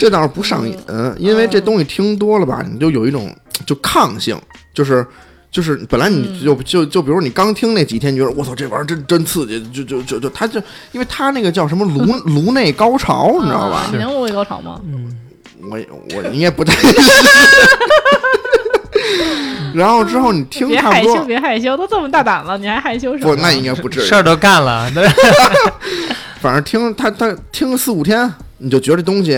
[SPEAKER 4] 这倒是不上瘾，
[SPEAKER 2] 嗯
[SPEAKER 4] 因为这东西听多了吧，你就有一种就抗性，就是就是本来你
[SPEAKER 2] 嗯
[SPEAKER 4] 就就就比如你刚听那几天，你觉得我操这玩意儿真真刺激，就就就就他就因为他那个叫什么 颅颅内高潮， 你知道吧
[SPEAKER 2] 啊？你能不会高潮吗？嗯
[SPEAKER 4] 我我应该 不太。 然后之后你听
[SPEAKER 2] 别
[SPEAKER 4] 差
[SPEAKER 2] 害
[SPEAKER 4] 不
[SPEAKER 2] 羞，
[SPEAKER 4] 多，
[SPEAKER 2] 别害羞，都这么大胆了，你还害羞什
[SPEAKER 4] 不，
[SPEAKER 2] 么？
[SPEAKER 4] 那应该不至于
[SPEAKER 3] 事。儿都干了，那
[SPEAKER 4] 反正听他他听四五天，你就觉得这东西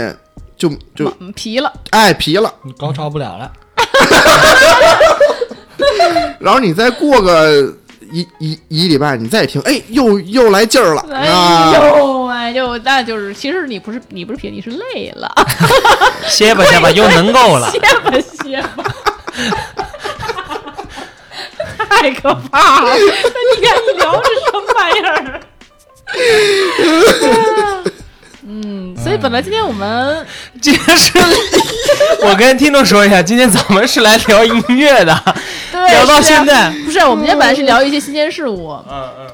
[SPEAKER 4] 就就
[SPEAKER 2] 嗯皮了，
[SPEAKER 4] 哎皮了。
[SPEAKER 5] 你高潮不了了。
[SPEAKER 4] 然后你再过个一一一礼拜，你再听，哎，又又来劲儿了
[SPEAKER 2] 哎
[SPEAKER 4] 啊！
[SPEAKER 2] 呦，哎呦，那就是，其实你不是你不是皮，你是累了，
[SPEAKER 3] 歇吧歇吧，又能 够了
[SPEAKER 2] 歇。吧歇吧，太可怕了！你看你聊的什么玩意 儿？嗯，所以本来今天我们
[SPEAKER 3] 这是我跟听众说一下，今天咱们是来聊音乐的，
[SPEAKER 2] 对
[SPEAKER 3] 聊到现
[SPEAKER 2] 是啊
[SPEAKER 3] 在，
[SPEAKER 2] 不是我们今天本来是聊一些新鲜事物，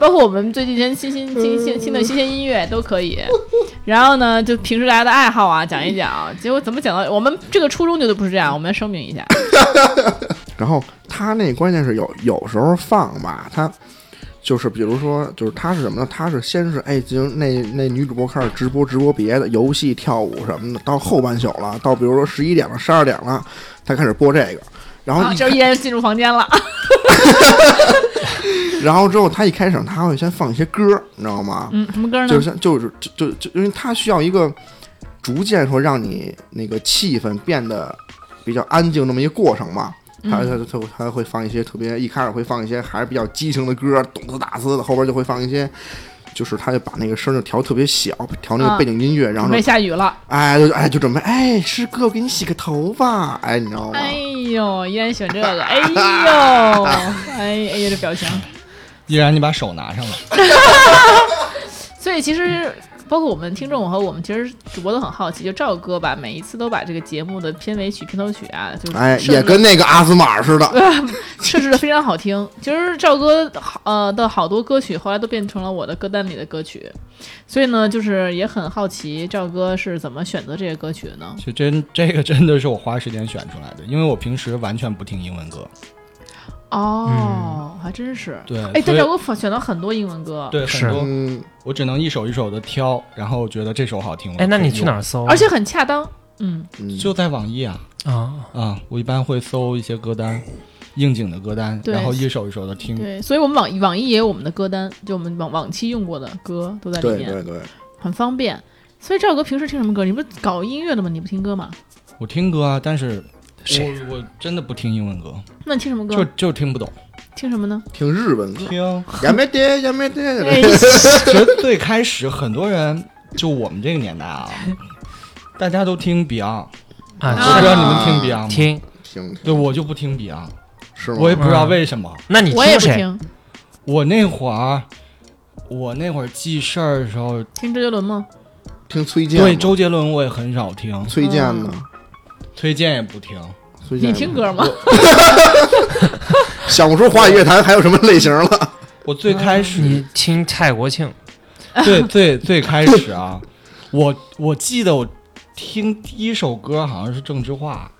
[SPEAKER 2] 包括我们最近新新新新新的新鲜音乐都可以。然后呢，就平时大家的爱好啊讲一讲，结果怎么讲到我们这个初衷绝对不是这样，我们要声明一下。
[SPEAKER 4] 然后他那关键是有有时候放吧，他就是比如说，就是他是什么呢？他是先是哎，行，那那女主播开始直播直播别的游戏、跳舞什么的，到后半宿了，到比如说十一点了、十二点了，他开始播这个。然后
[SPEAKER 2] 啊，
[SPEAKER 4] 一
[SPEAKER 2] 这依然进入房间了，
[SPEAKER 4] 然后之后，他一开始他会先放一些歌，你知道吗？
[SPEAKER 2] 嗯，什么歌
[SPEAKER 4] 就
[SPEAKER 2] 呢
[SPEAKER 4] 是？像就是就就就因为它需要一个逐渐说让你那个气氛变得比较安静那么一个过程嘛。
[SPEAKER 2] 嗯
[SPEAKER 4] 他他他他会放一些特别，一开始会放一些还是比较激情的歌，咚次打次的，后边就会放一些，就是他就把那个声儿就调特别小，调那
[SPEAKER 2] 啊
[SPEAKER 4] 个背景音乐，然
[SPEAKER 2] 准
[SPEAKER 4] 后
[SPEAKER 2] 备
[SPEAKER 4] 就
[SPEAKER 2] 下雨了，
[SPEAKER 4] 哎就哎就准备哎师哥，我给你洗个头吧，哎你知道吗？
[SPEAKER 2] 哎呦，依然选这个，哎呦，哎哎呀这表情。
[SPEAKER 5] 依然，你把手拿上了。
[SPEAKER 2] 所以其实包括我们听众和我们其实主播都很好奇，就赵哥吧，每一次都把这个节目的片尾曲、片头曲啊，就是
[SPEAKER 4] 哎
[SPEAKER 2] 设置
[SPEAKER 4] 也跟那个阿斯玛似的，
[SPEAKER 2] 设置的非常好听。其实赵哥呃的好多歌曲后来都变成了我的歌单里的歌曲，所以呢，就是也很好奇赵哥是怎么选择这些歌曲的呢？
[SPEAKER 5] 其实真这个真的是我花时间选出来的，因为我平时完全不听英文歌。
[SPEAKER 2] 哦，还真是。
[SPEAKER 5] 对，
[SPEAKER 2] 哎，
[SPEAKER 5] 所
[SPEAKER 2] 但
[SPEAKER 5] 以
[SPEAKER 2] 赵哥选了很多英文歌，
[SPEAKER 5] 对
[SPEAKER 3] 是
[SPEAKER 5] 很多
[SPEAKER 4] 嗯，
[SPEAKER 5] 我只能一首一首的挑，然后觉得这首好听。我
[SPEAKER 3] 哎，那
[SPEAKER 5] 就
[SPEAKER 3] 你
[SPEAKER 5] 用
[SPEAKER 3] 去哪儿搜啊？
[SPEAKER 2] 而且很恰当。嗯，
[SPEAKER 4] 嗯
[SPEAKER 5] 就在网易啊
[SPEAKER 3] 啊，
[SPEAKER 5] 啊！我一般会搜一些歌单，应景的歌单，
[SPEAKER 2] 对
[SPEAKER 5] 然后一首一首的听。
[SPEAKER 2] 对，所以我们网网易也有我们的歌单，就我们往往期用过的歌都在里
[SPEAKER 4] 对
[SPEAKER 2] 面。
[SPEAKER 4] 对对，
[SPEAKER 2] 很方便。所以赵哥平时听什么歌？你不是搞音乐的吗？你不听歌吗？
[SPEAKER 5] 我听歌啊，但是
[SPEAKER 3] 谁
[SPEAKER 5] 我我真的不听英文歌，
[SPEAKER 2] 那你听什么歌？
[SPEAKER 5] 就就听不懂。
[SPEAKER 2] 听什么呢？
[SPEAKER 4] 听日本歌，
[SPEAKER 5] 听，
[SPEAKER 4] 也没得也没得，
[SPEAKER 2] 哎
[SPEAKER 5] 其实最开始很多人就我们这个年代啊，大家都听 Beyond，我
[SPEAKER 3] 啊，
[SPEAKER 5] 不知道你们听 Beyond 吗？
[SPEAKER 3] 听，
[SPEAKER 4] 听
[SPEAKER 5] 对，我就不听 Beyond，
[SPEAKER 4] 是吗？
[SPEAKER 5] 我也不知道为什么。
[SPEAKER 3] 那你
[SPEAKER 2] 我也不
[SPEAKER 3] 谁？
[SPEAKER 2] 听，
[SPEAKER 5] 我那会儿，我那会儿记事儿的时候，
[SPEAKER 2] 听周杰伦吗？
[SPEAKER 4] 听崔健吗，
[SPEAKER 5] 对周杰伦我也很少听，
[SPEAKER 4] 崔健呢？
[SPEAKER 5] 崔健也不听。
[SPEAKER 4] 崔
[SPEAKER 2] 嗯
[SPEAKER 4] 健
[SPEAKER 2] 你
[SPEAKER 4] 呢
[SPEAKER 2] 听歌吗？
[SPEAKER 4] 想不出华语乐坛还有什么类型了。
[SPEAKER 5] 我最开始，
[SPEAKER 3] 你听蔡国庆
[SPEAKER 2] 嗯
[SPEAKER 5] 最最最开始啊，我我记得我听第一首歌好像是郑智化，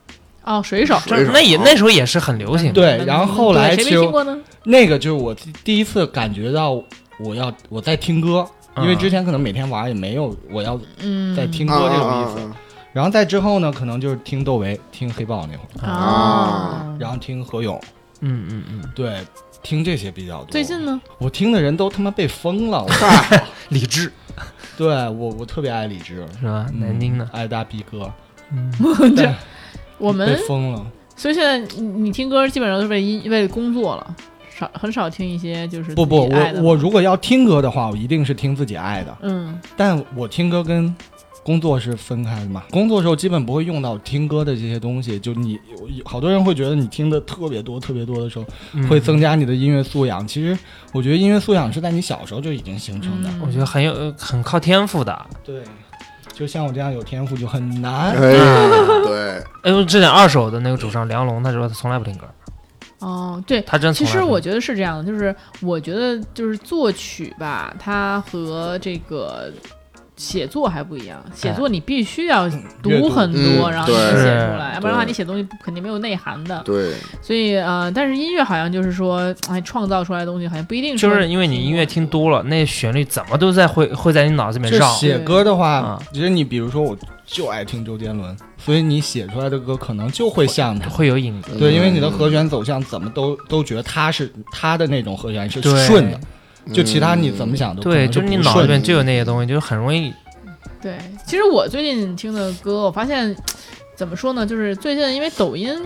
[SPEAKER 2] 哦，水手。
[SPEAKER 4] 水手
[SPEAKER 3] 那也那时候也是很
[SPEAKER 2] 嗯
[SPEAKER 3] 流行的。
[SPEAKER 5] 对，然后后来
[SPEAKER 2] 对
[SPEAKER 5] 其
[SPEAKER 2] 谁没听
[SPEAKER 5] 实
[SPEAKER 2] 过呢？
[SPEAKER 5] 那个就是我第第一次感觉到我要我在听歌，因为
[SPEAKER 3] 嗯
[SPEAKER 5] 之前可能每天玩也没有我要
[SPEAKER 2] 嗯，
[SPEAKER 5] 在听
[SPEAKER 4] 啊
[SPEAKER 5] 歌这
[SPEAKER 4] 啊
[SPEAKER 5] 种意思。
[SPEAKER 4] 啊
[SPEAKER 5] 然后在之后呢，可能就是听窦唯、听黑豹那会儿，
[SPEAKER 2] 啊
[SPEAKER 5] 然后听何勇，
[SPEAKER 3] 嗯嗯嗯，
[SPEAKER 5] 对，听这些比较多。
[SPEAKER 2] 最近呢，
[SPEAKER 5] 我听的人都他妈被封了，我
[SPEAKER 3] 理智
[SPEAKER 5] 对我我特别爱李志，
[SPEAKER 3] 是吧？南京的，
[SPEAKER 5] 爱大逼哥，
[SPEAKER 3] 嗯，
[SPEAKER 2] 这
[SPEAKER 5] 但
[SPEAKER 2] 我们
[SPEAKER 5] 被封了。
[SPEAKER 2] 所以现在你你听歌基本上都是为音为了工作了，少很少听一些就是
[SPEAKER 5] 不
[SPEAKER 2] 自
[SPEAKER 5] 不，
[SPEAKER 2] 己爱
[SPEAKER 5] 我
[SPEAKER 2] 的
[SPEAKER 5] 我如果要听歌的话，我一定是听自己爱的。
[SPEAKER 2] 嗯
[SPEAKER 5] 但我听歌跟工作是分开的嘛，工作时候基本不会用到听歌的这些东西。就你有好多人会觉得你听的特别多、特别多的时候，
[SPEAKER 3] 嗯
[SPEAKER 5] 会增加你的音乐素养。其实我觉得音乐素养是在你小时候就已经形成的。
[SPEAKER 2] 嗯，
[SPEAKER 3] 我觉得很有呃很靠天赋的。
[SPEAKER 5] 对，就像我这样有天赋就很难。
[SPEAKER 4] 哎，对，
[SPEAKER 3] 哎呦，这点二手的那个主唱梁龙，他说他从来不听歌，
[SPEAKER 2] 哦对，
[SPEAKER 3] 他真
[SPEAKER 2] 其
[SPEAKER 3] 从来不
[SPEAKER 2] 实
[SPEAKER 3] 听
[SPEAKER 2] 我觉得是这样的，就是我觉得就是作曲吧，它和这个写作还不一样。写作你必须要
[SPEAKER 5] 阅
[SPEAKER 2] 读
[SPEAKER 5] 读
[SPEAKER 2] 很多，
[SPEAKER 4] 嗯
[SPEAKER 2] 然后你
[SPEAKER 4] 对
[SPEAKER 2] 写出来，
[SPEAKER 4] 是
[SPEAKER 2] 要不然的话
[SPEAKER 4] 对
[SPEAKER 2] 你写东西肯定没有内涵的。
[SPEAKER 4] 对，
[SPEAKER 2] 所以呃，但是音乐好像就是说，哎，创造出来的东西好像不一定
[SPEAKER 3] 就是因为你音乐听多了，那旋律怎么都在会会在你脑子里面
[SPEAKER 5] 就
[SPEAKER 3] 绕。
[SPEAKER 5] 写歌的话
[SPEAKER 3] 啊，
[SPEAKER 5] 其实你比如说，我就爱听周杰伦，所以你写出来的歌可能就会像他。
[SPEAKER 3] 会有影子。
[SPEAKER 5] 对，因为你
[SPEAKER 4] 嗯
[SPEAKER 5] 的和弦走向怎么都都觉得他是他的那种和弦是
[SPEAKER 3] 对
[SPEAKER 5] 顺的，
[SPEAKER 4] 嗯
[SPEAKER 5] 就其他你怎么想都可
[SPEAKER 3] 对，
[SPEAKER 5] 能
[SPEAKER 3] 就是你
[SPEAKER 5] 不
[SPEAKER 3] 脑子
[SPEAKER 5] 顺哎
[SPEAKER 3] 里面
[SPEAKER 5] 的
[SPEAKER 3] 就有那些东西，就是很容易
[SPEAKER 2] 对，其实我最近听的歌，我发现怎么说呢，就是最近因为抖音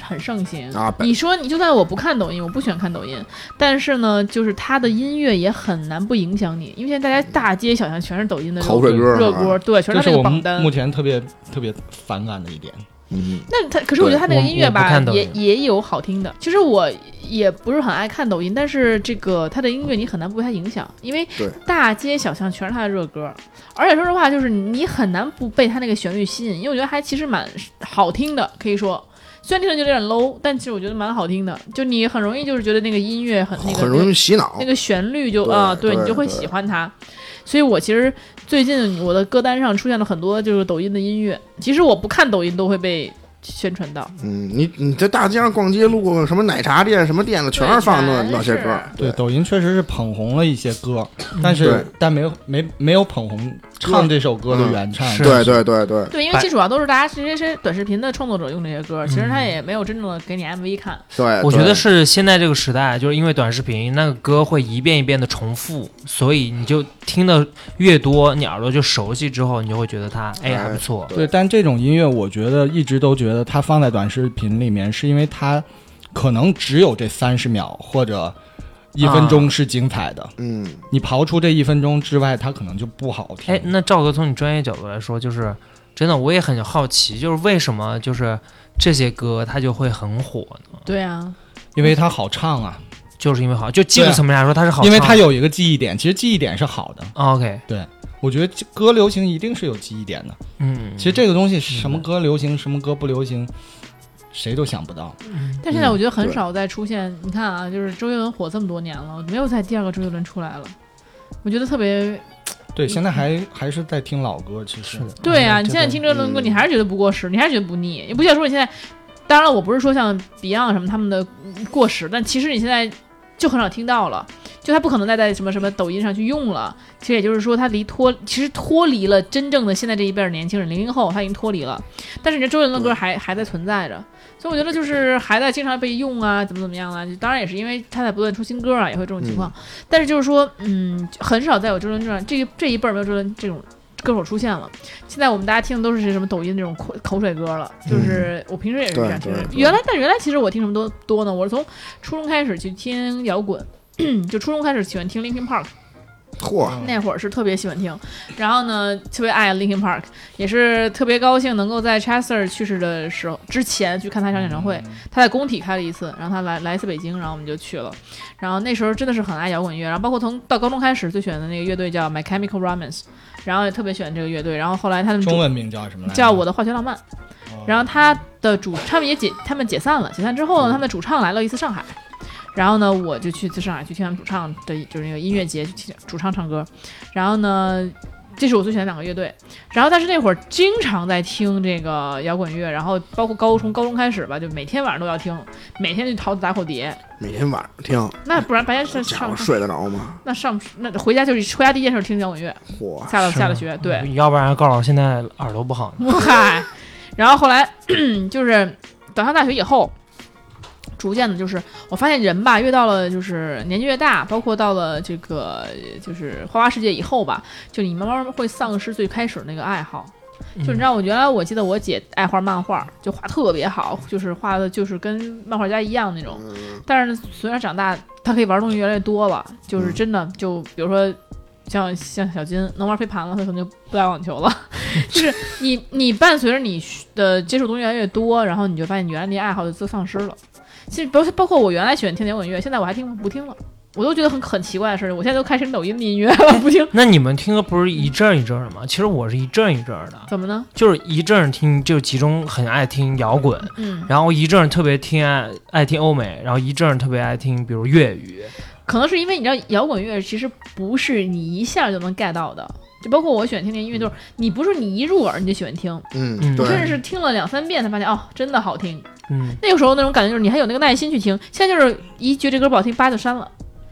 [SPEAKER 2] 很盛行
[SPEAKER 4] 啊本
[SPEAKER 2] 你说你就算我不看抖音，我不喜欢看抖音，但是呢，就是它的音乐也很难不影响你，因为现在大家大街小巷全是抖音的
[SPEAKER 4] 口水歌
[SPEAKER 2] 热
[SPEAKER 4] 啊
[SPEAKER 2] 歌，对，全
[SPEAKER 5] 这
[SPEAKER 2] 是
[SPEAKER 5] 是
[SPEAKER 2] 那个
[SPEAKER 5] 我
[SPEAKER 2] 榜
[SPEAKER 5] 们
[SPEAKER 2] 单
[SPEAKER 5] 目。前特别特别反感的一点。
[SPEAKER 4] 嗯，
[SPEAKER 2] 那他可是我觉得他那个
[SPEAKER 3] 对
[SPEAKER 2] 音乐
[SPEAKER 3] 我我不
[SPEAKER 2] 吧
[SPEAKER 3] 看，抖
[SPEAKER 2] 也
[SPEAKER 3] 音
[SPEAKER 2] 也有好听的。其实我也不是很爱看抖音，但是这个他的音乐你很难不被他影响，因为
[SPEAKER 4] 对
[SPEAKER 2] 大街小巷全是他的热歌，而且说实话，就是你很难不被他那个旋律吸引，因为我觉得还其实蛮好听的，可以说。虽然听着就有点 low，但其实我觉得蛮好听的。就你很容易就是觉得那个音乐很那个
[SPEAKER 4] 很容易洗脑
[SPEAKER 2] 那，个旋律就
[SPEAKER 4] 哦对
[SPEAKER 2] 啊、
[SPEAKER 4] 对
[SPEAKER 2] 你就会
[SPEAKER 4] 对
[SPEAKER 2] 喜欢它。所以我其实最近我的歌单上出现了很多就是抖音的音乐，其实我不看抖音都会被宣传到，
[SPEAKER 4] 嗯，你你在大街上逛街路过什么奶茶店什么店的，全是放那
[SPEAKER 2] 对
[SPEAKER 4] 那些
[SPEAKER 2] 全是
[SPEAKER 4] 歌，
[SPEAKER 5] 对，抖音确实是捧红了一些歌，
[SPEAKER 3] 嗯
[SPEAKER 5] 但是
[SPEAKER 4] 对
[SPEAKER 5] 但没有没没有捧红唱这首歌的原唱。
[SPEAKER 3] 嗯是
[SPEAKER 4] 对对对对，
[SPEAKER 2] 对，因为
[SPEAKER 3] 百
[SPEAKER 2] 其实主要都是大家这些些短视频的创作者用这些歌，其
[SPEAKER 4] 嗯
[SPEAKER 2] 实他也没有真正的给你 MV 看。
[SPEAKER 4] 对，
[SPEAKER 3] 我觉
[SPEAKER 4] 对
[SPEAKER 3] 得是现在这个时代，就是因为短视频那个歌会一遍一遍的重复，所以你就听的越多，你耳朵就熟悉之后，你就会觉得它哎
[SPEAKER 4] 哎
[SPEAKER 3] 还不错。
[SPEAKER 5] 对，但这种音乐我觉得一直都觉得它放在短视频里面，是因为它可能只有这三十秒或者一分钟是精彩的，
[SPEAKER 4] 嗯，
[SPEAKER 5] 你刨出这一分钟之外，它可能就不好听。
[SPEAKER 3] 哎，那赵哥从你专业角度来说，就是真的我也很好奇，就是为什么就是这些歌它就会很火
[SPEAKER 4] 嗯
[SPEAKER 3] 呢？
[SPEAKER 2] 对啊，
[SPEAKER 5] 因为它好唱啊，
[SPEAKER 3] 就是因为好，就技术
[SPEAKER 5] 对啊
[SPEAKER 3] 层面来说它是好唱的，
[SPEAKER 5] 因为它有一个记忆点，其实记忆点是好的。
[SPEAKER 3] 啊 OK，
[SPEAKER 5] 我觉得歌流行一定是有记忆点的。
[SPEAKER 3] 嗯，
[SPEAKER 5] 其实这个东西什么歌流行，什么歌不流行，谁都想不到。
[SPEAKER 2] 但现在我觉得很
[SPEAKER 4] 嗯对
[SPEAKER 2] 少再出现，你看啊，就是周杰伦火这么多年了，没有再第二个周杰伦出来了，我觉得特别
[SPEAKER 5] 对，现在还还是在听老歌，其实
[SPEAKER 3] 是的
[SPEAKER 2] 对啊，
[SPEAKER 5] 嗯
[SPEAKER 2] 你
[SPEAKER 5] 这
[SPEAKER 2] 现在
[SPEAKER 5] 个
[SPEAKER 2] 听周杰伦歌，
[SPEAKER 4] 嗯
[SPEAKER 2] 你还是觉得不过时，你还是觉得不腻。也不像说你现在，当然了，我不是说像 Beyond 什么他们的嗯过时，但其实你现在就很少听到了，就他不可能再在什么什么抖音上去用了。其实也就是说，他离脱，其实脱离了真正的现在这一辈儿年轻人，零零后他已经脱离了，但是你这周杰伦的歌还还在存在着，所以我觉得就是还在经常被用啊，怎么怎么样啊。就当然也是因为他在不断出新歌啊，也会这种情况。但是就是说，嗯，很少再有周杰伦这样这一这一辈儿没有周杰伦这种歌手出现了。现在我们大家听的都是什么抖音这种口口水歌了，就是我平时也是这样
[SPEAKER 4] 对
[SPEAKER 2] 听
[SPEAKER 4] 嗯对。对
[SPEAKER 2] 原来但原来其实我听什么多多呢？我是从初中开始去听摇滚， 就初中开始喜欢听 Linkin Park，
[SPEAKER 4] 嚯，
[SPEAKER 2] 那会儿是特别喜欢听，然后呢，特别爱 Linkin Park，也是特别高兴能够在 Chester 去世的时候之前去看他一场
[SPEAKER 5] 嗯
[SPEAKER 2] 演唱会。他在工体开了一次，然后他来来一次北京，然后我们就去了。然后那时候真的是很爱摇滚乐，然后包括从到高中开始最喜欢的那个乐队叫 My Chemical Romance，然后也特别喜欢这个乐队。然后后来他们主
[SPEAKER 5] 中文名叫什么来着？啊
[SPEAKER 2] 叫我的化学浪漫，然后他的主他们也解他们解散了，解散之后呢，他们的主唱来了一次上海，然后呢，我就去去上海去听他们主唱的，就是那个音乐节去听主唱唱歌，然后呢。这是我最喜欢的两个乐队，然后但是那会儿经常在听这个摇滚乐，然后包括高中高中开始吧，就每天晚上都要听，每天就淘打口碟，
[SPEAKER 4] 每天晚上听，
[SPEAKER 2] 那不然白天上
[SPEAKER 4] 家
[SPEAKER 2] 上
[SPEAKER 4] 伙睡得着吗？
[SPEAKER 2] 那上那回家就是回家第一件事听摇滚乐，
[SPEAKER 4] 嚯，
[SPEAKER 2] 下了
[SPEAKER 3] 是
[SPEAKER 2] 下了
[SPEAKER 3] 吗嗯
[SPEAKER 2] 学，对，
[SPEAKER 3] 要不然告诉我现在耳朵不好呢。
[SPEAKER 2] 嗨，然后后来就是等上大学以后，逐渐的，就是我发现人吧，越到了就是年纪越大，包括到了这个就是花花世界以后吧，就你慢慢会丧失最开始那个爱好。
[SPEAKER 3] 嗯
[SPEAKER 2] 就你知道，我原来我记得我姐爱画漫画，就画特别好，就是画的就是跟漫画家一样那
[SPEAKER 4] 嗯
[SPEAKER 2] 种。但是随着长大，她可以玩的东西越来越多了，就是
[SPEAKER 4] 嗯
[SPEAKER 2] 真的就比如说像像小金能玩飞盘了，他可能就不打网球了。就是你你伴随着你的接触东西越来越多，然后你就发现你原来那些爱好就自丧失了。其实包包括我原来喜欢听摇滚乐，现在我还听不听了。我都觉得很很奇怪的事儿，我现在都开始抖音的音乐了，不听
[SPEAKER 3] 那你们听歌不是一阵儿一阵儿的吗？其实我是一阵儿一阵儿的，
[SPEAKER 2] 怎么呢？
[SPEAKER 3] 就是一阵儿听，就集中很爱听摇滚，
[SPEAKER 2] 嗯，
[SPEAKER 3] 然后一阵儿特别听爱爱听欧美，然后一阵儿特别爱听比如粤语。
[SPEAKER 2] 可能是因为你知道摇滚乐其实不是你一下就能 get 到的，就包括我喜欢听的音乐，就是你不是你一入耳你就喜欢听，
[SPEAKER 4] 嗯，
[SPEAKER 3] 嗯
[SPEAKER 2] 真
[SPEAKER 4] 对
[SPEAKER 2] 的，是听了两三遍才发现哦，真的好听。
[SPEAKER 3] 嗯，
[SPEAKER 2] 那个时候那种感觉就是你还有那个耐心去听，现在就是一觉得这歌不好听，叭就删了。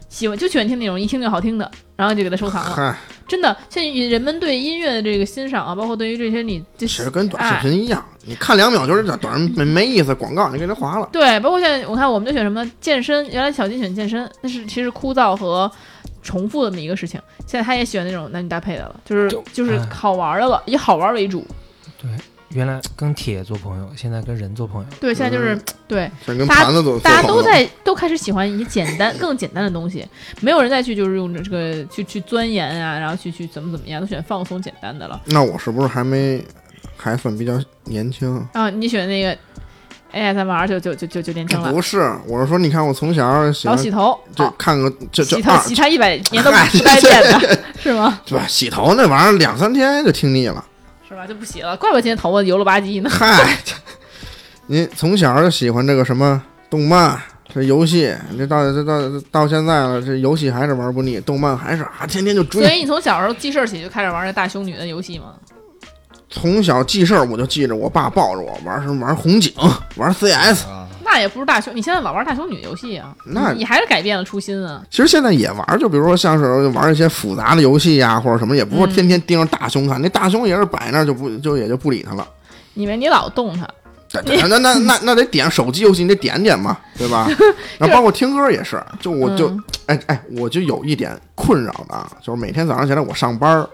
[SPEAKER 2] 喜欢就喜欢听那种一听就好听的，然后就给它收藏了。
[SPEAKER 4] 嗨，
[SPEAKER 2] 真的，现在人们对音乐的这个欣赏啊，包括对于这些你这
[SPEAKER 4] 其实跟短
[SPEAKER 2] 哎
[SPEAKER 4] 视频一样，你看两秒就是短短没没意思，广告你就给它划了。
[SPEAKER 2] 对，包括现在我看我们就选什么健身，原来小金选健身，但是其实枯燥和重复的那么一个事情，现在他也喜欢那种男女搭配的了，就是
[SPEAKER 3] 就
[SPEAKER 2] 就是
[SPEAKER 3] 哎
[SPEAKER 2] 好玩的了，以好玩为主。
[SPEAKER 3] 原来跟铁做朋友，现在跟人做朋友。
[SPEAKER 2] 对，现在就是、
[SPEAKER 4] 嗯
[SPEAKER 2] 对，
[SPEAKER 4] 全跟
[SPEAKER 2] 大家
[SPEAKER 4] 盘子做
[SPEAKER 2] 大家
[SPEAKER 4] 做
[SPEAKER 2] 都
[SPEAKER 4] 朋友
[SPEAKER 2] 在都开始喜欢一些简单、更简单的东西，没有人再去就是用这个去去钻研啊，然后去去怎么怎么样，都选放松简单的了。
[SPEAKER 4] 那我是不是还没还算比较年轻？
[SPEAKER 2] 啊，你选那个 ASMR 就就就就就年轻了，
[SPEAKER 4] 不是，我是说，你看我从小喜
[SPEAKER 2] 老
[SPEAKER 4] 欢
[SPEAKER 2] 洗头，
[SPEAKER 4] 就
[SPEAKER 2] 好
[SPEAKER 4] 看个就就
[SPEAKER 2] 洗头
[SPEAKER 4] 二哎
[SPEAKER 2] 洗他一 百年都
[SPEAKER 4] 嗨
[SPEAKER 2] 不带变的，是吗？
[SPEAKER 4] 对吧？洗头那玩意儿两三天就听腻了。
[SPEAKER 2] 是吧？就不洗了，怪不得今天头发油了吧唧呢。
[SPEAKER 4] 嗨，您从小就喜欢这个什么动漫、这游戏，这到这到到现在了，这游戏还是玩不腻，动漫还是啊，天天就
[SPEAKER 2] 所
[SPEAKER 4] 追。
[SPEAKER 2] 以你从小时候记事儿起就开始玩那大胸女的游戏嘛？
[SPEAKER 4] 从小记事儿，我就记着我爸抱着我玩什么玩红警，玩 CS。
[SPEAKER 5] 啊，
[SPEAKER 2] 那也不是大胸，你现在老玩大胸女游戏啊？
[SPEAKER 4] 那
[SPEAKER 2] 你还是改变了初心啊？
[SPEAKER 4] 其实现在也玩，就比如说像是玩一些复杂的游戏呀、啊或者什么，也不是天天盯着大胸看，那大胸也是摆那儿 就不就也就不理他了。
[SPEAKER 2] 你为你老动它，
[SPEAKER 4] 对对那那那那得点手机游戏，你得点点嘛，对吧？ 然后包括听歌也是，就我就、
[SPEAKER 2] 嗯
[SPEAKER 4] 哎哎，我就有一点困扰的啊，就是每天早上起来我上班儿，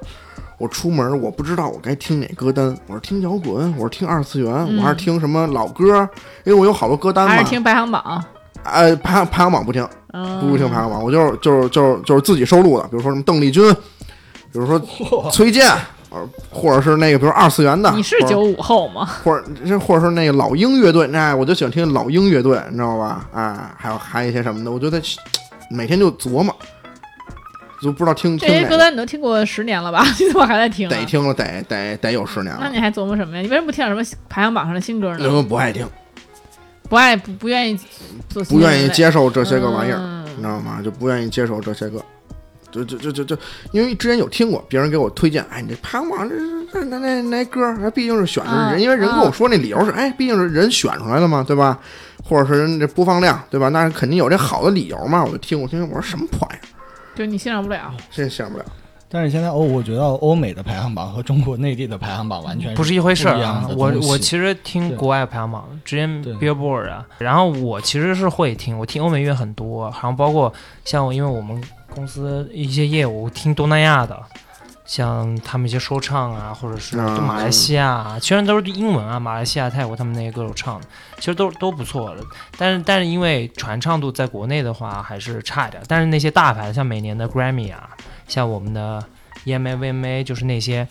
[SPEAKER 4] 我出门儿我不知道我该听哪歌单，我是听摇滚，我是听二次元，
[SPEAKER 2] 嗯
[SPEAKER 4] 我还是听什么老歌儿，因为我有好多歌单嘛。
[SPEAKER 2] 还是听排行榜？
[SPEAKER 4] 呃排排行榜不听，
[SPEAKER 2] 嗯，
[SPEAKER 4] 不听排行榜，我就是就是就是就是自己收录的，比如说什么邓丽君，比如 说崔健，呃或者是那个比如二次元的，
[SPEAKER 2] 你是
[SPEAKER 4] 或者
[SPEAKER 2] 九五后吗？
[SPEAKER 4] 或者这或者说那个老鹰乐队，那我就喜欢听老鹰乐队，你知道吧？啊，还有还有一些什么的，我就在每天就琢磨，就不知道听
[SPEAKER 2] 这
[SPEAKER 4] 听
[SPEAKER 2] 些
[SPEAKER 4] 哪
[SPEAKER 2] 歌
[SPEAKER 4] 个，
[SPEAKER 2] 单你都听过十年了吧？ 你怎么还在听、啊
[SPEAKER 4] 得？听啊了得得得有十年
[SPEAKER 2] 那
[SPEAKER 4] 了，
[SPEAKER 2] 你还琢磨什么呀？你为什么不听点什么排行榜上的新歌
[SPEAKER 4] 因
[SPEAKER 2] 呢？
[SPEAKER 4] 为不爱听，
[SPEAKER 2] 不爱不不愿意做新
[SPEAKER 4] 不
[SPEAKER 2] 人类，
[SPEAKER 4] 愿意接受这些个玩意儿，
[SPEAKER 2] 嗯
[SPEAKER 4] 你知道吗？就不愿意接受这些个。就就就就就，因为之前有听过别人给我推荐，哎，你这排行榜这这那那那歌儿，毕竟是选的
[SPEAKER 3] 啊
[SPEAKER 2] 嗯
[SPEAKER 4] 人，因为人跟
[SPEAKER 2] 嗯
[SPEAKER 4] 我说那理由是，哎，毕竟是人选出来的嘛，对吧？或者是人这播放量，对吧？那肯定有这好的理由嘛。我就听，我听，我说什么破玩意儿，
[SPEAKER 2] 就是你欣赏不了。
[SPEAKER 4] 这想不了。
[SPEAKER 5] 但是现在欧，我觉得欧美的排行榜和中国内地的排行榜完全
[SPEAKER 3] 不是一回事
[SPEAKER 5] 不
[SPEAKER 3] 儿啊
[SPEAKER 5] 一样！的
[SPEAKER 3] 我
[SPEAKER 5] 东西
[SPEAKER 3] 我其实听
[SPEAKER 5] 对
[SPEAKER 3] 国外排行榜，直接
[SPEAKER 5] 对
[SPEAKER 3] Billboard 啊，然后我其实是会听，我听欧美乐很多，然后包括像我，因为我们公司一些业务听东南亚的，像他们一些说唱啊，或者是
[SPEAKER 4] 啊
[SPEAKER 3] 马来西亚啊，虽然都是英文啊，马来西亚、泰国他们那些歌手唱的，其实都都不错的，但是但是因为传唱度在国内的话还是差一点，但是那些大牌像每年的 Grammy 啊，像我们的 EMA、VMA，就是那些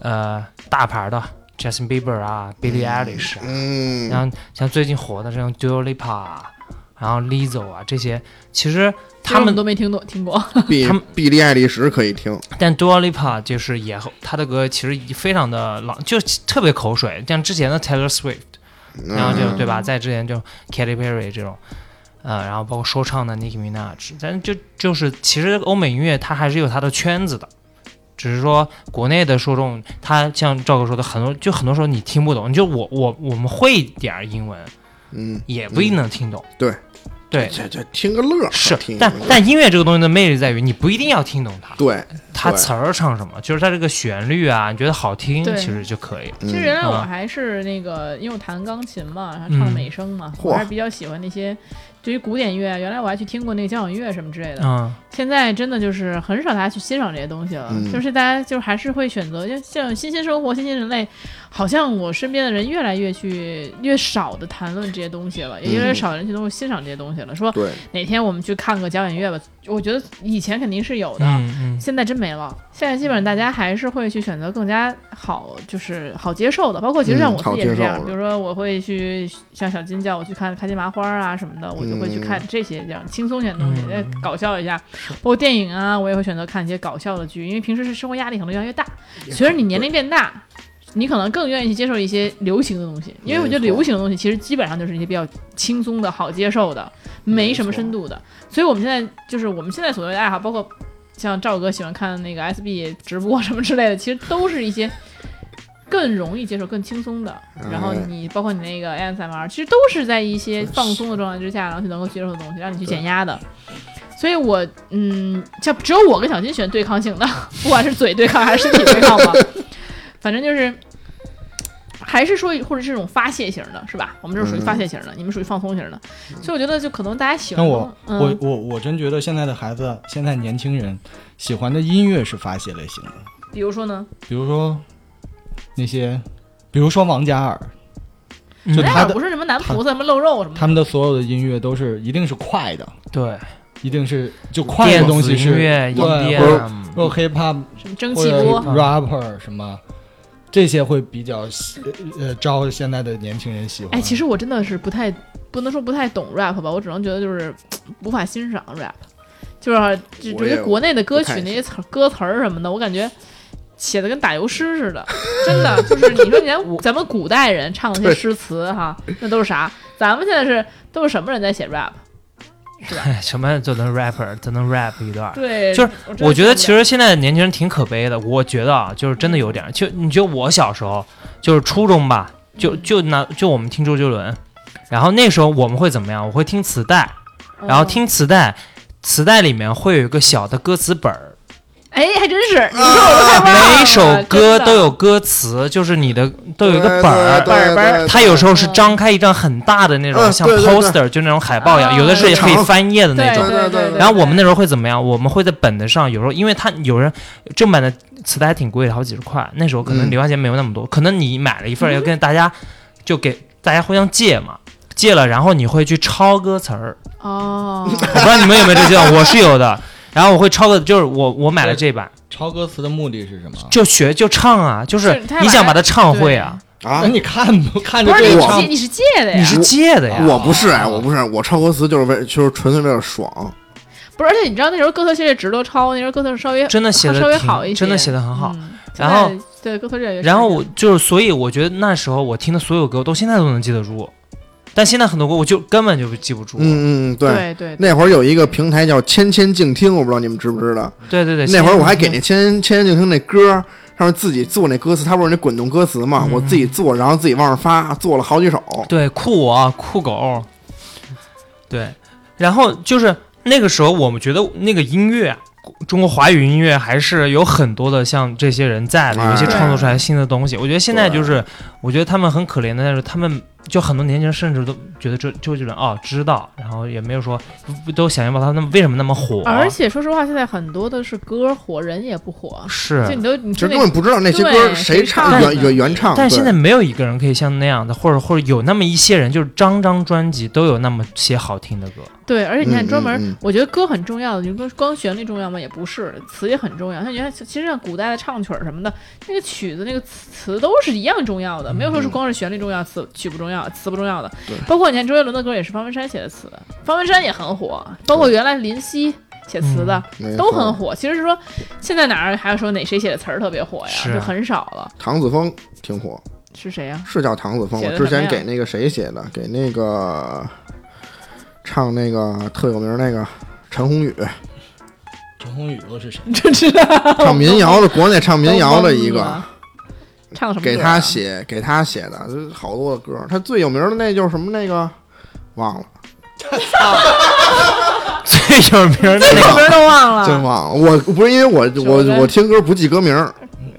[SPEAKER 3] 呃大牌的 Justin Bieber 啊、Billie Eilish 啊，
[SPEAKER 4] 嗯，
[SPEAKER 3] 然后像最近火的这种 Dua Lipa，啊然后 Lizzo 啊这些，其实他
[SPEAKER 2] 其实我
[SPEAKER 3] 们
[SPEAKER 2] 都没听懂，听过。
[SPEAKER 4] 比
[SPEAKER 3] 他们
[SPEAKER 4] 比利爱丽什可以听，
[SPEAKER 3] 但 Dua Lipa 就是也她的歌其实非常的老，就特别口水，像之前的 Taylor Swift，然后就
[SPEAKER 4] 嗯
[SPEAKER 3] 对吧，在之前就 Katy Perry 这种，呃，然后包括说唱的 Nicki Minaj，但就就是其实欧美音乐它还是有它的圈子的，只是说国内的受众，它像赵哥说的，很多就很多时候你听不懂，就我我我们会一点儿英文，
[SPEAKER 4] 嗯
[SPEAKER 3] 也不一定能听懂。
[SPEAKER 4] 对，
[SPEAKER 3] 对，
[SPEAKER 4] 这这听个乐儿
[SPEAKER 3] 是
[SPEAKER 4] 听，
[SPEAKER 3] 但但音乐这个东西的魅力在于，你不一定要听懂它，
[SPEAKER 4] 对
[SPEAKER 3] 它
[SPEAKER 4] 对
[SPEAKER 3] 词儿唱什么，就是它这个旋律啊，你觉得好听，
[SPEAKER 2] 对
[SPEAKER 3] 其实就可以了。
[SPEAKER 4] 嗯
[SPEAKER 2] 其实原来我
[SPEAKER 3] 啊
[SPEAKER 2] 还是那个，因为我弹钢琴嘛，然后唱
[SPEAKER 3] 嗯
[SPEAKER 2] 美声嘛，
[SPEAKER 4] 嚯
[SPEAKER 2] 我还是比较喜欢那些。对于古典乐，啊原来我还去听过那个交响乐什么之类的，
[SPEAKER 3] 嗯，
[SPEAKER 2] 现在真的就是很少大家去欣赏这些东西了。
[SPEAKER 4] 嗯
[SPEAKER 2] 就是大家就还是会选择，就像新兴生活、新兴人类，好像我身边的人越来越去越少的谈论这些东西了，也越来越
[SPEAKER 4] 嗯
[SPEAKER 2] 少人去能够欣赏这些东西了。说
[SPEAKER 4] 对，
[SPEAKER 2] 哪天我们去看个交响乐吧，我觉得以前肯定是有的，
[SPEAKER 3] 嗯
[SPEAKER 2] 现在真没了。现在基本上大家还是会去选择更加好，就是好接受的。包括其实像
[SPEAKER 4] 嗯
[SPEAKER 2] 我自己也是这样，
[SPEAKER 4] 好接受的
[SPEAKER 2] 比如说我会去像小金叫我去看开心麻花啊什么的，我就会去
[SPEAKER 4] 嗯
[SPEAKER 2] 看这些这样轻松一点的东西，
[SPEAKER 3] 嗯
[SPEAKER 2] 再搞笑一下。包括电影啊，我也会选择看一些搞笑的剧，因为平时是生活压力可能越来越大，随着你年龄变大。你可能更愿意去接受一些流行的东西，因为我觉得
[SPEAKER 4] 没错
[SPEAKER 2] 流行的东西其实基本上就是一些比较轻松的、好接受的，没什么
[SPEAKER 4] 没错
[SPEAKER 2] 深度的。所以我们现在就是我们现在所谓的爱好，包括像赵哥喜欢看那个 SB 直播什么之类的，其实都是一些更容易接受、更轻松的。然后
[SPEAKER 4] 哎
[SPEAKER 2] 你包括你那个 ASMR，其实都是在一些放松的状态之下，然后去能够接受的东西，让你去减压的。所以我嗯，像只有我跟小金选对抗性的，不管是嘴对抗还是身体对抗吧，反正就是。还是说，或者是这种发泄型的，是吧？我们这种属于发泄型的，你们属于放松型的，所以我觉得就可能大家喜欢
[SPEAKER 5] 那我
[SPEAKER 2] 嗯、
[SPEAKER 5] 我我我真觉得现在的孩子，现在年轻人喜欢的音乐是发泄类型的，
[SPEAKER 2] 比如说呢，
[SPEAKER 5] 比如说那些，比如说王嘉尔，
[SPEAKER 3] 嗯，
[SPEAKER 5] 就
[SPEAKER 2] 那
[SPEAKER 5] 他
[SPEAKER 2] 也
[SPEAKER 5] 的
[SPEAKER 2] 不是什么男菩萨、什么露肉什么的，
[SPEAKER 5] 他们的所有的音乐都是一定是快的，
[SPEAKER 3] 对，
[SPEAKER 5] 一定是就快
[SPEAKER 3] 电
[SPEAKER 5] 的
[SPEAKER 3] 子
[SPEAKER 5] 东西
[SPEAKER 3] 音
[SPEAKER 5] 是，
[SPEAKER 3] 乐、
[SPEAKER 5] 对
[SPEAKER 3] 音
[SPEAKER 4] 或
[SPEAKER 3] 乐
[SPEAKER 4] 者，
[SPEAKER 3] 嗯
[SPEAKER 5] 或者 hip hop
[SPEAKER 2] 什么蒸
[SPEAKER 5] 或
[SPEAKER 2] 汽
[SPEAKER 5] 者
[SPEAKER 2] 波，
[SPEAKER 5] rapper 什么。这些会比较呃招现在的年轻人喜欢。
[SPEAKER 2] 哎，其实我真的是不太，不能说不太懂 rap 吧，我只能觉得就是嘖无法欣赏 rap，就是就
[SPEAKER 4] 我
[SPEAKER 2] 觉
[SPEAKER 4] 也
[SPEAKER 2] 得国内的歌
[SPEAKER 4] 不太
[SPEAKER 2] 曲那些词儿歌词儿什么的，我感觉写的跟打油诗似的，真的就是你说连咱们古代人唱的那些
[SPEAKER 4] 对
[SPEAKER 2] 诗词哈，那都是啥？咱们现在是都是什么人在写 rap？
[SPEAKER 3] 哎什么都能 rapper，都能 rap 一段儿。
[SPEAKER 2] 对，
[SPEAKER 3] 就是
[SPEAKER 2] 我真的
[SPEAKER 3] 我觉得其
[SPEAKER 2] 受不了
[SPEAKER 3] 实现在的年轻人挺可悲的，我觉得啊，就是真的有点儿，就你觉得我小时候就是初中吧，就
[SPEAKER 2] 嗯
[SPEAKER 3] 就拿就我们听周杰伦，然后那时候我们会怎么样？我会听磁带，然后
[SPEAKER 2] 嗯
[SPEAKER 3] 听磁带，磁带里面会有一个小的歌词本儿，
[SPEAKER 2] 哎，还真是，你说我
[SPEAKER 4] 啊
[SPEAKER 2] 都快忘了啊
[SPEAKER 3] 每首歌
[SPEAKER 2] 真的
[SPEAKER 3] 都有歌词，就是你的都有一个
[SPEAKER 4] 对
[SPEAKER 3] 本儿。
[SPEAKER 4] 对对
[SPEAKER 2] 本儿
[SPEAKER 4] 对
[SPEAKER 3] 它有时候是
[SPEAKER 2] 嗯
[SPEAKER 3] 张开一张很大的那种，
[SPEAKER 4] 嗯
[SPEAKER 3] 像
[SPEAKER 4] 对对对
[SPEAKER 3] poster 就那种海报一样，有的
[SPEAKER 2] 啊
[SPEAKER 3] 时候也可以
[SPEAKER 4] 长
[SPEAKER 3] 翻页的那
[SPEAKER 2] 对
[SPEAKER 3] 种。
[SPEAKER 2] 对
[SPEAKER 4] 对
[SPEAKER 2] 对
[SPEAKER 4] 对
[SPEAKER 2] 对，
[SPEAKER 3] 然后我们那时候会怎么样？我们会在本子上，有时候因为它有人正版的磁带还挺贵的，好几十块。那时候可能
[SPEAKER 4] 嗯
[SPEAKER 3] 零花钱没有那么多，可能你买了一份
[SPEAKER 2] 嗯
[SPEAKER 3] 儿，要跟大家就给大家互相借嘛，借了，然后你会去抄歌 词儿。
[SPEAKER 2] 哦，
[SPEAKER 3] 我不知道你们有没有这个习惯，我是 有的。然后我会抄的，就是我我买了这版，
[SPEAKER 5] 抄歌词的目的是什么？
[SPEAKER 3] 就学就唱啊，就是
[SPEAKER 2] 是他
[SPEAKER 3] 你想把
[SPEAKER 2] 把它
[SPEAKER 3] 它唱会啊，
[SPEAKER 4] 啊
[SPEAKER 5] 那，你看不看着
[SPEAKER 2] 不是
[SPEAKER 5] 这
[SPEAKER 2] 你
[SPEAKER 5] 个
[SPEAKER 4] 我
[SPEAKER 5] 唱
[SPEAKER 2] 借，你是借的呀？
[SPEAKER 3] 你是借的呀。
[SPEAKER 4] 我不是，哎我不是，我唱歌词就是为就是纯粹为了爽，
[SPEAKER 2] 不是，而且你知道那时候歌词写也值得抄，那时候歌词稍微
[SPEAKER 3] 真的写的
[SPEAKER 2] 稍微
[SPEAKER 3] 挺
[SPEAKER 2] 好一些，
[SPEAKER 3] 真的写的很好。
[SPEAKER 2] 嗯
[SPEAKER 3] 然后
[SPEAKER 2] 现在对歌词越来越少
[SPEAKER 3] 然后我就是，所以我觉得那时候我听的所有歌，我到现在都能记得住，但现在很多歌我就根本就记不住。
[SPEAKER 4] 嗯嗯，对。
[SPEAKER 2] 对对对
[SPEAKER 4] 那会儿有一个平台叫“千千静听”，我不知道你们知不知道。
[SPEAKER 3] 对对对，嗯
[SPEAKER 4] 那会儿我还给
[SPEAKER 3] 你
[SPEAKER 4] 那千千千静听那歌儿上面自己做那歌词，它不是那滚动歌词嘛，我自己做，然后自己往上发，做了好几首。
[SPEAKER 2] 嗯
[SPEAKER 3] 对酷我酷狗，对，然后就是那个时候，我们觉得那个音乐啊，中国华语音乐还是有很多的像这些人在的，有一些
[SPEAKER 4] 哎
[SPEAKER 3] 创作出来新的东西。我觉得现在就是，我觉得他们很可怜的，但是他们就很多年轻人甚至都觉得周周杰伦哦知道，然后也没有说不不都想象不到他那么为什么那么火，
[SPEAKER 2] 而且说实话，现在很多的是歌火，人也不火，
[SPEAKER 3] 是
[SPEAKER 2] 就你都你
[SPEAKER 4] 其实
[SPEAKER 2] 听
[SPEAKER 4] 根
[SPEAKER 2] 那
[SPEAKER 4] 本不知道那些歌
[SPEAKER 2] 对
[SPEAKER 4] 儿谁
[SPEAKER 2] 谁
[SPEAKER 4] 唱
[SPEAKER 2] 唱的
[SPEAKER 4] 原原原唱。
[SPEAKER 3] 但是
[SPEAKER 4] 嗯
[SPEAKER 3] 现
[SPEAKER 4] 对
[SPEAKER 3] 在没有一个人可以像那样的，或者或者有那么一些人，就是张张专辑都有那么些好听的歌。
[SPEAKER 2] 对，而且你看
[SPEAKER 4] 嗯
[SPEAKER 2] 专门，
[SPEAKER 4] 嗯嗯
[SPEAKER 2] 我觉得歌很重要的，你说光旋律重要吗？也不是，词也很重要。像原来其实像古代的唱曲儿什么的，那个曲子那个词都是一样重要的，没有说是光是旋律重要，词曲不重要，词不重要的
[SPEAKER 4] 嗯对。
[SPEAKER 2] 包括你看周杰伦的歌也是方文山写的词，方文山也很火，包括原来林夕。写词的、
[SPEAKER 4] 嗯没
[SPEAKER 2] 都
[SPEAKER 4] 错
[SPEAKER 2] 很火，其实是说现在哪儿还有说哪谁写的词儿特别火呀，
[SPEAKER 3] 是
[SPEAKER 4] 啊
[SPEAKER 2] 就很少了。
[SPEAKER 4] 唐子峰挺火，
[SPEAKER 2] 是谁啊 呀、
[SPEAKER 4] 是叫唐子峰。
[SPEAKER 2] 写
[SPEAKER 4] 我
[SPEAKER 2] 的
[SPEAKER 4] 之
[SPEAKER 2] 什么呀
[SPEAKER 4] 前给那个谁写的，给那个唱那个特有名儿那个陈 鸿宇，
[SPEAKER 5] 陈鸿宇又是谁？
[SPEAKER 2] 这知道
[SPEAKER 4] 唱民谣的，国内唱民谣的一
[SPEAKER 2] 都
[SPEAKER 4] 个
[SPEAKER 2] 忘，了唱的什么歌啊、
[SPEAKER 4] 给他写给他写的，就是好多的歌儿。他最有名儿的那就是什么那个忘了，
[SPEAKER 3] 最有名儿的那
[SPEAKER 2] 名
[SPEAKER 3] 个，
[SPEAKER 2] 儿都忘了。
[SPEAKER 4] 真忘了，我不是因为我
[SPEAKER 2] 啊是
[SPEAKER 4] 我
[SPEAKER 2] 的
[SPEAKER 4] 我听歌不记歌名儿，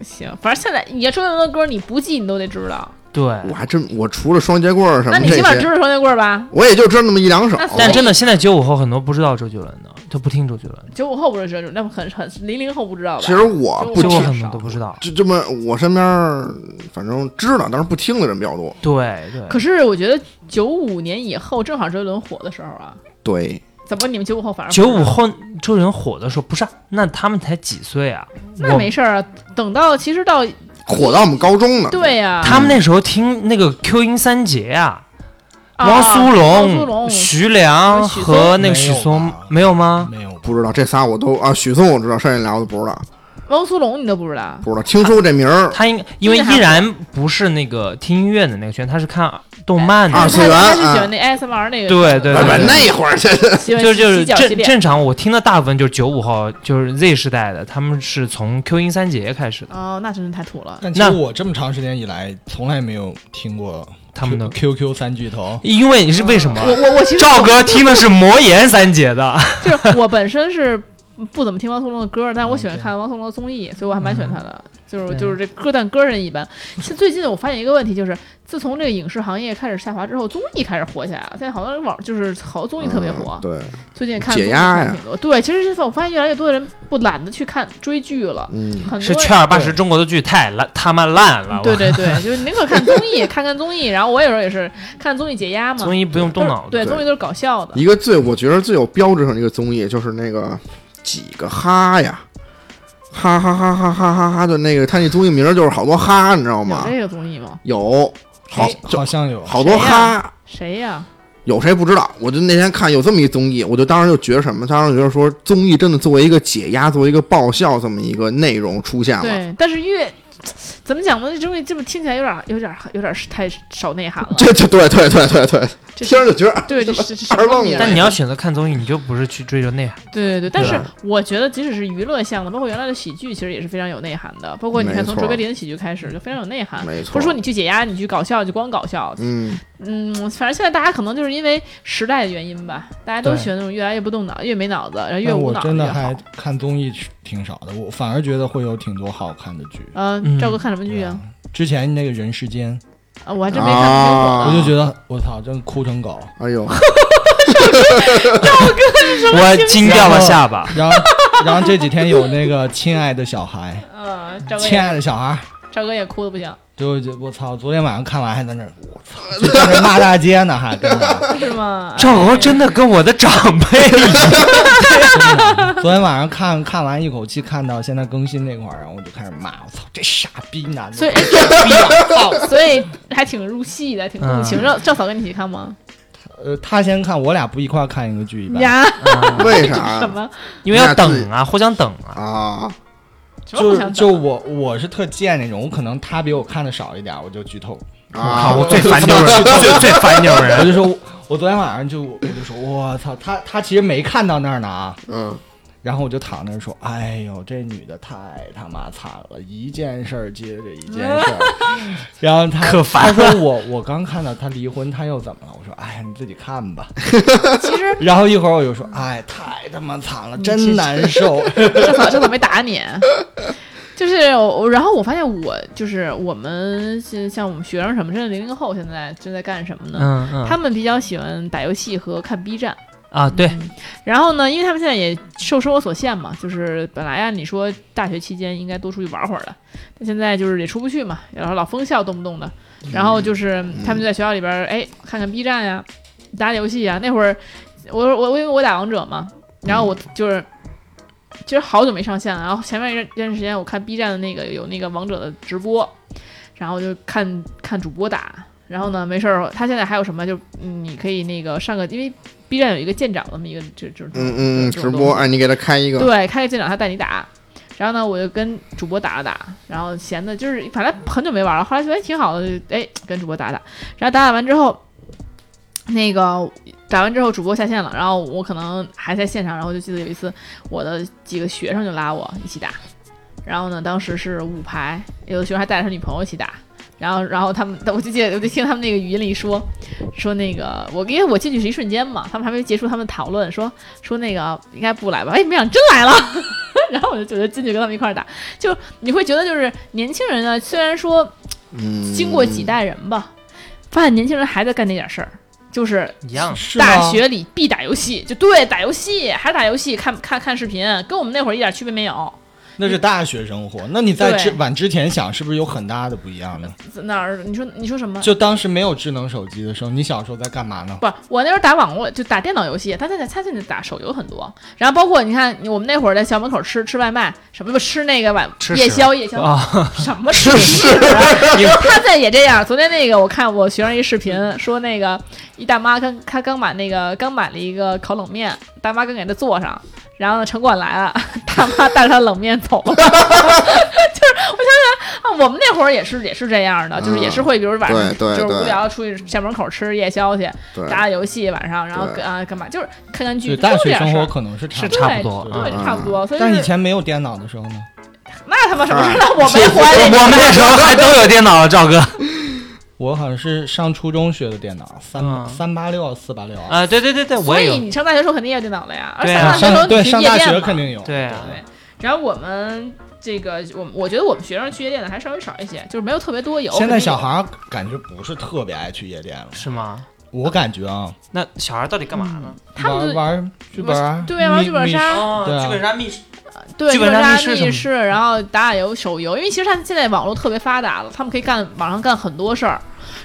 [SPEAKER 2] 行，反正现在你说那么多歌，你不记你都得知道。
[SPEAKER 4] 我
[SPEAKER 3] 对。
[SPEAKER 4] 还真我除了双截棍儿什
[SPEAKER 2] 那
[SPEAKER 4] 么
[SPEAKER 2] 你
[SPEAKER 4] 这
[SPEAKER 2] 起码知
[SPEAKER 4] 些，
[SPEAKER 2] 道双截棍儿吧？
[SPEAKER 4] 我也就知道那么一两首
[SPEAKER 2] 那。所以
[SPEAKER 3] 但真的，现在九五后很多不知道周杰伦的，他不听周杰伦的，
[SPEAKER 2] 九五后不知道，那很很零零后不知道吧？
[SPEAKER 4] 其实我不
[SPEAKER 3] 九五
[SPEAKER 4] 听，
[SPEAKER 3] 很多都不知道。
[SPEAKER 4] 就这么我身边儿反正知道，但是不听的人比较多。
[SPEAKER 3] 对对，
[SPEAKER 2] 可是我觉得九五年以后正好周杰伦火的时候啊，
[SPEAKER 4] 对，
[SPEAKER 2] 怎么你们九五后反而不
[SPEAKER 3] 九五后周杰伦火的时候，不是啊、那他们才几岁啊？
[SPEAKER 2] 那
[SPEAKER 3] 我
[SPEAKER 2] 没事儿啊？等到其实到
[SPEAKER 4] 火到我们高中呢。
[SPEAKER 2] 对呀、
[SPEAKER 3] 他们那时候听那个 Q 音三杰啊，
[SPEAKER 2] 啊
[SPEAKER 3] 汪苏
[SPEAKER 2] 汪苏泷
[SPEAKER 3] 徐良
[SPEAKER 2] 许嵩
[SPEAKER 3] 和那个许嵩
[SPEAKER 5] 没
[SPEAKER 3] 没有
[SPEAKER 5] 有吧，
[SPEAKER 2] 嗯
[SPEAKER 3] 吗？
[SPEAKER 5] 没有，
[SPEAKER 4] 不知道这仨我都啊，许嵩我知道，剩下俩我都不知道，
[SPEAKER 2] 汪苏泷你都不知道？
[SPEAKER 4] 不知道听说过这名儿，
[SPEAKER 3] 他应因为
[SPEAKER 2] 那还
[SPEAKER 3] 依然不是那个听音乐的那个圈，他是看动
[SPEAKER 4] 哎
[SPEAKER 3] 漫的
[SPEAKER 4] 二。次元
[SPEAKER 2] 他他是喜欢那 S R 那个，
[SPEAKER 3] 对对
[SPEAKER 4] 不
[SPEAKER 3] 对
[SPEAKER 4] 是
[SPEAKER 3] 对
[SPEAKER 4] 那会儿这
[SPEAKER 2] 喜欢
[SPEAKER 3] 就是就是
[SPEAKER 2] 洗脚系
[SPEAKER 3] 正
[SPEAKER 2] 列
[SPEAKER 3] 正常，我听的大部分就是九五后，就是 Z 时代的，他们是从 Q 音三杰开始的，
[SPEAKER 2] 哦，那真是太土了。
[SPEAKER 5] 但其
[SPEAKER 3] 那
[SPEAKER 5] 实我这么长时间以来，从来没有听过
[SPEAKER 3] 他们的，
[SPEAKER 5] QQ 三巨头。
[SPEAKER 3] 因为你是为什么？
[SPEAKER 2] 我我我哦其实
[SPEAKER 3] 赵哥听的是魔岩三杰 的，
[SPEAKER 2] 就是我本身是不怎么听汪苏泷的歌，但我喜
[SPEAKER 3] 嗯
[SPEAKER 2] 欢看汪苏泷的综艺，所以我还蛮喜欢他的。就是
[SPEAKER 3] 对
[SPEAKER 2] 就是这歌，但歌人一般。其实最近我发现一个问题，就是自从这个影视行业开始下滑之后，综艺开始火起来了。现在好多网就是好多综艺特别火，
[SPEAKER 4] 嗯对，
[SPEAKER 2] 最近看
[SPEAKER 4] 解压呀
[SPEAKER 2] 综艺看挺多。对，其实我发现越来越多的人不懒得去看追剧了，
[SPEAKER 4] 嗯，
[SPEAKER 2] 很
[SPEAKER 3] 是
[SPEAKER 2] 多人
[SPEAKER 3] 缺。尔八十中国的剧太烂，他妈烂了。
[SPEAKER 2] 对对对，就是宁可看综艺， 看看综艺。然后我有时候也是看综艺解压
[SPEAKER 3] 我
[SPEAKER 2] 嘛，
[SPEAKER 3] 综艺不用动脑
[SPEAKER 2] 都是对，
[SPEAKER 3] 子。
[SPEAKER 4] 对
[SPEAKER 2] 综艺都是搞笑的。
[SPEAKER 4] 一个最我觉得最有标志性的一个综艺就是那个几个哈呀，哈哈哈哈哈哈哈的那个，他那综艺名儿就是好多哈，你知道
[SPEAKER 2] 有
[SPEAKER 4] 吗？
[SPEAKER 2] 这个综艺吗？
[SPEAKER 4] 有好
[SPEAKER 2] 谁
[SPEAKER 4] 就
[SPEAKER 5] 好像有，
[SPEAKER 4] 好多
[SPEAKER 2] 谁
[SPEAKER 4] 哈
[SPEAKER 2] 呀。谁呀？
[SPEAKER 4] 有谁不知道？我就那天看有这么一综艺，我就当时就觉得什么，当时觉得说综艺真的作为一个解压、作为一个爆笑这么一个内容出现了，
[SPEAKER 2] 对，但是越怎么讲呢？这东西这么听起来有点儿有点儿有点儿是太少内涵了。
[SPEAKER 4] 这这对对对对对，
[SPEAKER 2] 这
[SPEAKER 4] 听着就觉得
[SPEAKER 2] 对，这是这是
[SPEAKER 4] 二
[SPEAKER 2] 什么
[SPEAKER 4] 愣
[SPEAKER 2] 名儿
[SPEAKER 3] 但你要选择看综艺，你就不是去追求 内涵。
[SPEAKER 2] 对对对，但
[SPEAKER 4] 对啊
[SPEAKER 2] 是
[SPEAKER 4] 吧
[SPEAKER 2] 我觉得即使是娱乐项的，包括原来的喜剧，其实也是非常有内涵的。包括你
[SPEAKER 4] 没
[SPEAKER 2] 看从
[SPEAKER 4] 错
[SPEAKER 2] 卓别林的喜剧开始，就非常有内涵。
[SPEAKER 4] 没错，
[SPEAKER 2] 不是说你去解压，你去搞笑，就光搞笑。
[SPEAKER 4] 嗯，
[SPEAKER 2] 嗯，反正现在大家可能就是因为时代的原因吧，大家都
[SPEAKER 5] 对
[SPEAKER 2] 喜欢那种越来越不动脑、越没脑子，然后越
[SPEAKER 5] 但
[SPEAKER 2] 无
[SPEAKER 5] 我
[SPEAKER 2] 脑
[SPEAKER 5] 真
[SPEAKER 2] 越
[SPEAKER 5] 的还
[SPEAKER 2] 好。
[SPEAKER 5] 看综艺挺少的，我反而觉得会有挺多好看的剧。
[SPEAKER 2] 嗯，
[SPEAKER 3] 嗯
[SPEAKER 2] 赵哥看什么
[SPEAKER 5] 对
[SPEAKER 2] 剧
[SPEAKER 5] 啊
[SPEAKER 2] 啊？
[SPEAKER 5] 之前那个人世间，
[SPEAKER 2] 啊，我还真没看过。
[SPEAKER 4] 啊
[SPEAKER 5] 我就觉得我操，真哭成狗。
[SPEAKER 4] 哎呦，
[SPEAKER 3] 我惊掉了下巴。
[SPEAKER 5] 然后，然后这几天有那个《亲爱的 小孩
[SPEAKER 2] 嗯，赵》，哥
[SPEAKER 5] 亲
[SPEAKER 2] 也
[SPEAKER 5] 爱的小孩，
[SPEAKER 2] 赵哥也哭的不行，
[SPEAKER 5] 就就我操，昨天晚上看完还在那儿，我操，就在那儿骂大街呢，还跟我。
[SPEAKER 2] 是 吗？
[SPEAKER 3] 赵
[SPEAKER 2] 哎
[SPEAKER 3] 娥真的跟我的长辈一 样，
[SPEAKER 5] 昨天晚上看看完一口气看到现在更新那块儿，然后我就开始骂，我操，这傻逼男的，
[SPEAKER 2] 所以，哎好，所以还挺入戏的，挺共情。
[SPEAKER 3] 嗯
[SPEAKER 2] 赵赵嫂跟你一起看吗？
[SPEAKER 5] 呃，他先看，我俩不一块儿看一个剧一般。嗯
[SPEAKER 2] 呀，
[SPEAKER 4] 为啥
[SPEAKER 2] 什么
[SPEAKER 3] 因为要 等啊，互相等啊。
[SPEAKER 4] 啊？
[SPEAKER 2] 什么不
[SPEAKER 5] 就
[SPEAKER 2] 想
[SPEAKER 5] 就我我是特贱那种，我可能他比我看的少一点，我就剧透，
[SPEAKER 4] 啊，
[SPEAKER 3] 我最烦这种人，我最最烦这种
[SPEAKER 2] 嗯
[SPEAKER 5] 我
[SPEAKER 3] 人。
[SPEAKER 5] 就说，我昨天晚上就我就说，我操，他他其实没看到那儿呢啊，
[SPEAKER 4] 嗯，
[SPEAKER 5] 然后我就躺那儿说，哎呦，这女的太他妈惨了，一件事儿接着一件 事儿，然后他
[SPEAKER 3] 可
[SPEAKER 5] 他
[SPEAKER 3] 烦
[SPEAKER 5] 说我我刚看到他离婚，他又怎么了？我说，哎呀，你自己看吧。
[SPEAKER 2] 其实
[SPEAKER 5] 然后一会儿我又说，哎，太他妈惨了，真难 受。
[SPEAKER 2] 赵嫂赵嫂没打 你，就是我，然后我发现我就是我们像像我们学生什么，甚至零零后现在正在干什么呢？
[SPEAKER 3] 嗯嗯
[SPEAKER 2] 他们比较喜欢打游戏和看 B 站，
[SPEAKER 3] 啊，对，
[SPEAKER 2] 然后呢，因为他们现在也受生活所限嘛，就是本来按理说大学期间应该多出去玩会儿的，但现在就是也出不去嘛，然后老封校动不动的，然后就是他们就在学校里边儿，哎，看看 B 站呀、打打游戏呀。那会儿我我我因为我打王者嘛，然后我就是。其实好久没上线了，然后前面一段一段时间我看 B 站的那个有那个王者的直播，然后就看看主播打，然后呢没事儿，他现在还有什么就嗯你可以那个上个，因为 B 站有一个舰长那么一个这这
[SPEAKER 4] 嗯嗯嗯，
[SPEAKER 2] 这
[SPEAKER 4] 直
[SPEAKER 2] 种东
[SPEAKER 4] 播，
[SPEAKER 2] 西
[SPEAKER 4] 哎，你给他开一个，
[SPEAKER 2] 对，开个舰长他带你打。然后呢，我就跟主播打了打，然后闲的就是反正很久没玩了，后来觉得挺好的，就哎跟主播打打。然后打打完之后，那个打完之后主播下线了，然后我可能还在线上，然后就记得有一次我的几个学生就拉我一起打，然后呢当时是五排，有的学生还带着他女朋友一起打。然后然后他们，我就记得我就听他们那个语音里说说那个我因为我进去是一瞬间嘛，他们还没结束他们讨论，说说那个哦应该不来吧，哎，没想真来了。 然后我就觉得进去跟他们一块儿打，就你会觉得就是年轻人呢，虽然说
[SPEAKER 4] 嗯，
[SPEAKER 2] 经过几代人吧，发现年轻人还在干那点事儿，就是
[SPEAKER 3] 一样。
[SPEAKER 5] 是吗
[SPEAKER 2] 大学里必打游戏，就对打游戏，还打游戏，看看看视频，跟我们那会儿一点区别没有。
[SPEAKER 5] 那是大学生活，那你在
[SPEAKER 2] 对
[SPEAKER 5] 之晚之前想，是不是有很大的不一样呢？
[SPEAKER 2] 哪儿？你说你说什么？
[SPEAKER 5] 就当时没有智能手机的时候，你小时候在干嘛呢？
[SPEAKER 2] 不，我那时候打网络就打电脑游戏，他现在他现在打手游很多。然后包括你看，我们那会儿在校门口吃吃外卖，什么不吃那个晚
[SPEAKER 3] 吃
[SPEAKER 2] 夜
[SPEAKER 3] 屎
[SPEAKER 2] 宵夜宵、
[SPEAKER 3] 啊，
[SPEAKER 2] 什么吃屎 啊？他现在也这样。昨天那个我看我学生一视频，说那个一大妈刚她刚买那个刚买了一个烤冷面，大妈刚给她做上，然后呢城管来了， 大妈带着她冷面走了。就是 我想想啊，我们那会儿也是也是这样的，就是也是会比如晚上、
[SPEAKER 4] 嗯对
[SPEAKER 2] 就
[SPEAKER 4] 对
[SPEAKER 2] 是无
[SPEAKER 4] 对
[SPEAKER 2] 聊出去校门口吃夜宵去，
[SPEAKER 4] 对
[SPEAKER 2] 打打游戏晚上，然后
[SPEAKER 4] 对
[SPEAKER 2] 啊、干嘛就是看看剧，
[SPEAKER 5] 对，
[SPEAKER 2] 就都
[SPEAKER 5] 大
[SPEAKER 2] 是这
[SPEAKER 5] 学
[SPEAKER 2] 样
[SPEAKER 5] 生
[SPEAKER 2] 事
[SPEAKER 5] 活
[SPEAKER 2] 儿。
[SPEAKER 5] 可能是差
[SPEAKER 3] 是
[SPEAKER 5] 不多。
[SPEAKER 3] 差不多
[SPEAKER 2] 对，
[SPEAKER 3] 啊。
[SPEAKER 2] 差不多。所以
[SPEAKER 5] 但
[SPEAKER 2] 就
[SPEAKER 5] 以前没有电脑的时候呢？
[SPEAKER 2] 那他妈什么事儿？
[SPEAKER 4] 啊
[SPEAKER 2] 那我没活
[SPEAKER 3] 我
[SPEAKER 2] 呀！
[SPEAKER 3] 们那时候还都有电脑，赵哥
[SPEAKER 5] 我好像是上初中学的电脑，三
[SPEAKER 3] 嗯
[SPEAKER 5] 三八六、四八六。
[SPEAKER 3] 啊，对对对对，我
[SPEAKER 2] 所
[SPEAKER 3] 也
[SPEAKER 2] 以
[SPEAKER 3] 有，
[SPEAKER 2] 你上大学时候肯定也有电脑了呀，而
[SPEAKER 3] 对
[SPEAKER 2] 上大
[SPEAKER 3] 啊
[SPEAKER 2] 学时候
[SPEAKER 5] 上对
[SPEAKER 2] 你去
[SPEAKER 5] 上
[SPEAKER 2] 夜
[SPEAKER 5] 大学
[SPEAKER 2] 店嘛
[SPEAKER 5] 肯。定有。
[SPEAKER 3] 对啊，
[SPEAKER 2] 对，然后我们这个，我我觉得我们学生去夜店的还稍微少一些，就是没有特别多有。
[SPEAKER 5] 现在小
[SPEAKER 2] 肯定
[SPEAKER 5] 孩儿感觉不是特别爱去夜店了，
[SPEAKER 3] 是吗？
[SPEAKER 5] 我感觉啊，
[SPEAKER 3] 那小孩到底干嘛呢？
[SPEAKER 2] 他们
[SPEAKER 5] 玩
[SPEAKER 2] 就
[SPEAKER 5] 玩剧本啊，
[SPEAKER 2] 对玩
[SPEAKER 5] 密
[SPEAKER 2] 剧本杀
[SPEAKER 3] 哦
[SPEAKER 5] 对啊
[SPEAKER 3] 剧本杀密室
[SPEAKER 2] 有对
[SPEAKER 3] 基本上
[SPEAKER 2] 杀
[SPEAKER 3] 密室什
[SPEAKER 2] 密
[SPEAKER 3] 么
[SPEAKER 2] 室，然后打打游手游，因为其实他现在网络特别发达了，他们可以干网上干很多事儿。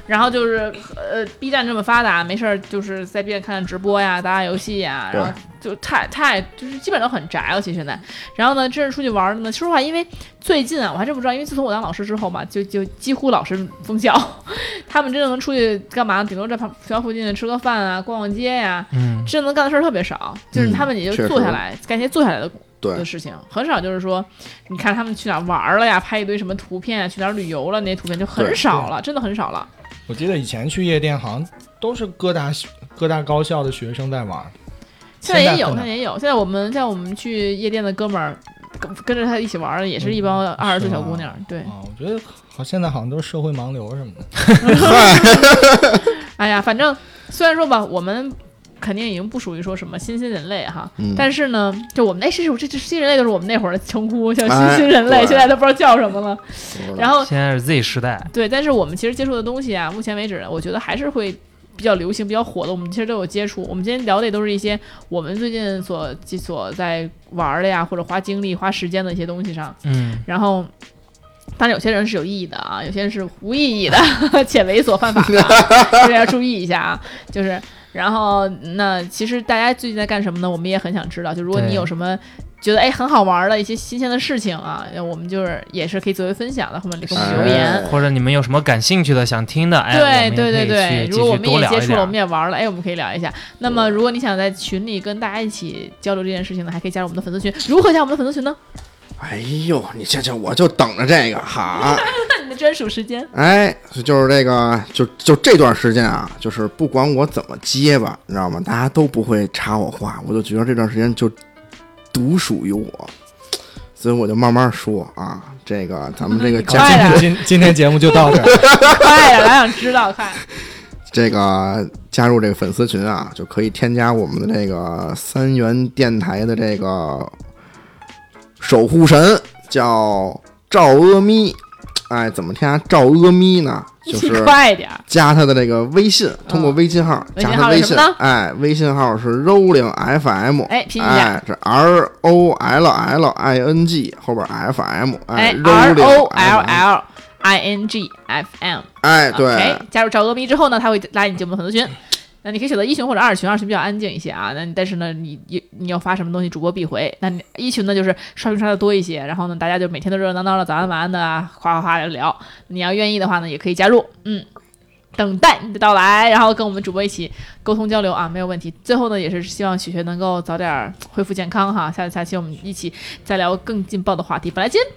[SPEAKER 2] 然后就是呃，B 站这么发达，没事儿就是在 B 站看看直播呀，打打游戏呀，
[SPEAKER 4] 对
[SPEAKER 2] 然后就太太就是基本上都很宅了。其实现在，然后呢，真是出去玩儿呢，说实话，因为最近啊，我还真不知道，因为自从我当老师之后嘛，就就几乎老师封校， 他们真的能出去干嘛？顶多在旁学校附近吃个饭啊，逛逛街呀、
[SPEAKER 3] 嗯，
[SPEAKER 2] 真能干的事儿特别少，就是
[SPEAKER 4] 嗯
[SPEAKER 2] 他们也
[SPEAKER 4] 确
[SPEAKER 2] 就坐下
[SPEAKER 4] 实
[SPEAKER 2] 来、干些坐下来的的
[SPEAKER 4] 对，
[SPEAKER 2] 事情，很少就是说，你看他们去哪儿玩儿了呀，拍一堆什么图片啊，去哪儿旅游了，那些图片就很
[SPEAKER 4] 对
[SPEAKER 2] 少了，真的很少了。
[SPEAKER 5] 我记得以前去夜店好像都是各大各大高校的学生在玩，
[SPEAKER 2] 现在
[SPEAKER 5] 现在
[SPEAKER 2] 也有，
[SPEAKER 5] 很
[SPEAKER 2] 现
[SPEAKER 5] 难
[SPEAKER 2] 在也有。现在我们现在我们去夜店的哥们儿，跟跟着他一起玩儿的，也是一帮二十岁
[SPEAKER 5] 嗯是
[SPEAKER 2] 小
[SPEAKER 5] 吗
[SPEAKER 2] 姑娘。对，
[SPEAKER 5] 啊，我觉得好现在好像都是社会盲流什么的。
[SPEAKER 2] 哎呀，反正虽然说吧，我们肯定已经不属于说什么新兴人类哈，
[SPEAKER 4] 嗯
[SPEAKER 2] 但是呢，就我们哎那是这这新人类就是我们那会儿的称呼，像新
[SPEAKER 4] 哎
[SPEAKER 2] 兴人类，
[SPEAKER 4] 对
[SPEAKER 2] 现在都不知道叫什么了。然后
[SPEAKER 3] 现在是 Z 时代，
[SPEAKER 2] 对，但是我们其实接触的东西啊，目前为止，我觉得还是会比较流行、比较火的。我们其实都有接触，我们今天聊的也都是一些我们最近所所在玩儿的呀，或者花精力、花时间的一些东西上。
[SPEAKER 3] 嗯，
[SPEAKER 2] 然后，当然有些人是有意义的啊，有些人是无意义的， 且猥琐犯法的啊，大家要注意一下啊。就是，然后那其实大家最近在干什么呢？我们也很想知道。就如果你
[SPEAKER 3] 对
[SPEAKER 2] 有什么。觉得哎很好玩儿的一些新鲜的事情啊，我们就是也是可以作为分享的，后面给我们留言。
[SPEAKER 4] 哎
[SPEAKER 3] 呃或者你们有什么感兴趣的、想听的，哎，
[SPEAKER 2] 对对对对，如
[SPEAKER 3] 我
[SPEAKER 2] 果我
[SPEAKER 3] 们也
[SPEAKER 2] 们也
[SPEAKER 3] 可以去继续多聊
[SPEAKER 2] 接
[SPEAKER 3] 一
[SPEAKER 2] 触了，我们
[SPEAKER 3] 聊。
[SPEAKER 2] 也玩了，哎，我们可以聊一下。那么，如果你想在群里跟大家一起交流这件事情呢，还可以加入我们的粉丝群。如何加我们的粉丝群呢？
[SPEAKER 4] 哎呦，你这这我就等着这 个哈。
[SPEAKER 2] 看你的专属时 间。
[SPEAKER 4] 哎，就是这个，就就这段时间啊，就是不管我怎么接吧，你知道吗？大家都不会插我话，我就觉得这段时间就独属于我，所以我就慢慢说啊。这个咱们这个
[SPEAKER 2] 快
[SPEAKER 4] 嘉
[SPEAKER 2] 点
[SPEAKER 5] 今今天节目就到这 儿，
[SPEAKER 2] 快点，咱想知道，快。
[SPEAKER 4] 这个加入这个粉丝群啊，就可以添加我们的这个三元电台的这个守护神，叫赵阿咪。哎，怎么添加赵阿咪呢？
[SPEAKER 2] 一
[SPEAKER 4] 就
[SPEAKER 2] 起
[SPEAKER 4] 是
[SPEAKER 2] 快点，
[SPEAKER 4] 加他的这个微信，通过微信号、
[SPEAKER 2] 嗯微信
[SPEAKER 4] 加
[SPEAKER 2] 号
[SPEAKER 4] 他微
[SPEAKER 2] 是什
[SPEAKER 4] 信
[SPEAKER 2] 么呢，
[SPEAKER 4] 哎，微信号是 rolling fm，
[SPEAKER 2] 哎拼一下
[SPEAKER 4] 哎，这 r o l l i n g 后边 f m，
[SPEAKER 2] 哎，R O
[SPEAKER 4] rolling
[SPEAKER 2] L
[SPEAKER 4] FM
[SPEAKER 2] L I N G F M，
[SPEAKER 4] 哎，对
[SPEAKER 2] OK，加入赵阿咪之后呢，他会拉你进我们粉丝群。那你可以选择一群或者二群，二群比较安静一些啊。那你但是呢，你你你要发什么东西，主播必回。那你一群呢，就是刷屏刷的多一些，然后呢，大家就每天都热热闹闹的，早安晚安的啊，哗哗哗的聊。你要愿意的话呢，也可以加入，嗯，等待你的到来，然后跟我们主播一起沟通交流啊，没有问题。最后呢，也是希望雪雪能够早点儿恢复健康哈。下下期我们一起再聊更劲爆的话题。本来今天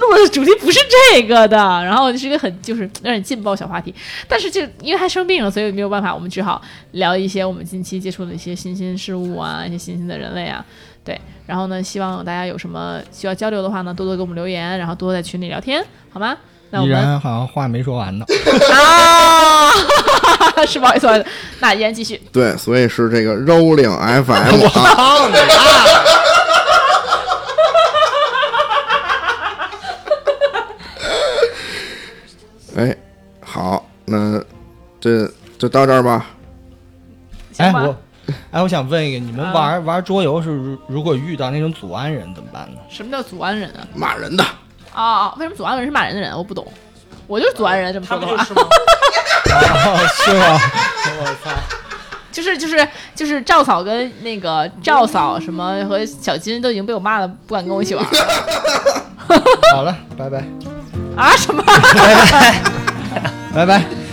[SPEAKER 2] 录的主题不是这个的，然后就是一个很就是让人劲爆小话题，但是就因为他生病了，所以没有办法，我们只好聊一些我们近期接触的一些新鲜事物啊，一些新鲜的人类啊。对，然后呢，希望大家有什么需要交流的话呢，多多给我们留言，然后多多在群里聊天，好吗？那我
[SPEAKER 5] 依
[SPEAKER 2] 们
[SPEAKER 5] 然好像话没说完呢。
[SPEAKER 2] 啊，是不好意思，不好意思那依然继续。
[SPEAKER 4] 对，所以是这个 Rolling FM 啊，
[SPEAKER 3] 胖子啊！
[SPEAKER 4] 哎，好，那这就到这儿吧。
[SPEAKER 5] 哎，
[SPEAKER 2] 行吧
[SPEAKER 5] 我，哎，我想问一个，你们
[SPEAKER 2] 啊
[SPEAKER 5] 玩、玩桌游是如如果遇到那种祖安人怎么办呢？
[SPEAKER 2] 什么叫祖安人啊？
[SPEAKER 4] 骂人的，
[SPEAKER 2] 啊啊！为什么祖安人是骂人的人？我不懂，我就是祖安人，这么说的话，
[SPEAKER 5] 哦， 是 吗？
[SPEAKER 2] 就是就是就是赵嫂跟那个赵嫂什么和小金都已经被我骂的不敢跟我一起玩了
[SPEAKER 5] 好了，拜拜，
[SPEAKER 2] 啊什么。
[SPEAKER 5] 拜拜。